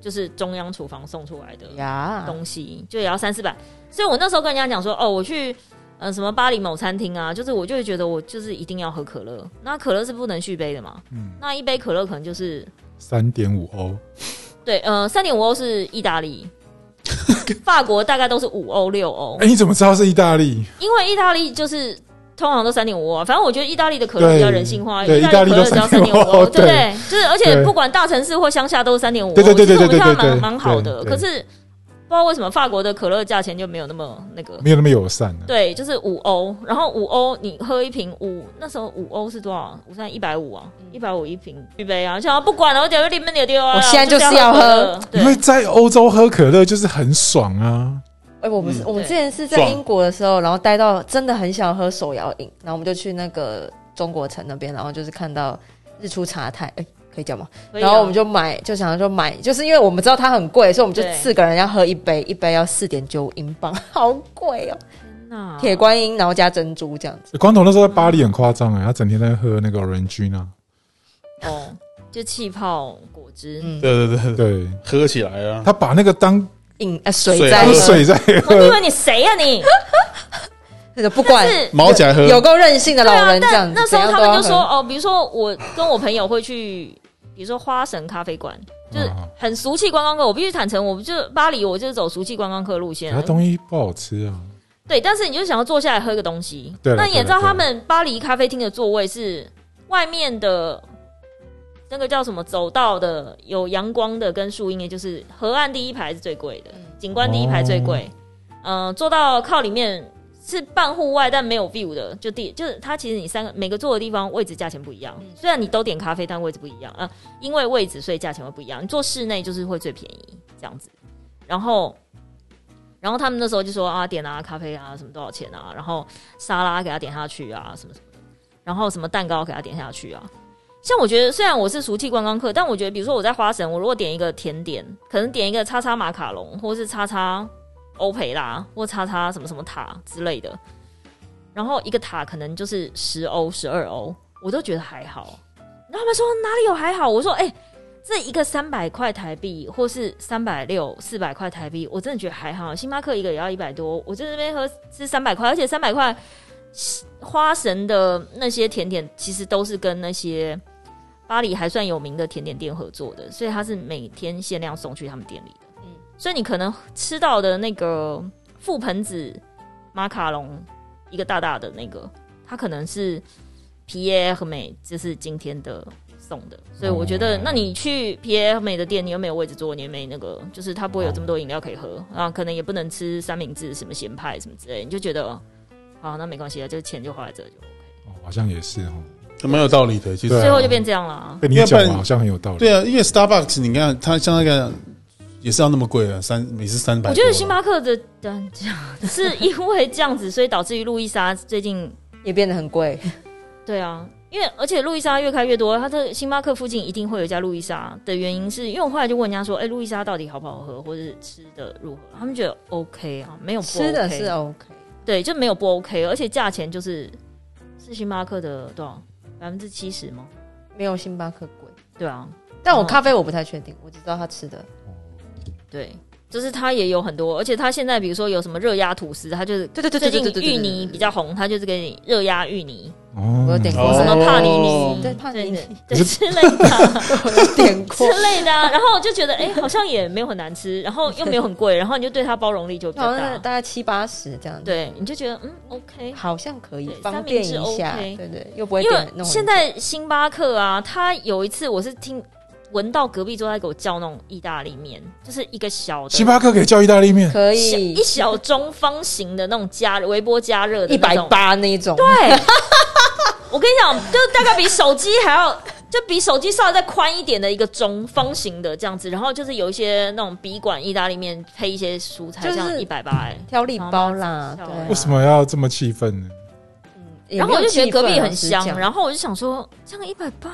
Speaker 2: 就是中央厨房送出来的
Speaker 1: 啊
Speaker 3: 呀，
Speaker 2: 东西，就也要三四百。所以我那时候跟人家讲说，哦，我去呃什么巴黎某餐厅啊，就是我就会觉得我就是一定要喝可乐，那可乐是不能续杯的嘛，
Speaker 1: 嗯
Speaker 2: 那一杯可乐可能就是
Speaker 1: 三点五欧，
Speaker 2: 对，呃，三点五欧是意大利。 法国大概都是五欧六欧
Speaker 1: 哎、，你怎么知道是意大利？
Speaker 2: 因为意大利就是通常都三点五啊，反正我觉得意大利的可乐
Speaker 1: 对
Speaker 2: 比较人性化，
Speaker 1: 对
Speaker 2: 意大利可乐
Speaker 1: 意
Speaker 2: 只
Speaker 1: 大
Speaker 2: 要
Speaker 1: 利都
Speaker 2: 三点五
Speaker 1: 3.5
Speaker 2: 欧，对不对？就是而且不管大城市或乡下都是三点五欧，
Speaker 1: 对对对对
Speaker 2: 其实我
Speaker 1: 对对
Speaker 2: 们看
Speaker 1: 对对
Speaker 2: 蛮蛮好的。
Speaker 1: 对
Speaker 2: 可是不知道为什么法国的可乐价钱就没有那么那个，
Speaker 1: 没有那么友善啊。
Speaker 2: 对，就是五欧，然后五欧你喝一瓶五，那时候五欧是多少？我算一百五啊，一百五一瓶一杯啊，想要不管了，我丢里面丢丢啊，
Speaker 3: 我现在
Speaker 2: 就
Speaker 3: 就是要
Speaker 2: 喝
Speaker 3: 喝
Speaker 2: 可乐，
Speaker 1: 因为
Speaker 2: 对，
Speaker 1: 在欧洲喝可乐就是很爽啊，
Speaker 3: 哎、我们是、
Speaker 4: 嗯
Speaker 3: 我们
Speaker 2: 对
Speaker 3: 之前是在
Speaker 4: 爽
Speaker 3: 英国的时候，然后待到真的很想喝手摇饮，然后我们就去那个中国城那边，然后就是看到日出茶太，哎、可以讲吗？
Speaker 2: 可以啊
Speaker 3: 然后我们就买，就想要就买，就是因为我们知道它很贵，所以我们就
Speaker 2: 对
Speaker 3: 四个人要喝一杯，一杯要四点九英镑，好贵哦、
Speaker 2: 那
Speaker 3: 铁观音，然后加珍珠这样子，
Speaker 1: 光头那时候在巴黎很夸张哎，他整天在喝那个 orange 啊呢、
Speaker 2: 哦，就气泡果汁，
Speaker 3: 嗯，
Speaker 4: 对对对，对
Speaker 1: 对
Speaker 4: 喝起来啊，
Speaker 1: 他把那个当
Speaker 3: 饮啊水
Speaker 4: 水
Speaker 3: 在
Speaker 1: 当
Speaker 4: 啊
Speaker 3: 喝
Speaker 2: 哦
Speaker 1: 水在
Speaker 2: 我以
Speaker 1: 喝，
Speaker 2: 为你谁呀、你？
Speaker 3: 那个不管
Speaker 2: 啊是
Speaker 4: 毛甲喝
Speaker 3: 有够任性的
Speaker 2: 对
Speaker 3: 老
Speaker 2: 啊，
Speaker 3: 人这样
Speaker 2: 但那时
Speaker 3: 子，
Speaker 2: 候
Speaker 3: 怎
Speaker 2: 他
Speaker 3: 样都要
Speaker 2: 们就说
Speaker 3: 喝
Speaker 2: 哦，比如说我跟我朋友会去，比如说花神咖啡馆，就是
Speaker 1: 嗯
Speaker 2: 很俗气观光客。我必须坦诚，我就是巴黎，我就是走俗气观光客路线
Speaker 1: 它。东西不好吃啊，
Speaker 2: 对，但是你就想要坐下来喝个东西。
Speaker 1: 对了
Speaker 2: 那你也
Speaker 1: 对了
Speaker 2: 知道
Speaker 1: 对了
Speaker 2: 他们巴黎咖啡厅的座位是外面的。那个叫什么走道的有阳光的跟树荫的，就是河岸第一排是最贵的，景观第一排最贵。嗯、坐到靠里面是半户外但没有 view 的，就地就是它其实你三个每个坐的地方位置价钱不一样，虽然你都点咖啡，但位置不一样啊、呃因为位置所以价钱会不一样。你坐室内就是会最便宜这样子，然后。然后他们那时候就说啊，点啊咖啡啊，什么多少钱啊？然后沙拉给他点下去啊，什么什么的。然后什么蛋糕给他点下去啊。像我觉得，虽然我是熟记观光客，但我觉得，比如说我在花神，我如果点一个甜点，可能点一个叉叉马卡龙，或是叉叉欧培拉，或叉叉什么什么塔之类的，然后一个塔可能就是十欧、十二欧，我都觉得还好。然后他们说哪里有还好？我说哎、这一个三百块台币，或是三百六、四百块台币，我真的觉得还好。星巴克一个也要一百多，我在这边喝吃三百块，而且三百块花神的那些甜点其实都是跟那些巴黎还算有名的甜点店合作的，所以它是每天限量送去他们店里的。嗯
Speaker 3: 嗯，
Speaker 2: 所以你可能吃到的那个覆盆子马卡龙，一个大大的那个，它可能是皮耶和美，这是今天的送的。所以我觉得，
Speaker 1: 哦
Speaker 2: 那你去皮耶和美的店，你又没有位置坐，你也没那个，就是它不会有这么多饮料可以喝啊，可能也不能吃三明治、什么咸派什么之类，你就觉得。哦好，那没关系啊，就钱就花在这就 OK，
Speaker 1: 哦好像也是哦。
Speaker 4: 蛮有道理的。其
Speaker 1: 对
Speaker 4: 实
Speaker 1: 啊
Speaker 2: 最后就变这样了啊。
Speaker 1: 被你
Speaker 4: 因为
Speaker 1: 讲
Speaker 4: 不
Speaker 1: 完
Speaker 4: 然
Speaker 1: 好像很有道理。
Speaker 4: 对啊，因为 Starbucks 你看它像那个也是要那么贵啊，三每次三百。
Speaker 2: 我觉得星巴克的单价是因为这样子，所以导致于路易莎最近
Speaker 3: 也变得很 贵，
Speaker 2: 对啊，因为而且路易莎越开越多，它的星巴克附近一定会有一家路易莎的原因是，因为我后来就问人家说，哎、路易莎到底好不好喝，或者是吃的如何？他们觉得 OK 啊，没有不 OK,
Speaker 3: 吃的是 OK，
Speaker 2: 对，就没有不 OK，而且价钱就是是星巴克的多少百分之七十吗？
Speaker 3: 没有星巴克贵。
Speaker 2: 对啊，
Speaker 3: 但我咖啡我不太确定，我只知道他吃的
Speaker 2: 对。就是它也有很多，而且它现在比如说有什么热压吐司，它就是
Speaker 3: 对对对
Speaker 2: 最
Speaker 3: 对
Speaker 2: 近
Speaker 3: 对对对对
Speaker 2: 芋泥比较红，它就是给你热压芋泥，
Speaker 1: 哦，
Speaker 3: 我有点
Speaker 4: 哦
Speaker 2: 什么帕尼尼，
Speaker 3: 对帕尼尼
Speaker 2: 对对之类的 啊
Speaker 3: 点过
Speaker 2: 之。 类的啊。然后我就觉得，哎，好像也没有很难吃，然后又没有很贵，然后你就对它包容力就比
Speaker 3: 好
Speaker 2: 较
Speaker 3: 像
Speaker 2: 大，
Speaker 3: 大概七八十这样子，
Speaker 2: 对，你就觉得嗯，OK。
Speaker 3: 好像可以
Speaker 2: 对
Speaker 3: 方便
Speaker 2: 三
Speaker 3: 一
Speaker 2: 明治
Speaker 3: 下，
Speaker 2: OK
Speaker 3: 对对，又不会
Speaker 2: 因
Speaker 3: 点
Speaker 2: 为
Speaker 3: 弄。
Speaker 2: 现在星巴克啊，它有一次我是听闻到隔壁桌在给我叫那种意大利面，就是一个小的
Speaker 1: 星巴克可以叫意大利面，
Speaker 3: 可
Speaker 2: 小
Speaker 3: 以
Speaker 2: 一小中方形的那种加微波加热的那
Speaker 3: 一百
Speaker 2: 种
Speaker 3: 八那一种，
Speaker 2: 对，我跟你讲，就是大概比手机还要，就比手机稍微再宽一点的一个中方形的这样子，然后就是有一些那种笔管意大利面配一些蔬菜，
Speaker 3: 就是
Speaker 2: 这样一百八哎。
Speaker 3: 挑礼包啦，
Speaker 2: 然后
Speaker 3: 对
Speaker 2: 呢
Speaker 3: 啊，
Speaker 1: 为什么要这么气愤呢？
Speaker 3: 也
Speaker 2: 然
Speaker 3: 没
Speaker 2: 后我
Speaker 3: 有
Speaker 2: 就觉得
Speaker 3: 气氛
Speaker 2: 隔
Speaker 3: 啊
Speaker 2: 壁很
Speaker 3: 实
Speaker 2: 香，
Speaker 3: 讲
Speaker 2: 然后我就想说，这样一百八，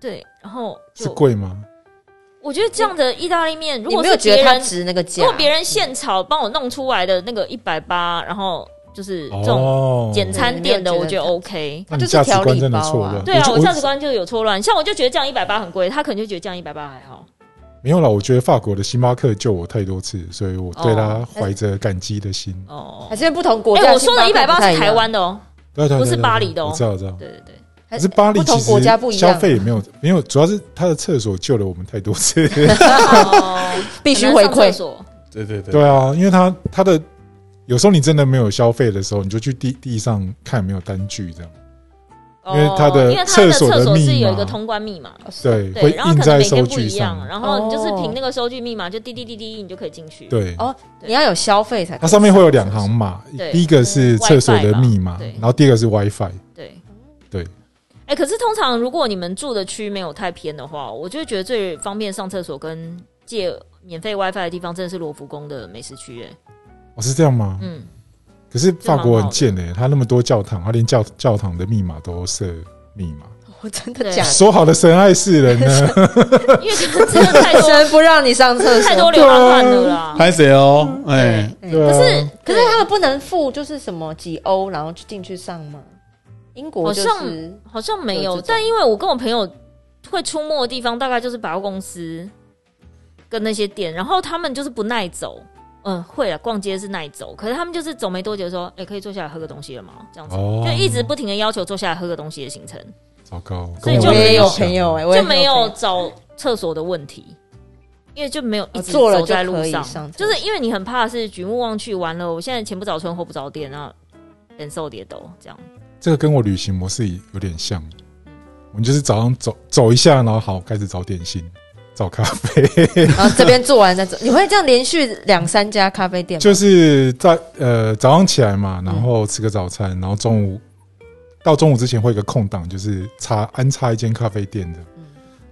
Speaker 2: 对，然后
Speaker 1: 是
Speaker 2: 就
Speaker 1: 贵吗？
Speaker 2: 我觉得这样的意大利面，如
Speaker 3: 你
Speaker 2: 果
Speaker 3: 没有
Speaker 2: 是
Speaker 3: 觉
Speaker 2: 别
Speaker 3: 得它
Speaker 2: 人，
Speaker 3: 值那个
Speaker 2: 如
Speaker 3: 价
Speaker 2: 果？别人现炒帮我弄出来的那个一百八，然后就是这种
Speaker 1: 哦，
Speaker 2: 简餐店的，
Speaker 3: 对
Speaker 2: 我觉得
Speaker 3: 没有
Speaker 2: OK。
Speaker 1: 那你价值观真的错乱。
Speaker 2: 对啊，
Speaker 1: 我
Speaker 2: 我
Speaker 1: 觉
Speaker 2: 价
Speaker 1: 得
Speaker 2: 值观就有错乱。像我就觉得这样一百八很贵，他可能就觉得这样一百八还好。
Speaker 1: 没有啦，我觉得法国的星巴克救我太多次，所以我对他怀着感激的心。
Speaker 2: 哦
Speaker 3: 还，是因为不同国
Speaker 2: 哎、
Speaker 3: 家，
Speaker 2: 我说的一百八是台湾
Speaker 3: 的，
Speaker 2: 的哦，
Speaker 1: 对对，对
Speaker 2: 不是巴黎的哦
Speaker 1: 我知道，我知道。
Speaker 2: 对对对，
Speaker 3: 还
Speaker 1: 可是巴黎
Speaker 3: 不
Speaker 1: 其
Speaker 3: 同
Speaker 1: 实
Speaker 3: 国家不一样
Speaker 1: 消，费也没有没有，主要是他的厕所救了我们太多 次。
Speaker 2: 哦、
Speaker 3: 必须
Speaker 2: 很难
Speaker 3: 回
Speaker 2: 上厕
Speaker 3: 馈。
Speaker 2: 所。
Speaker 4: 对对对
Speaker 1: 对啊，因为他他的有时候你真的没有消费的时候，你就去地地上看有没有单据这样，因为它
Speaker 2: 它
Speaker 1: 的
Speaker 2: 的厕
Speaker 1: 厕所的
Speaker 2: 是
Speaker 1: 密码
Speaker 2: 有一个通关密码，
Speaker 1: 对，
Speaker 2: 对，
Speaker 1: 会
Speaker 2: 然后
Speaker 1: 印
Speaker 2: 可能
Speaker 1: 在
Speaker 2: 每
Speaker 1: 收
Speaker 2: 天不
Speaker 1: 据
Speaker 2: 一样，
Speaker 1: 上。
Speaker 2: 然后你就是
Speaker 3: 哦
Speaker 2: 凭那个收据密码，就滴滴滴滴，你就可以进去。
Speaker 1: 对，
Speaker 3: 哦你要有消费才可以
Speaker 1: 它上面会有两行码，
Speaker 2: 对嗯
Speaker 1: 第一个是厕所的密码，
Speaker 2: WiFi 吧对
Speaker 1: 然后第二个是 WiFi。
Speaker 2: 对
Speaker 1: 对。
Speaker 2: 哎、可是通常如果你们住的区没有太偏的话，我就会觉得最方便上厕所跟借免费 WiFi 的地方，真的是罗浮宫的美食区。哎，
Speaker 1: 哦，是这样吗？
Speaker 2: 嗯，
Speaker 1: 可是法国很贱诶、他那么多教堂，他连教教堂的密码都设密码，
Speaker 3: 我真的 假的？
Speaker 1: 说好的神爱世人呢？
Speaker 2: 因为可能真的太多
Speaker 3: 神不让你上厕
Speaker 2: 太多
Speaker 3: 所，
Speaker 2: 流浪汉了啦。
Speaker 4: 拍谁哦？
Speaker 2: 嗯
Speaker 4: 哎，
Speaker 1: 对
Speaker 2: 可
Speaker 1: 啊
Speaker 2: 是，
Speaker 3: 可是他们不能付就是什么几欧，然后去进去上吗？英国就
Speaker 2: 好像
Speaker 3: 是
Speaker 2: 好像没有，
Speaker 3: 有啊这种
Speaker 2: 但因为我跟我朋友会出没的地方，大概就是百货公司跟那些店，然后他们就是不耐走，嗯，会了，逛街是耐走，可是他们就是走没多久说，哎、可以坐下来喝个东西了吗？这样子，
Speaker 1: 哦
Speaker 2: 就一直不停的要求坐下来喝个东西的行程，
Speaker 1: 糟糕，
Speaker 2: 所以
Speaker 1: 跟
Speaker 2: 就
Speaker 1: 我
Speaker 3: 我
Speaker 1: 有
Speaker 3: 也
Speaker 1: 点
Speaker 3: 有
Speaker 1: 像
Speaker 3: 朋友哎、我也
Speaker 2: 就没
Speaker 3: 朋
Speaker 2: 有
Speaker 3: 友
Speaker 2: 找厕所的问题，因为就没有一直
Speaker 3: 哦坐了
Speaker 2: 走在
Speaker 3: 就
Speaker 2: 路
Speaker 3: 可以
Speaker 2: 上，
Speaker 3: 上厕所
Speaker 2: 是因为你很怕是举目望去，完了我现在前不着村后不着店，然后人瘦跌斗这样，
Speaker 1: 这个跟我旅行模式有点像，我们就是早上走走一下，然后好开始找点心、找咖啡，
Speaker 3: 然后这边做完再走，你会这样连续两三家咖啡店吗？
Speaker 1: 就是在呃早上起来嘛，然后吃个早餐，然后中午到中午之前会有一个空档，就是插安插一间咖啡店的，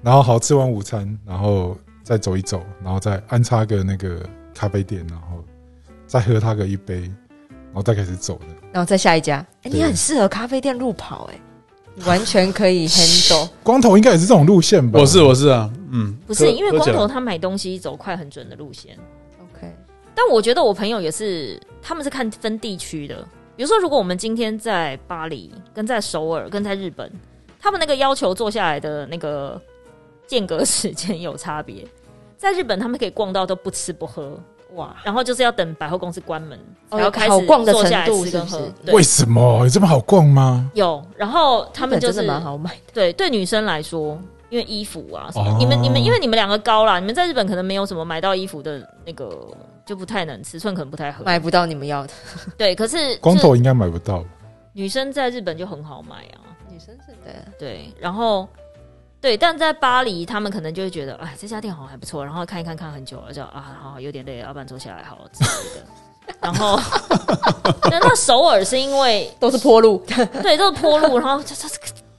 Speaker 1: 然后好吃完午餐，然后再走一走，然后再安插个那个咖啡店，然后再喝它个一杯，然后再开始走的。
Speaker 3: 然后再下一家。哎、
Speaker 1: 对
Speaker 3: 你很适合咖啡店路跑哎、你 完全可 以 handle。
Speaker 1: 光头应该也是这种路线吧？
Speaker 4: 我是我是啊，嗯，
Speaker 2: 不是
Speaker 4: 喝
Speaker 2: 因为
Speaker 4: 喝
Speaker 2: 光
Speaker 3: 啊
Speaker 4: 酒
Speaker 2: 头他买东西走快很准的路线，
Speaker 3: OK，
Speaker 2: 但我觉得我朋友也是，他们是看分地区的。比如说，如果我们今天在巴黎、跟在首尔、跟在日本，他们那个要求坐下来的那个间隔时间有差别。在日本，他们可以逛到都不吃不喝，
Speaker 3: 哇，
Speaker 2: 然后就是要等百货公司关门，
Speaker 3: 哦
Speaker 2: 然后开
Speaker 3: 好
Speaker 2: 始
Speaker 3: 逛的
Speaker 2: 坐下来
Speaker 3: 程度
Speaker 2: 吃跟
Speaker 3: 是
Speaker 2: 喝。
Speaker 3: 不是
Speaker 2: 对
Speaker 1: 为什么有这么好逛吗？
Speaker 2: 有，然后他们就
Speaker 3: 日本真
Speaker 2: 是
Speaker 3: 的蛮好买的。
Speaker 2: 对对女生来说，因为衣服啊什么，
Speaker 1: 哦
Speaker 2: 你们你们因为你们两个高啦，你们在日本可能没有什么买到衣服的那个，就不太能尺寸可能不太合。
Speaker 3: 买不到你们要的，
Speaker 2: 对，可是
Speaker 1: 光
Speaker 2: 就是
Speaker 1: 头应该买不到。
Speaker 2: 女生在日本就很好买啊，
Speaker 3: 女生是对啊，
Speaker 2: 对，然后对，但在巴黎他们可能就会觉得，哎，这家店好像还不错，然后看一看看很久了，就啊，好好有点累了，要不然坐下来好了之类的。 然后，那那首尔是因为
Speaker 3: 都是坡路，
Speaker 2: 对这个坡路，然后这这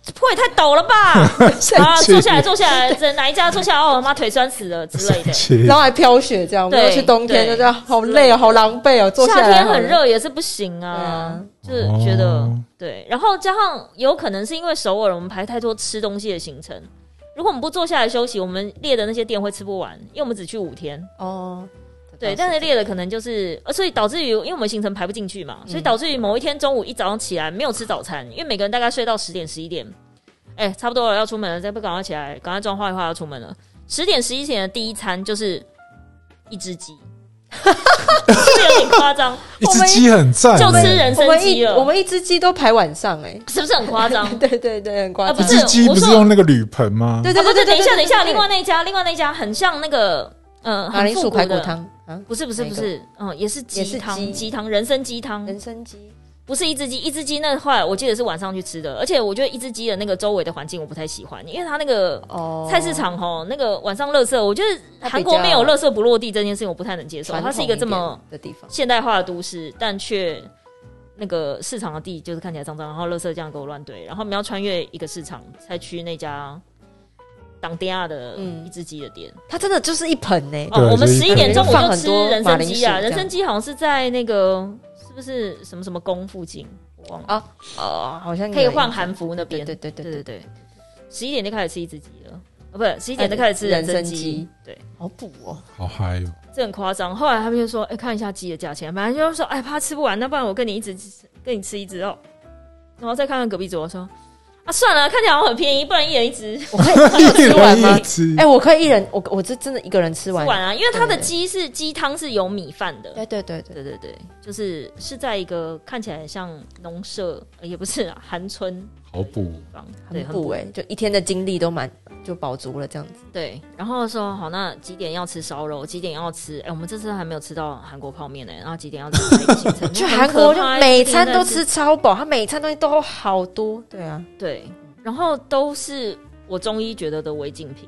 Speaker 2: 这坡也太陡了吧？ 啊， 坐下来坐下来，这哪一家坐下来？哦，妈腿酸死了之类的。
Speaker 1: 切
Speaker 3: 然后还飘雪这样。我们
Speaker 2: 对
Speaker 3: 要去冬天就
Speaker 2: 对
Speaker 3: 这样，好累哦，好狼狈哦， 坐下
Speaker 2: 夏
Speaker 3: 来
Speaker 2: 天
Speaker 3: 好了
Speaker 2: 很。热也是不行
Speaker 3: 对
Speaker 2: 啊
Speaker 3: 啊，
Speaker 2: 就是觉得、
Speaker 1: 哦
Speaker 2: 对，然后加上有可能是因为首尔我们排太多吃东西的行程，如果我们不坐下来休息，我们列的那些店会吃不完，因为我们只去五天，
Speaker 3: 哦，
Speaker 2: 对，但是列的可能就是，呃，所以导致于因为我们行程排不进去
Speaker 3: 嗯
Speaker 2: 嘛，所以导致于某一天中午一早上起来没有吃早餐，因为每个人大概睡到十点十一点，哎、差不多了要出门了，再不赶快起来，赶快妆化一化要出门了，十点十一点的第一餐就是一只鸡。是不是有点夸 张？
Speaker 1: 一只鸡很赞欸，
Speaker 2: 就吃人
Speaker 3: 我
Speaker 2: 参
Speaker 3: 们
Speaker 2: 鸡
Speaker 3: 一
Speaker 2: 了，
Speaker 3: 哎我们一只鸡都排晚上哎，
Speaker 2: 是不是很夸张？
Speaker 3: 对对对，很夸
Speaker 2: 啊不
Speaker 1: 一
Speaker 3: 张。
Speaker 1: 只鸡
Speaker 2: 我
Speaker 1: 不
Speaker 2: 说
Speaker 1: 是用那个铝盆吗？
Speaker 3: 对
Speaker 2: 啊
Speaker 3: 对
Speaker 2: 不
Speaker 3: 对
Speaker 2: 是，
Speaker 3: 对，
Speaker 2: 等一下，
Speaker 3: 对
Speaker 2: 等一下，另外。
Speaker 3: 对对
Speaker 2: 那一家，另外那一家很像那个，呃，
Speaker 3: 马
Speaker 2: 很
Speaker 3: 铃
Speaker 2: 复
Speaker 3: 薯
Speaker 2: 古
Speaker 3: 排骨
Speaker 2: 的，
Speaker 3: 汤啊，
Speaker 2: 不是不是
Speaker 3: 哪一
Speaker 2: 不
Speaker 3: 个
Speaker 2: 是，嗯，也是
Speaker 3: 也是
Speaker 2: 鸡汤，
Speaker 3: 鸡
Speaker 2: 鸡汤，人参鸡汤，
Speaker 3: 人参鸡
Speaker 2: 不是一只鸡，一只鸡那后来我记得是晚上去吃的，而且我觉得一只鸡的那个周围的环境我不太喜欢，因为它那个
Speaker 3: 哦，
Speaker 2: 菜市场吼，那个晚上垃圾，我觉得
Speaker 3: 它比较啊
Speaker 2: 韩国没有垃圾不落地这件事情我不太能接受，
Speaker 3: 传
Speaker 2: 它
Speaker 3: 统
Speaker 2: 是一个这么
Speaker 3: 点的地方，
Speaker 2: 现代化的都市，但却那个市场的地就是看起来脏脏，然后垃圾这样给我乱堆，然后我们要穿越一个市场才去那家当迪亚的
Speaker 3: 嗯
Speaker 2: 一只鸡的店。
Speaker 3: 它真的就是一盆哎呢。
Speaker 1: 对
Speaker 2: 哦，我
Speaker 1: 就
Speaker 2: 们
Speaker 1: 是
Speaker 2: 十
Speaker 1: 一
Speaker 2: 一点钟午
Speaker 3: 放
Speaker 2: 就
Speaker 3: 很
Speaker 2: 吃
Speaker 3: 多
Speaker 2: 人
Speaker 3: 马
Speaker 2: 参
Speaker 3: 铃薯
Speaker 2: 鸡
Speaker 3: 这
Speaker 2: 啊，
Speaker 3: 样
Speaker 2: 人参鸡好像是在那个是不是什么什么宫附近，我忘了，
Speaker 3: 哦，好像
Speaker 2: 可以
Speaker 3: 有一
Speaker 2: 换
Speaker 3: 点
Speaker 2: 韩服那边。
Speaker 3: 对对对
Speaker 2: 对对
Speaker 3: 对
Speaker 2: 对，十一点就开始吃一只鸡了，哦，不是十一点就开始吃人参鸡，对。
Speaker 3: 好补哦。
Speaker 1: 好嗨哦！
Speaker 2: 这很夸张。后来他们就说：“哎、看一下鸡的价钱。”反正就是说：“哎，怕吃不完，那不然我跟你一直吃跟你吃一只哦。”然后再看看隔壁桌说：“啊，算了，看起来好像很便宜，不然一人一 只
Speaker 3: 我可以你有吃完吗
Speaker 1: 一人一？只
Speaker 3: 哎，我可以一人，我我是真的一个人吃
Speaker 2: 吃
Speaker 3: 完。
Speaker 2: 完啊。”因为它的鸡是鸡汤是有米饭的。
Speaker 3: 对对对对，
Speaker 2: 对对对，就是是在一个看起来像农舍，呃也不是啊韩村
Speaker 1: 好补
Speaker 2: 地方，对，
Speaker 3: 很补哎，就一天的精力都满，就饱足了这样子。
Speaker 2: 对，然后说好，那几点要吃烧肉？几点要吃？哎、我们这次还没有吃到韩国泡面呢、然后几点要吃哪一个行程？
Speaker 3: 去
Speaker 2: 嗯很
Speaker 3: 韩
Speaker 2: 可
Speaker 3: 国就
Speaker 2: 怕
Speaker 3: 每餐都。
Speaker 2: 一直在
Speaker 3: 吃超饱，他每餐东西都好多。对啊，
Speaker 2: 对，然后都是我中医觉得的违禁品，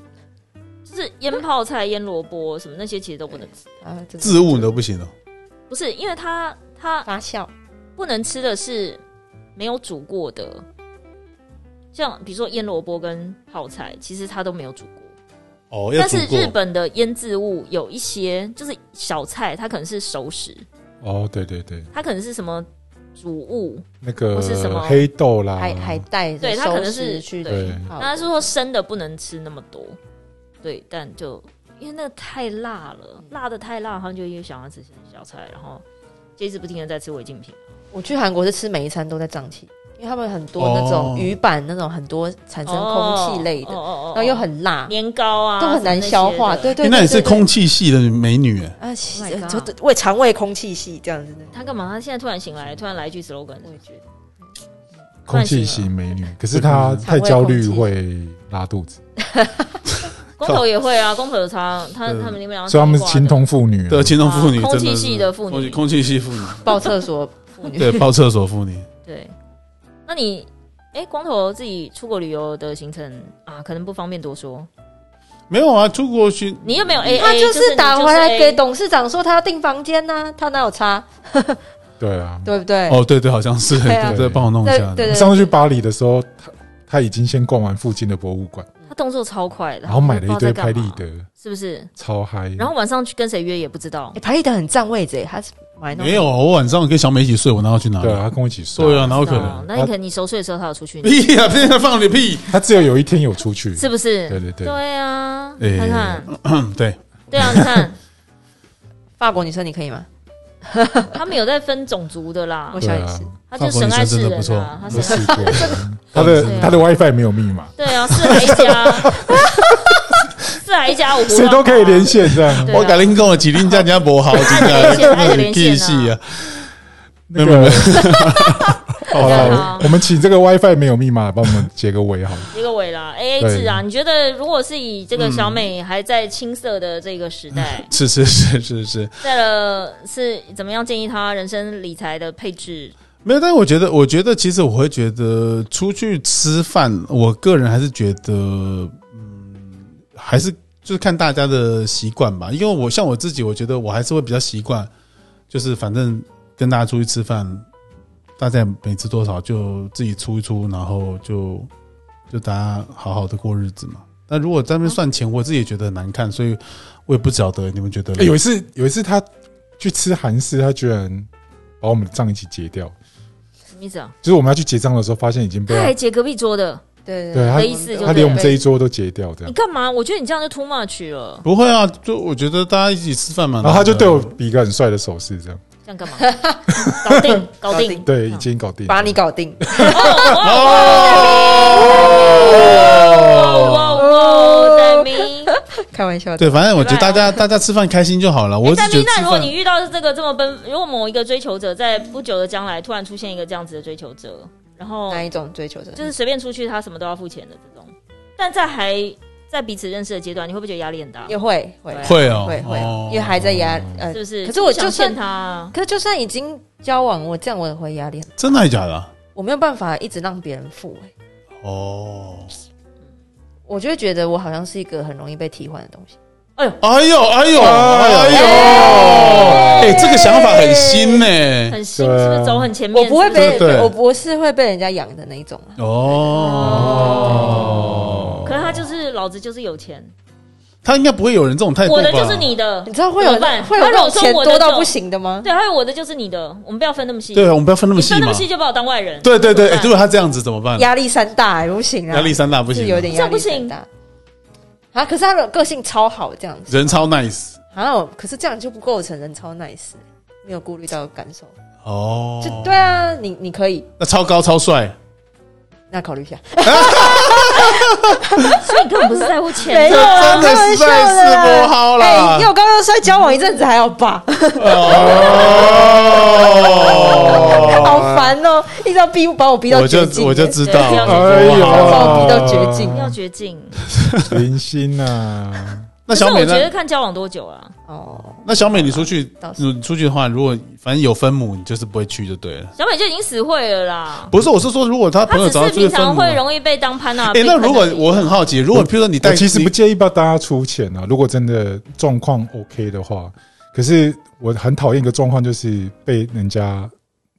Speaker 2: 就是腌泡菜、腌萝卜什么那些，其实都不能吃。
Speaker 3: 啊，真的
Speaker 4: 植物你都不行哦，
Speaker 2: 不是，因为它它
Speaker 3: 发酵
Speaker 2: 不能吃的是没有煮过的，像比如说腌萝卜跟泡菜，其实它都没有煮过。
Speaker 4: 哦，要
Speaker 2: 但
Speaker 4: 煮
Speaker 2: 是
Speaker 4: 过
Speaker 2: 日本的腌制物有一些就是小菜，它可能是熟食，
Speaker 1: 哦，对对对，
Speaker 2: 它可能是什么煮物，
Speaker 1: 那个
Speaker 2: 或是什么
Speaker 1: 黑豆啦，
Speaker 3: 海海带，
Speaker 2: 对它可能是
Speaker 3: 去
Speaker 1: 对
Speaker 3: 泡
Speaker 2: 那是说生的不能吃那么多，对，但就因为那个太辣
Speaker 3: 嗯
Speaker 2: 了，辣的太辣，好像就又想要吃小菜，然后就一直不停的在吃违禁品。
Speaker 3: 我去韩国是吃每一餐都在胀气，因为他们很多那种
Speaker 4: 哦
Speaker 3: 鱼板那种很多产生空气类的，
Speaker 2: 哦哦哦哦
Speaker 3: 然后又很辣，
Speaker 2: 年糕啊，
Speaker 3: 都很难消化。
Speaker 2: 什么那些的
Speaker 3: 对对对，
Speaker 4: 诶那也是
Speaker 3: 对对
Speaker 4: 空气系的美女哎，
Speaker 3: 啊，其
Speaker 2: Oh my god
Speaker 3: 就就胃肠胃空气系这样子的。
Speaker 2: 他干嘛？他现在突然醒来，突然来一句 slogan，
Speaker 3: 我也觉得
Speaker 1: 空气型美女，可是她
Speaker 2: 嗯
Speaker 1: 太焦虑会拉肚子，
Speaker 2: 光头也会啊，光头有差，他
Speaker 4: 对
Speaker 2: 他们那边两个
Speaker 1: 所以他们
Speaker 2: 挂
Speaker 1: 是
Speaker 2: 啊的
Speaker 1: 情同父女啊。
Speaker 4: 对，青铜妇女，
Speaker 2: 空
Speaker 4: 真的
Speaker 2: 气系
Speaker 4: 是
Speaker 2: 的妇女
Speaker 4: 空气空气系妇 女，
Speaker 3: 抱厕所妇女，
Speaker 4: 对，抱厕所妇女，
Speaker 2: 对。那你哎，光头自己出国旅游的行程啊，可能不方便多说。
Speaker 4: 没有啊，出国去
Speaker 2: 你又没有 A，
Speaker 3: 他就
Speaker 2: 哎就是你
Speaker 3: 打回来给
Speaker 2: A
Speaker 3: 董事长说他要订房间呐，他哪有差，
Speaker 1: 对啊，
Speaker 3: 对不对？
Speaker 4: 哦，对对，好像是，
Speaker 3: 对啊
Speaker 4: 对，帮我弄一
Speaker 3: 对
Speaker 4: 下，
Speaker 3: 对对
Speaker 1: 上次去巴黎的时候，她她已经先逛完附近的博物馆，
Speaker 2: 他动作超快的，
Speaker 1: 然后买了一
Speaker 2: 不知道
Speaker 1: 堆
Speaker 2: 在干
Speaker 1: 拍
Speaker 2: 嘛
Speaker 1: 立得，嗯
Speaker 2: 是不是？
Speaker 1: 超嗨。
Speaker 2: 然后晚上去跟谁约也不知道
Speaker 3: 哎诶，排立得很占位置，诶他是买那种
Speaker 4: 没有，我晚上跟小美一起睡，我哪有去哪里
Speaker 1: 对？啊，她跟我一起睡，
Speaker 4: 对啊，哪有
Speaker 2: 不
Speaker 4: 可能？
Speaker 2: 那你可能你熟睡的时候他有出去，
Speaker 4: 屁呀，天天放你屁！
Speaker 1: 她只有有一天有出去，
Speaker 2: 是不是？
Speaker 1: 对对对
Speaker 2: 对啊，
Speaker 4: 哎
Speaker 2: 看看，
Speaker 4: 嗯，对，
Speaker 2: 对啊，你看
Speaker 3: 法国女生，你可以吗？
Speaker 2: 他们有在分种族的啦
Speaker 3: 我，
Speaker 1: 对
Speaker 3: 想
Speaker 1: 啊
Speaker 3: 也是，
Speaker 2: 他就神爱世人啊，他
Speaker 1: 都
Speaker 2: 是
Speaker 1: 试过。她的她的 WiFi 没有密码，
Speaker 2: 对啊，四海一家，四海一家，我
Speaker 1: 谁都可以连线这样。
Speaker 2: 对啊
Speaker 4: 我改天跟我指定家家不好，真
Speaker 2: 连线爱的
Speaker 4: 的
Speaker 2: 连线啊
Speaker 4: 气系啊，
Speaker 1: 那
Speaker 4: 没有没有没
Speaker 1: 个
Speaker 4: 有，
Speaker 1: 好
Speaker 2: 这样啊
Speaker 1: 了，我们请这个 WiFi 没有密码帮我们结个尾好了。
Speaker 2: 一个尾啦，A A 制啊。你觉得如果是以这个小美还在青涩的这个时代，
Speaker 4: 是是是是是，
Speaker 2: 再了是怎么样建议她人生理财的配置？
Speaker 4: 没有，但我觉得，我觉得其实我会觉得出去吃饭，我个人还是觉得，嗯，还是就是看大家的习惯吧。因为我像我自己，我觉得我还是会比较习惯，就是反正跟大家出去吃饭，大家也没吃多少就自己出一出，然后就就大家好好的过日子嘛。那如果在那边算钱，我自己也觉得很难看，所以我也不晓得你们觉得嘞、
Speaker 1: 欸有一次，有一次他去吃韩式，他居然把我们的账一起结掉。
Speaker 2: 什么意思啊？
Speaker 1: 就是我们要去结账的时候，发现已经被
Speaker 2: 她还
Speaker 1: 他
Speaker 2: 解隔壁桌的，
Speaker 3: 对
Speaker 1: 对他
Speaker 2: 的意思就对
Speaker 1: 他连我们这一桌都结掉，这
Speaker 2: 你
Speaker 1: 样。
Speaker 2: 干嘛？我觉得你这样就 too much 了，
Speaker 4: 不会啊，就我觉得大家一起吃饭嘛。
Speaker 1: 然后他就对我比一个很帅的手势，这样。
Speaker 2: 这样干嘛？搞定，搞定，
Speaker 1: 对，已经搞定了。
Speaker 3: 把你搞定，
Speaker 2: 哇
Speaker 1: 哦
Speaker 2: 哇哇！戴明，
Speaker 3: 开玩笑的。
Speaker 4: 对，反正我觉得大家大家吃饭开心就好了。我只
Speaker 2: 戴
Speaker 4: 觉
Speaker 2: 明
Speaker 4: 得，
Speaker 2: 哎那
Speaker 4: 吃
Speaker 2: 如果
Speaker 4: 饭
Speaker 2: 你遇到这个这么奔，如果某一个追求者在不久的将来突然出现一个这样子的追求者，然后
Speaker 3: 哪一种追求者？
Speaker 2: 就是随便出去他什么都要付钱的这种，但在还在彼此认识的阶段，你会不会觉得压力很大？
Speaker 3: 也会会
Speaker 2: 对
Speaker 4: 会哦，
Speaker 3: 会会
Speaker 4: 哦，
Speaker 3: 因为还在压呃
Speaker 2: 啊是，不是？
Speaker 3: 可是我就
Speaker 2: 不想
Speaker 3: 算
Speaker 2: 骗他啊，
Speaker 3: 可是就算已经交往，我这样我也会压力很，
Speaker 4: 真的还假的啊？
Speaker 3: 我没有办法一直让别人付、欸，
Speaker 4: 哦，
Speaker 3: 我就会觉得我好像是一个很容易被替换的东西。
Speaker 4: 哎呦哎呦哎呦，哎，这个想法很新呢。
Speaker 2: 很新，是不
Speaker 4: 啊
Speaker 2: 是走很前面？
Speaker 3: 我不会
Speaker 2: 是是
Speaker 3: 被，
Speaker 4: 对对
Speaker 3: 我不是会被人家养的那一种啊。
Speaker 4: 哦，
Speaker 2: 可是他就是老子就是有钱，
Speaker 4: 他应该不会有人这种态度吧？
Speaker 2: 我的就是你的
Speaker 3: 你，知道会有
Speaker 2: 怎么办
Speaker 3: 会有
Speaker 2: 他如
Speaker 3: 那种
Speaker 2: 果
Speaker 3: 钱
Speaker 2: 说我的
Speaker 3: 多
Speaker 2: 这
Speaker 3: 到
Speaker 2: 种嗯
Speaker 3: 不行的吗？
Speaker 2: 对，还有我的就是你的，我们不要分那么细。
Speaker 4: 对，我们不要分那么
Speaker 2: 你
Speaker 4: 细
Speaker 2: 分那
Speaker 4: 嘛
Speaker 2: 么。细就把我当外人。
Speaker 4: 对对对，
Speaker 2: 怎
Speaker 4: 哎
Speaker 2: 么办
Speaker 4: 如果他这样子怎么办？
Speaker 3: 压力山大、欸，不行啊，
Speaker 4: 压力山大不
Speaker 3: 是
Speaker 4: 行，
Speaker 3: 有点压力山大。啊，可是他的个性超好，这样子
Speaker 4: 人超 nice
Speaker 3: 啊，可是这样就不构成人超 nice，没有顾虑到感受。
Speaker 4: 哦
Speaker 3: 就，对啊，你你可以，
Speaker 4: 那超高超帅，
Speaker 3: 那考虑 一下。
Speaker 2: 所以你根本不是在乎钱，
Speaker 3: 没有啊，
Speaker 4: 真的
Speaker 3: 开玩
Speaker 4: 实
Speaker 3: 笑
Speaker 4: 在
Speaker 3: 的
Speaker 4: 是不
Speaker 3: 啦。
Speaker 4: 好
Speaker 3: 哎，
Speaker 4: 啦。
Speaker 3: 又高又帅，交往一阵子还要吧， 好
Speaker 4: 哦，
Speaker 3: 烦哦！一直要逼把我逼到
Speaker 4: 我
Speaker 3: 绝
Speaker 4: 就
Speaker 3: 境，
Speaker 4: 我就知道，
Speaker 2: 对
Speaker 1: 哎呦，
Speaker 3: 把我逼到绝境
Speaker 2: 不要绝境。
Speaker 1: 零 星啊，
Speaker 4: 那小
Speaker 2: 可
Speaker 4: 美
Speaker 2: 是我觉得
Speaker 4: 呢？
Speaker 2: 看交往多久啊？
Speaker 3: 哦，
Speaker 4: 那小美，你出去
Speaker 3: 倒，是
Speaker 4: 你出去的话，如果反正有分母，你就是不会去就对了。
Speaker 2: 小美就已经死会了啦。
Speaker 4: 不是，我是说，如果他
Speaker 2: 她
Speaker 4: 朋友
Speaker 2: 只
Speaker 4: 找他
Speaker 2: 是
Speaker 4: 出去
Speaker 2: 平
Speaker 4: 分
Speaker 2: 常
Speaker 4: 母，
Speaker 2: 会
Speaker 4: 哎，
Speaker 2: 容易被当潘娜。被
Speaker 4: 那
Speaker 2: 喷的
Speaker 4: 如果
Speaker 2: 人
Speaker 4: 我很好奇，如果譬如说你
Speaker 1: 我
Speaker 4: 带，
Speaker 1: 哎其实
Speaker 4: 你
Speaker 1: 不介意帮大家出钱啊，如果真的状况 OK 的话。可是我很讨厌一个状况，就是被人家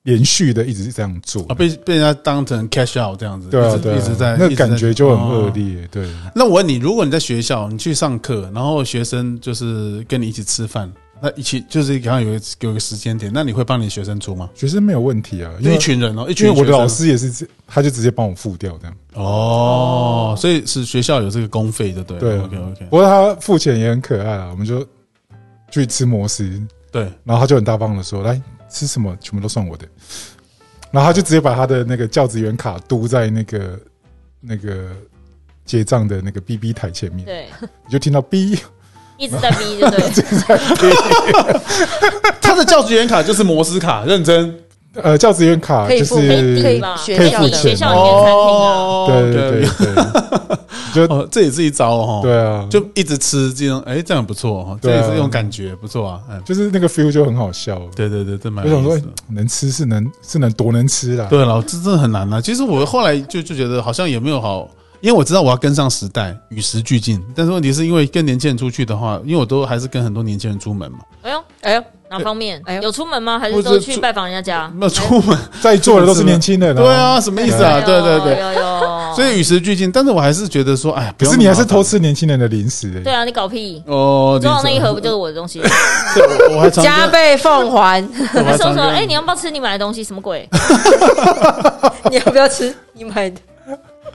Speaker 1: 连续的一直这样做
Speaker 4: 啊，被被人家当成 cash out 这样子，
Speaker 1: 对
Speaker 4: 一
Speaker 1: 啊
Speaker 4: 直
Speaker 1: 对啊，
Speaker 4: 一直在
Speaker 1: 那感觉就很恶。
Speaker 4: 一直在哦
Speaker 1: 劣。对，
Speaker 4: 那我问你，如果你在学校，你去上课，然后学生就是跟你一起吃饭，那一起就是刚刚有一个有一个时间点，那你会帮你学生出吗？
Speaker 1: 学生没有问题啊，因
Speaker 4: 就
Speaker 1: 为
Speaker 4: 一群人哦，一
Speaker 1: 因
Speaker 4: 群
Speaker 1: 为我的
Speaker 4: 学生
Speaker 1: 老师也是直，他就直接帮我付掉这样。
Speaker 4: 哦，所以是学校有这个公费的，对
Speaker 1: 对啊
Speaker 4: ，OK OK，
Speaker 1: 不过他付钱也很可爱啊，我们就去吃摩斯，
Speaker 4: 对，
Speaker 1: 然后他就很大方的说：“来吃什么，全部都算我的。”然后他就直接把他的那个教职员卡嘟在那个那个结账的那个 BB 台前面，
Speaker 2: 对，
Speaker 1: 你就听到 B
Speaker 2: 一直在逼，就对，
Speaker 4: 他的教职员卡就是摩斯卡，认真
Speaker 1: 呃教职员卡
Speaker 3: 可以
Speaker 1: 就
Speaker 3: 付 可
Speaker 1: 是
Speaker 3: 可
Speaker 1: 对
Speaker 3: 以
Speaker 2: 吧？
Speaker 3: 学
Speaker 1: 校
Speaker 2: 你
Speaker 1: 的
Speaker 2: 学校里面餐厅啊，
Speaker 4: 哦
Speaker 1: 对对对，就
Speaker 4: 哦，这也是一招哦，
Speaker 1: 对啊，就
Speaker 4: 就一直吃这种，哎，这样不错哦，这
Speaker 1: 对啊
Speaker 4: 也是一种感觉，不错啊，嗯，
Speaker 1: 就是那个 feel 就很好笑。
Speaker 4: 对对对，这蛮
Speaker 1: 我
Speaker 4: 有
Speaker 1: 想
Speaker 4: 意
Speaker 1: 说
Speaker 4: 思
Speaker 1: 哎
Speaker 4: 的。
Speaker 1: 能吃是能是能多能吃啦，
Speaker 4: 对了，这真的很难啊。其实我后来就就觉得好像也没有好，因为我知道我要跟上时代，与时俱进。但是问题是因为跟年轻人出去的话，因为我都还是跟很多年轻人出门嘛，
Speaker 2: 哎呦，
Speaker 3: 哎呦，
Speaker 2: 哪方面
Speaker 3: 哎？呦
Speaker 2: 有出门吗？还是
Speaker 4: 或者
Speaker 2: 都
Speaker 4: 出啊
Speaker 2: 去拜访人家家？
Speaker 4: 没有出门。
Speaker 1: 在座的都是年轻人，哦
Speaker 4: 对，啊，什么意思啊？对对对，
Speaker 2: 哎有有，
Speaker 4: 所以与时俱进。但是我还是觉得说，哎，不
Speaker 1: 可
Speaker 4: 要
Speaker 1: 是你还
Speaker 4: 那
Speaker 1: 是
Speaker 4: 么麻
Speaker 1: 偷
Speaker 4: 烦
Speaker 1: 吃年轻人的零食
Speaker 2: 对
Speaker 1: 欸，
Speaker 2: 啊，你搞屁！
Speaker 4: 哦，
Speaker 2: 桌上那一盒
Speaker 4: 盒
Speaker 2: 不就是我的东西？
Speaker 4: 我还常
Speaker 3: 加倍奉还，
Speaker 4: 我
Speaker 2: 他
Speaker 4: 还
Speaker 2: 说
Speaker 4: 常
Speaker 2: 说，
Speaker 4: 跟
Speaker 2: 哎，你要不要吃你买的东西？什么 鬼？
Speaker 3: 你要不要吃？你买的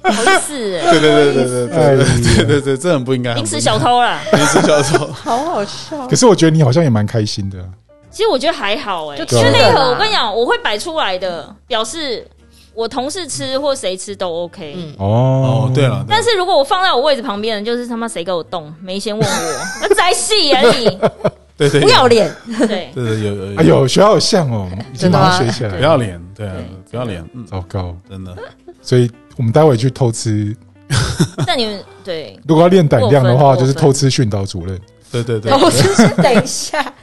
Speaker 2: 好意思欸，
Speaker 4: 对对对对对
Speaker 1: 哎
Speaker 4: 对对对对对，这很不应该。
Speaker 2: 零食
Speaker 4: 很不应
Speaker 2: 小偷啊啦。
Speaker 4: 该，临时小偷。
Speaker 3: 好好笑
Speaker 1: 可，是我觉得你好像也蛮开心的啊，
Speaker 2: 其实我觉得还好哎、
Speaker 3: 就
Speaker 2: 因
Speaker 1: 吃
Speaker 2: 为
Speaker 1: 的
Speaker 2: 那一盒
Speaker 3: 啦
Speaker 2: 我跟你讲，我会摆出来的，表示我同事吃或谁吃都 OK。
Speaker 3: 嗯
Speaker 1: 哦
Speaker 4: 哦，对了，
Speaker 2: 但是如果我放在我位置旁边的，就是他妈谁给我动，没先问 我，那在戏而已。
Speaker 4: 对对
Speaker 3: 不要脸，
Speaker 2: 对，
Speaker 4: 对对有有有
Speaker 1: 哎呦，学校好像哦，已经
Speaker 3: 真的
Speaker 1: 把它
Speaker 3: 吗
Speaker 1: 学起
Speaker 4: 不
Speaker 1: 来，
Speaker 4: 要脸，对啊不要脸，嗯，
Speaker 1: 糟糕，
Speaker 4: 真的。
Speaker 1: 所以我们待会去偷吃。
Speaker 2: 那你们对
Speaker 1: 如果要练胆量的
Speaker 2: 过
Speaker 1: 话，
Speaker 2: 分
Speaker 1: 就是
Speaker 2: 过分
Speaker 1: 偷吃训导主任。
Speaker 4: 对对对
Speaker 3: 然，后我哦就是等一 下，
Speaker 2: 哎、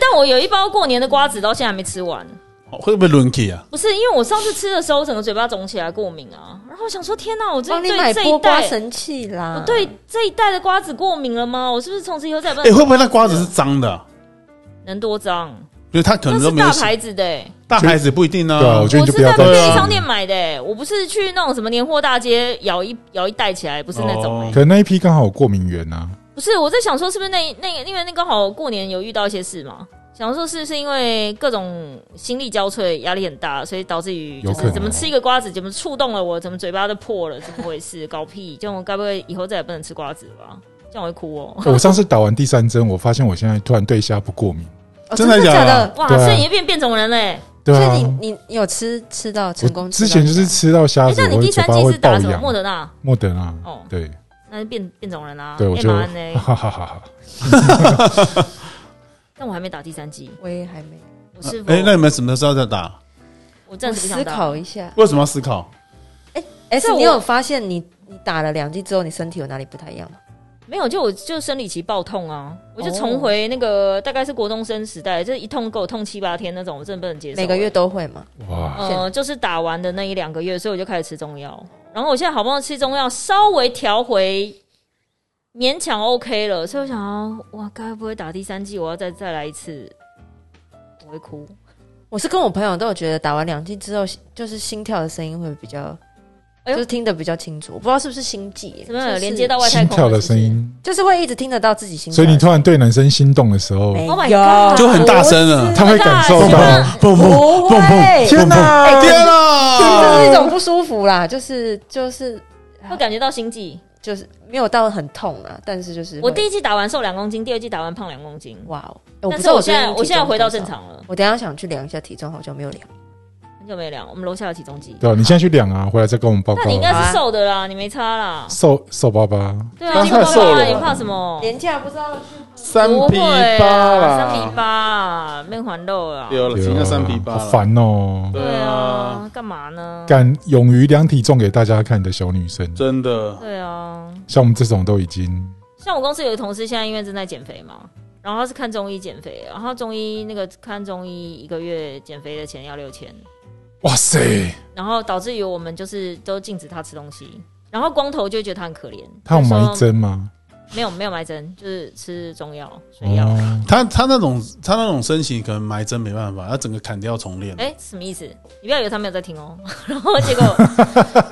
Speaker 2: 但我有一包过年的瓜子，到现在还没吃完。
Speaker 4: 会不会轮 key 啊？
Speaker 2: 不是，因为我上次吃的时候，整个嘴巴肿起来，过敏啊。然后我想说，天哪，我这
Speaker 3: 帮你
Speaker 2: 对
Speaker 3: 买
Speaker 2: 这一
Speaker 3: 剥瓜
Speaker 2: 代，
Speaker 3: 神啊器
Speaker 2: 我
Speaker 3: 啦，
Speaker 2: 对这一代的瓜子过敏了吗？我是不是从此以后再也不
Speaker 4: 哎，
Speaker 2: 能
Speaker 4: 会不会那瓜子是脏的啊？
Speaker 2: 能多脏？
Speaker 4: 就是他可
Speaker 2: 那
Speaker 4: 能都
Speaker 2: 是
Speaker 4: 没有
Speaker 2: 大
Speaker 4: 洗
Speaker 2: 牌子的、欸。
Speaker 4: 大牌子不一定
Speaker 1: 对啊，
Speaker 4: 呢
Speaker 1: 我。觉得
Speaker 2: 我
Speaker 1: 你
Speaker 2: 是
Speaker 1: 就不要
Speaker 2: 在
Speaker 1: 再
Speaker 2: 便利
Speaker 1: 吃
Speaker 2: 商
Speaker 1: 了。
Speaker 2: 店买的、欸，我不是去那种什么年货大街摇一摇一袋起来，不是那种、欸。
Speaker 1: 可能那一批刚好有过敏源 啊，
Speaker 2: 不是，我在想说，是不是那那因为那刚好过年有遇到一些事嘛，想说是不是因为各种心力交瘁，压力很大，所以导致于
Speaker 1: 有
Speaker 2: 就
Speaker 1: 可
Speaker 2: 是
Speaker 1: 能
Speaker 2: 怎么吃一个瓜子，怎么触动了我，怎么嘴巴都破了，怎么回事？搞屁！这样我该不会以后再也不能吃瓜子了吧？这样我会哭哦、
Speaker 1: 我上次打完第三针，我发现我现在突然对虾不过敏。
Speaker 3: 哦
Speaker 4: 真
Speaker 3: 真
Speaker 4: 的
Speaker 3: 的假
Speaker 4: 假的
Speaker 3: 的？
Speaker 2: 哇，
Speaker 1: 对啊
Speaker 2: 所以你也变变种人嘞、
Speaker 1: 对
Speaker 3: 所
Speaker 1: 啊
Speaker 3: 以，你你有吃吃到成
Speaker 1: 我
Speaker 3: 功？
Speaker 1: 之前就是吃到虾
Speaker 2: 哎、
Speaker 1: 子，
Speaker 2: 那你
Speaker 1: 我
Speaker 2: 第
Speaker 1: 的嘴
Speaker 2: 三
Speaker 1: 巴
Speaker 2: 季
Speaker 1: 会
Speaker 2: 是
Speaker 1: 爆
Speaker 2: 打什么
Speaker 1: 痒
Speaker 2: 莫。德纳？
Speaker 1: 莫德纳
Speaker 2: 哦，
Speaker 1: 对
Speaker 2: 那是变变种人啦、
Speaker 1: 对，我就
Speaker 2: m
Speaker 1: 哈哈哈哈哈。
Speaker 2: 但我还没打第三季，
Speaker 3: 我也还没，
Speaker 2: 我是否
Speaker 4: 哎，那你们什么时候再打？
Speaker 2: 我
Speaker 3: 我
Speaker 2: 暂时不
Speaker 3: 思
Speaker 2: 想打。
Speaker 3: 考一下。
Speaker 4: 为什么要思考？
Speaker 3: S，
Speaker 2: 我
Speaker 3: 你有发现你你打了两剂之后，你身体有哪里不太一样吗？
Speaker 2: 没有，就我就生理期爆痛啊，我就
Speaker 3: 哦
Speaker 2: 重回那个大概是国中生时代，就是一痛给我痛七八天那种，我真的不能接受。欸
Speaker 3: 每个月，都会吗？
Speaker 1: 哇，
Speaker 2: 呃，就是打完的那一两个月，所以我就开始吃中药。然后我现在好不容易吃中药，稍微调回勉强 OK 了，所以我想要，哇，该不会打第三剂，我要再再来一次，我会哭。
Speaker 3: 我是跟我朋友都有觉得打完两剂之后，就是心跳的声音会比较，
Speaker 2: 哎呦
Speaker 3: 就是听得比较清楚。我不知道是不是心悸，
Speaker 2: 怎么
Speaker 3: 就
Speaker 2: 有
Speaker 3: 是
Speaker 2: 连接到外太
Speaker 1: 心
Speaker 2: 空
Speaker 1: 跳的
Speaker 2: 是不
Speaker 1: 声
Speaker 2: 是？
Speaker 1: 音。
Speaker 3: 就是会一直听得到自己心跳
Speaker 1: 所以
Speaker 3: 的声
Speaker 1: 你
Speaker 3: 音。
Speaker 1: 突然对男生心动的时候，
Speaker 3: 没
Speaker 2: Oh my
Speaker 3: 有
Speaker 2: God
Speaker 4: 就很大声了
Speaker 1: 他会感受
Speaker 2: 真的
Speaker 1: 到。
Speaker 4: 蹦
Speaker 3: 不会，
Speaker 1: 天哪！
Speaker 4: 天
Speaker 3: 这是一
Speaker 4: 啊！
Speaker 3: 种
Speaker 2: 哦
Speaker 3: 不舒服啦，就是就是
Speaker 2: 会感觉到心悸。
Speaker 3: 就是没有到很痛啦，但是就是会
Speaker 2: 我第一季打完瘦两公斤，第二季打完胖两公斤，
Speaker 3: 哇哦，哎我不
Speaker 2: 但
Speaker 3: 知
Speaker 2: 是
Speaker 3: 道
Speaker 2: 我
Speaker 3: 最
Speaker 2: 现
Speaker 3: 近
Speaker 2: 在我现在
Speaker 3: 体重
Speaker 2: 回到
Speaker 3: 多少
Speaker 2: 正。常了，
Speaker 3: 我等一下想去量一下体重，好久没有量。
Speaker 2: 很久没量。我们楼下有体重机，
Speaker 1: 对啊，你现在去量啊，回来再跟我们报告
Speaker 2: 那。你应该是瘦的啦，你没差啦。
Speaker 1: 瘦瘦巴巴，
Speaker 2: 对啊，你
Speaker 4: 太瘦了吧
Speaker 2: 你怕什么？
Speaker 3: 廉啊价不知道去
Speaker 4: 三
Speaker 2: 不
Speaker 4: 比
Speaker 2: 会
Speaker 4: 八
Speaker 2: 啊，
Speaker 4: 啦，
Speaker 2: 三比八啊，面环肉啊。
Speaker 4: 有了，听到三比八
Speaker 1: 好
Speaker 4: 了，
Speaker 1: 烦哦！
Speaker 4: 对
Speaker 2: 对
Speaker 4: 啊，
Speaker 2: 啊，干嘛呢？
Speaker 1: 敢勇于量体重给大家看的小女生，
Speaker 4: 真的，
Speaker 2: 对啊，
Speaker 1: 像我们这种都已经
Speaker 2: 像我公司有个同事，现在因为正在减肥嘛，然后他是看中医减肥，然后中医那个看中医一个月减肥的钱要六千，
Speaker 1: 哇塞，
Speaker 2: 然后导致于我们就是都禁止他吃东西，然后光头就会觉得他很可怜。
Speaker 1: 她有
Speaker 2: 就
Speaker 1: 埋
Speaker 2: 说
Speaker 1: 针吗？
Speaker 2: 没有没有埋针，就是吃中药水药。
Speaker 1: 哦，
Speaker 4: 他他那种他那种身形可能埋针没办法，他整个砍掉重练。
Speaker 2: 哎、什么意思？你不要以为他没有在听哦。 然后结 果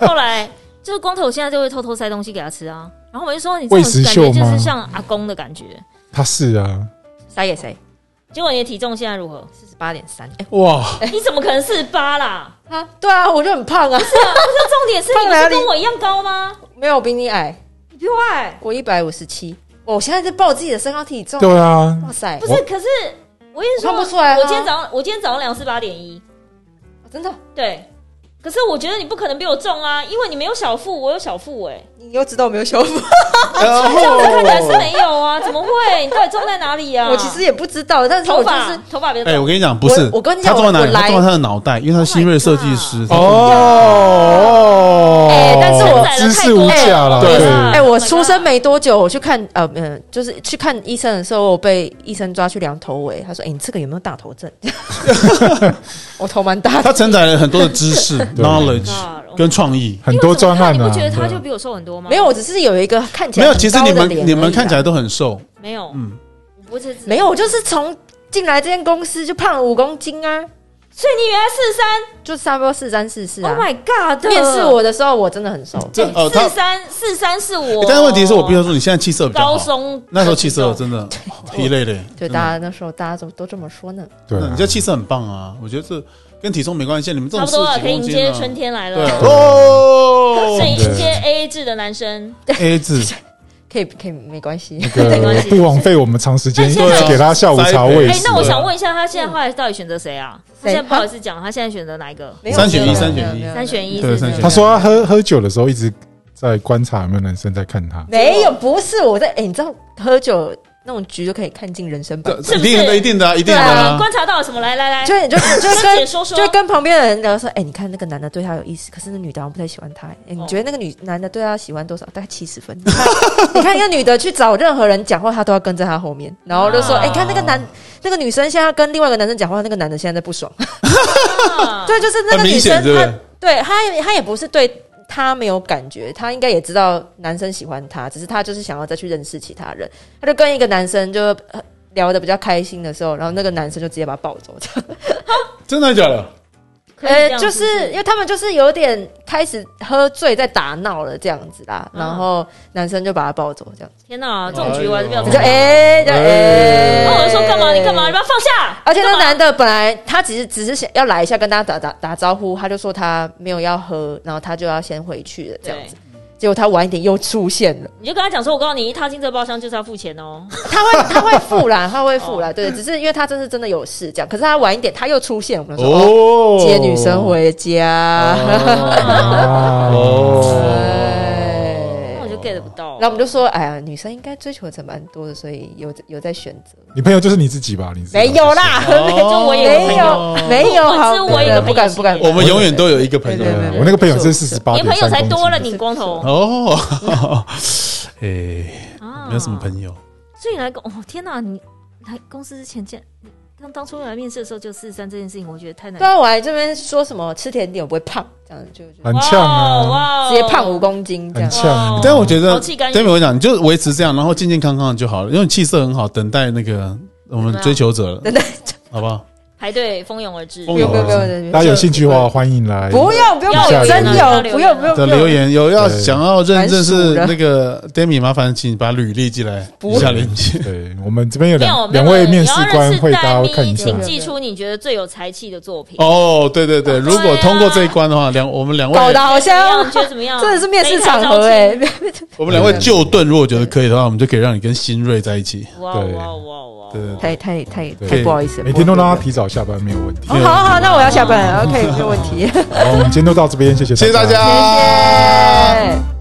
Speaker 2: 后来就是光头，现在就会偷偷塞东西给他吃啊。然后我就说你这
Speaker 1: 喂
Speaker 2: 种
Speaker 1: 食
Speaker 2: 感
Speaker 1: 秀
Speaker 2: 觉就
Speaker 1: 吗
Speaker 2: 是像阿公的感觉。
Speaker 1: 她是啊，
Speaker 3: 塞也塞，
Speaker 2: 结果你的体重现在如何？
Speaker 3: 四十八点三。哎
Speaker 4: 哇，
Speaker 2: 你怎么可能四十八啦？
Speaker 3: 啊，对啊，我就很胖啊，
Speaker 2: 重点是
Speaker 3: 放
Speaker 2: 你不是
Speaker 3: 哪里
Speaker 2: 跟我一样高吗？
Speaker 3: 没有我比你矮，
Speaker 2: 你比我矮，
Speaker 3: 我一百五十七。哦我现在在报自己的身高体
Speaker 2: 哎
Speaker 3: 重，
Speaker 1: 对啊，
Speaker 3: 哇塞
Speaker 2: 不，是？可是我跟你说，
Speaker 3: 我看不出来啊
Speaker 2: 我今天早上我今天早上量是八点一，
Speaker 3: 真的，
Speaker 2: 对，可是我觉得你不可能比我重啊，因为你没有小腹，我有小腹哎、
Speaker 3: 你又知道我没有小腹，
Speaker 4: 然
Speaker 2: 这样子看起来
Speaker 4: 后
Speaker 2: 是没有 啊，怎么会？你到底重在哪里啊？
Speaker 3: 我其实也不知道，但是我
Speaker 2: 头
Speaker 3: 就
Speaker 2: 发
Speaker 3: 是，
Speaker 2: 头发比较重。
Speaker 4: 哎，我跟你讲，不是，
Speaker 3: 我我跟你讲
Speaker 4: 他中在哪
Speaker 3: 我
Speaker 4: 里？
Speaker 3: 来
Speaker 4: 他中在他的脑袋，因为他是新锐设计师。他
Speaker 1: Oh 哦，
Speaker 3: 哎但是我
Speaker 1: 知识无价啦，
Speaker 4: 哎对
Speaker 2: 啊
Speaker 3: 哎、我
Speaker 2: Oh my
Speaker 3: 出生
Speaker 2: God
Speaker 3: 没多久，我去看呃嗯，就是去看医生的时候，我被医生抓去量头围，他说：“哎、你这个有没有大头症？” 我头蛮大的，
Speaker 4: 他承载了很多的知识 knowledge
Speaker 2: 啊我
Speaker 4: 跟创意。
Speaker 1: 很多专案
Speaker 2: 你
Speaker 1: 啊
Speaker 2: 不觉得他
Speaker 1: 对
Speaker 2: 就比我瘦很多吗？
Speaker 3: 没有，我只是有一个看起
Speaker 4: 没
Speaker 3: 来
Speaker 4: 有，其实你
Speaker 3: 很高的脸而已啊
Speaker 4: 们
Speaker 3: 啦
Speaker 4: 你们看起来都很瘦，
Speaker 2: 没有，
Speaker 4: 嗯
Speaker 2: 我只是
Speaker 3: 没有，，我就是从进来这间公司就胖了五公斤啊，
Speaker 2: 所以你原来四三
Speaker 3: 就差不多四三四四啊。
Speaker 2: ，Oh my God！
Speaker 3: 面试我的时候，我真的很瘦，
Speaker 4: 这呃他
Speaker 2: 四。三四三是我，
Speaker 4: 但是问题是我必须说，你现在气色比较
Speaker 2: 哦高
Speaker 4: 好。
Speaker 2: 松，
Speaker 4: 那时候气色真的疲累嘞。
Speaker 3: 对
Speaker 4: 真的
Speaker 3: 大家那时候大家都都这么说呢。
Speaker 1: 对啊
Speaker 4: 你这气色很棒啊！我觉得这跟体重没关系，你们这
Speaker 2: 差
Speaker 4: 种
Speaker 2: 不
Speaker 4: 四
Speaker 2: 多了，
Speaker 4: 十
Speaker 2: 可以迎
Speaker 4: 几公
Speaker 2: 接
Speaker 4: 斤
Speaker 2: 春
Speaker 4: 啊，
Speaker 2: 天来
Speaker 4: 对
Speaker 3: 哦
Speaker 2: 了。所以
Speaker 4: 哦
Speaker 2: 迎接 A A 制的男生，
Speaker 4: ，A 字
Speaker 3: 可以可以，没关系。
Speaker 4: 嗯
Speaker 2: 没关
Speaker 1: 那
Speaker 2: 系
Speaker 1: 个不枉费我们长时间
Speaker 2: 但
Speaker 1: 一
Speaker 2: 现在
Speaker 1: 直给他下午茶喂
Speaker 4: 对啊
Speaker 2: 哎
Speaker 1: 食，，
Speaker 2: 那我想问一下，他现在后来到底选择谁啊？他
Speaker 3: 谁
Speaker 2: 现在不好意思讲，他现在选择哪一个？
Speaker 3: 没有
Speaker 4: 三选一
Speaker 3: 没有
Speaker 4: 三
Speaker 3: 没有
Speaker 4: 选一
Speaker 3: 没有
Speaker 2: 三选一
Speaker 4: 对
Speaker 2: 是
Speaker 4: 啊
Speaker 2: 不
Speaker 4: 三
Speaker 2: 是
Speaker 4: 选一
Speaker 1: 他说他喝喝酒的时候一直在观察有没有男生在看他，
Speaker 3: 没有，不是我在哎、你知道喝酒那种局就可以看尽人生百态，
Speaker 2: 是
Speaker 4: 一
Speaker 2: 不是
Speaker 4: 定的，一定的啊，一定的
Speaker 2: 啊，
Speaker 4: 啊
Speaker 2: 观。察到了什么？来来来，
Speaker 3: 就你就 就
Speaker 2: 说姐
Speaker 3: 跟
Speaker 2: 说说
Speaker 3: 就跟旁边的人聊说，哎、你看那个男的对他有意思，可是那女的好像不太喜欢他、哎哎你
Speaker 2: 哦
Speaker 3: 觉得那个女男的对他喜欢多少？大概七十分。你 看你看一个女的去找任何人讲话，她都要跟在他后面，然后就说，
Speaker 2: 啊
Speaker 3: 哎、你看那个男那个女生现在要跟另外一个男生讲话，那个男的现在在不 爽。
Speaker 2: 啊
Speaker 3: 对，就是那个
Speaker 4: 很
Speaker 3: 女
Speaker 4: 明
Speaker 3: 生
Speaker 4: 显对不
Speaker 3: 她
Speaker 4: 对
Speaker 3: 对她也她也不是对他没有感觉，她应该也知道男生喜欢她，只是她就是想要再去认识其他人。她就跟一个男生就呃聊得比较开心的时候，然后那个男生就直接把她抱走。这样
Speaker 4: 真的假的？
Speaker 2: 可以这样
Speaker 3: 呃就
Speaker 2: 不
Speaker 3: 是因为他们就是有点开始喝醉在打闹了这样子啦，
Speaker 2: 嗯
Speaker 3: 然后男生就把她抱走这样子。
Speaker 2: 天哪，这种局我还是不要
Speaker 4: 哎
Speaker 3: 你
Speaker 4: 呦
Speaker 2: 参
Speaker 3: 就
Speaker 2: 加。
Speaker 3: 哎，就
Speaker 2: 哦
Speaker 3: 哎，
Speaker 2: 那我就说干嘛？你干嘛？你把它放下！
Speaker 3: 而且那
Speaker 2: 干嘛
Speaker 3: 男的本来他只是只是想要来一下跟大家打打打招呼，他就说他没有要喝，然后他就要先回去了这样子。结果他晚一点又出现 了，
Speaker 2: 你就跟他讲说，我告诉你，一踏进这个包厢就是要付钱哦。
Speaker 3: 他会他会付啦，他会付啦，对，只是因为他真是真的有事这样，可是他晚一点他又出现，我们就说、哦、
Speaker 4: 哦，
Speaker 3: 接女生回
Speaker 2: 哦
Speaker 3: 家，
Speaker 1: 哦
Speaker 4: 哦，
Speaker 2: 那我就 get 不到
Speaker 3: 然后。我们就说，哎呀，女生应该追求的者蛮多的，所以有有在选择，
Speaker 1: 你朋友就是你自己吧？你自己
Speaker 3: 没有啦，
Speaker 2: 就我也
Speaker 3: 没有没有，好，
Speaker 2: 我只我一个
Speaker 3: 不敢不敢，
Speaker 4: 我们永远都有一个朋
Speaker 3: 对对
Speaker 4: 友
Speaker 3: 对。
Speaker 1: 我那个朋友是四十八，
Speaker 2: 你的朋友才多了，你光头
Speaker 4: 哦， 哎，
Speaker 2: 啊
Speaker 4: 没有什么朋友，
Speaker 2: 所以你来公，哦天哪，你来公司之前见，你刚当初来面试的时候就四十三这件事情，我觉得太难
Speaker 3: 对。啊，我还这边说什么吃甜点我不会胖，这样就就
Speaker 1: 很呛
Speaker 2: 哇
Speaker 1: 啊，
Speaker 2: 哇哦
Speaker 3: 直接 胖五公斤这样
Speaker 1: 很。呛啊
Speaker 2: 哦。
Speaker 4: 但我觉得
Speaker 2: 豪气干，
Speaker 4: 对我讲，你就维持这样，然后健健康康的就好了，因为你气色很好，等待那个我们追求者了，
Speaker 3: 等等，
Speaker 4: 好不好？
Speaker 2: 排队蜂拥而至。
Speaker 1: 啊
Speaker 4: 蜂
Speaker 3: 不
Speaker 4: 拥
Speaker 3: 用不用不用，
Speaker 1: 大家有兴趣的话，欢迎来。
Speaker 3: 不用不用，
Speaker 1: 要
Speaker 3: 真
Speaker 1: 留言
Speaker 2: 啊
Speaker 3: 有
Speaker 2: 哦要留言
Speaker 3: 不用不用
Speaker 4: 的留，言有要
Speaker 1: 对
Speaker 4: 想要认认
Speaker 3: 烦死
Speaker 4: 识
Speaker 3: 了
Speaker 4: 那个 Demi，麻烦请把履历寄来，
Speaker 3: 不
Speaker 4: 以下链接。
Speaker 1: 对我们这边有
Speaker 2: 没有
Speaker 1: 两
Speaker 2: 没有
Speaker 1: 两位面试
Speaker 2: 你要认
Speaker 1: 官
Speaker 2: 识
Speaker 1: 会，大家会
Speaker 2: 戴
Speaker 1: 看一
Speaker 2: 咪
Speaker 1: 下
Speaker 2: 请。寄出你觉得最有才气的作品。
Speaker 4: 哦，对对对，如
Speaker 2: 对
Speaker 4: 果
Speaker 2: 啊
Speaker 4: 通过这一关的话，两我们两
Speaker 3: 不用搞
Speaker 4: 位
Speaker 3: 得好
Speaker 2: 怎么样
Speaker 3: 像
Speaker 2: 你觉得怎么 样？
Speaker 3: 真的是面试
Speaker 2: 非常
Speaker 3: 场合
Speaker 2: 招
Speaker 3: 哎
Speaker 2: 亲。
Speaker 4: 我们两位就盾，如果觉得可以的话，我们就可以让你跟新锐在一起。
Speaker 2: 哇
Speaker 1: 对
Speaker 2: 哇哇哇！
Speaker 4: 对对对
Speaker 3: 太太太
Speaker 1: 对
Speaker 3: 太不好意思了，
Speaker 1: 每天都让他
Speaker 3: 皮。
Speaker 1: 提早下班没有问题。
Speaker 3: 哦好好好，那我要下班了，OK，没有问题，谢
Speaker 1: 好，我们今天都到这边，谢谢
Speaker 4: 谢谢大
Speaker 1: 家。
Speaker 4: 家。
Speaker 3: 谢。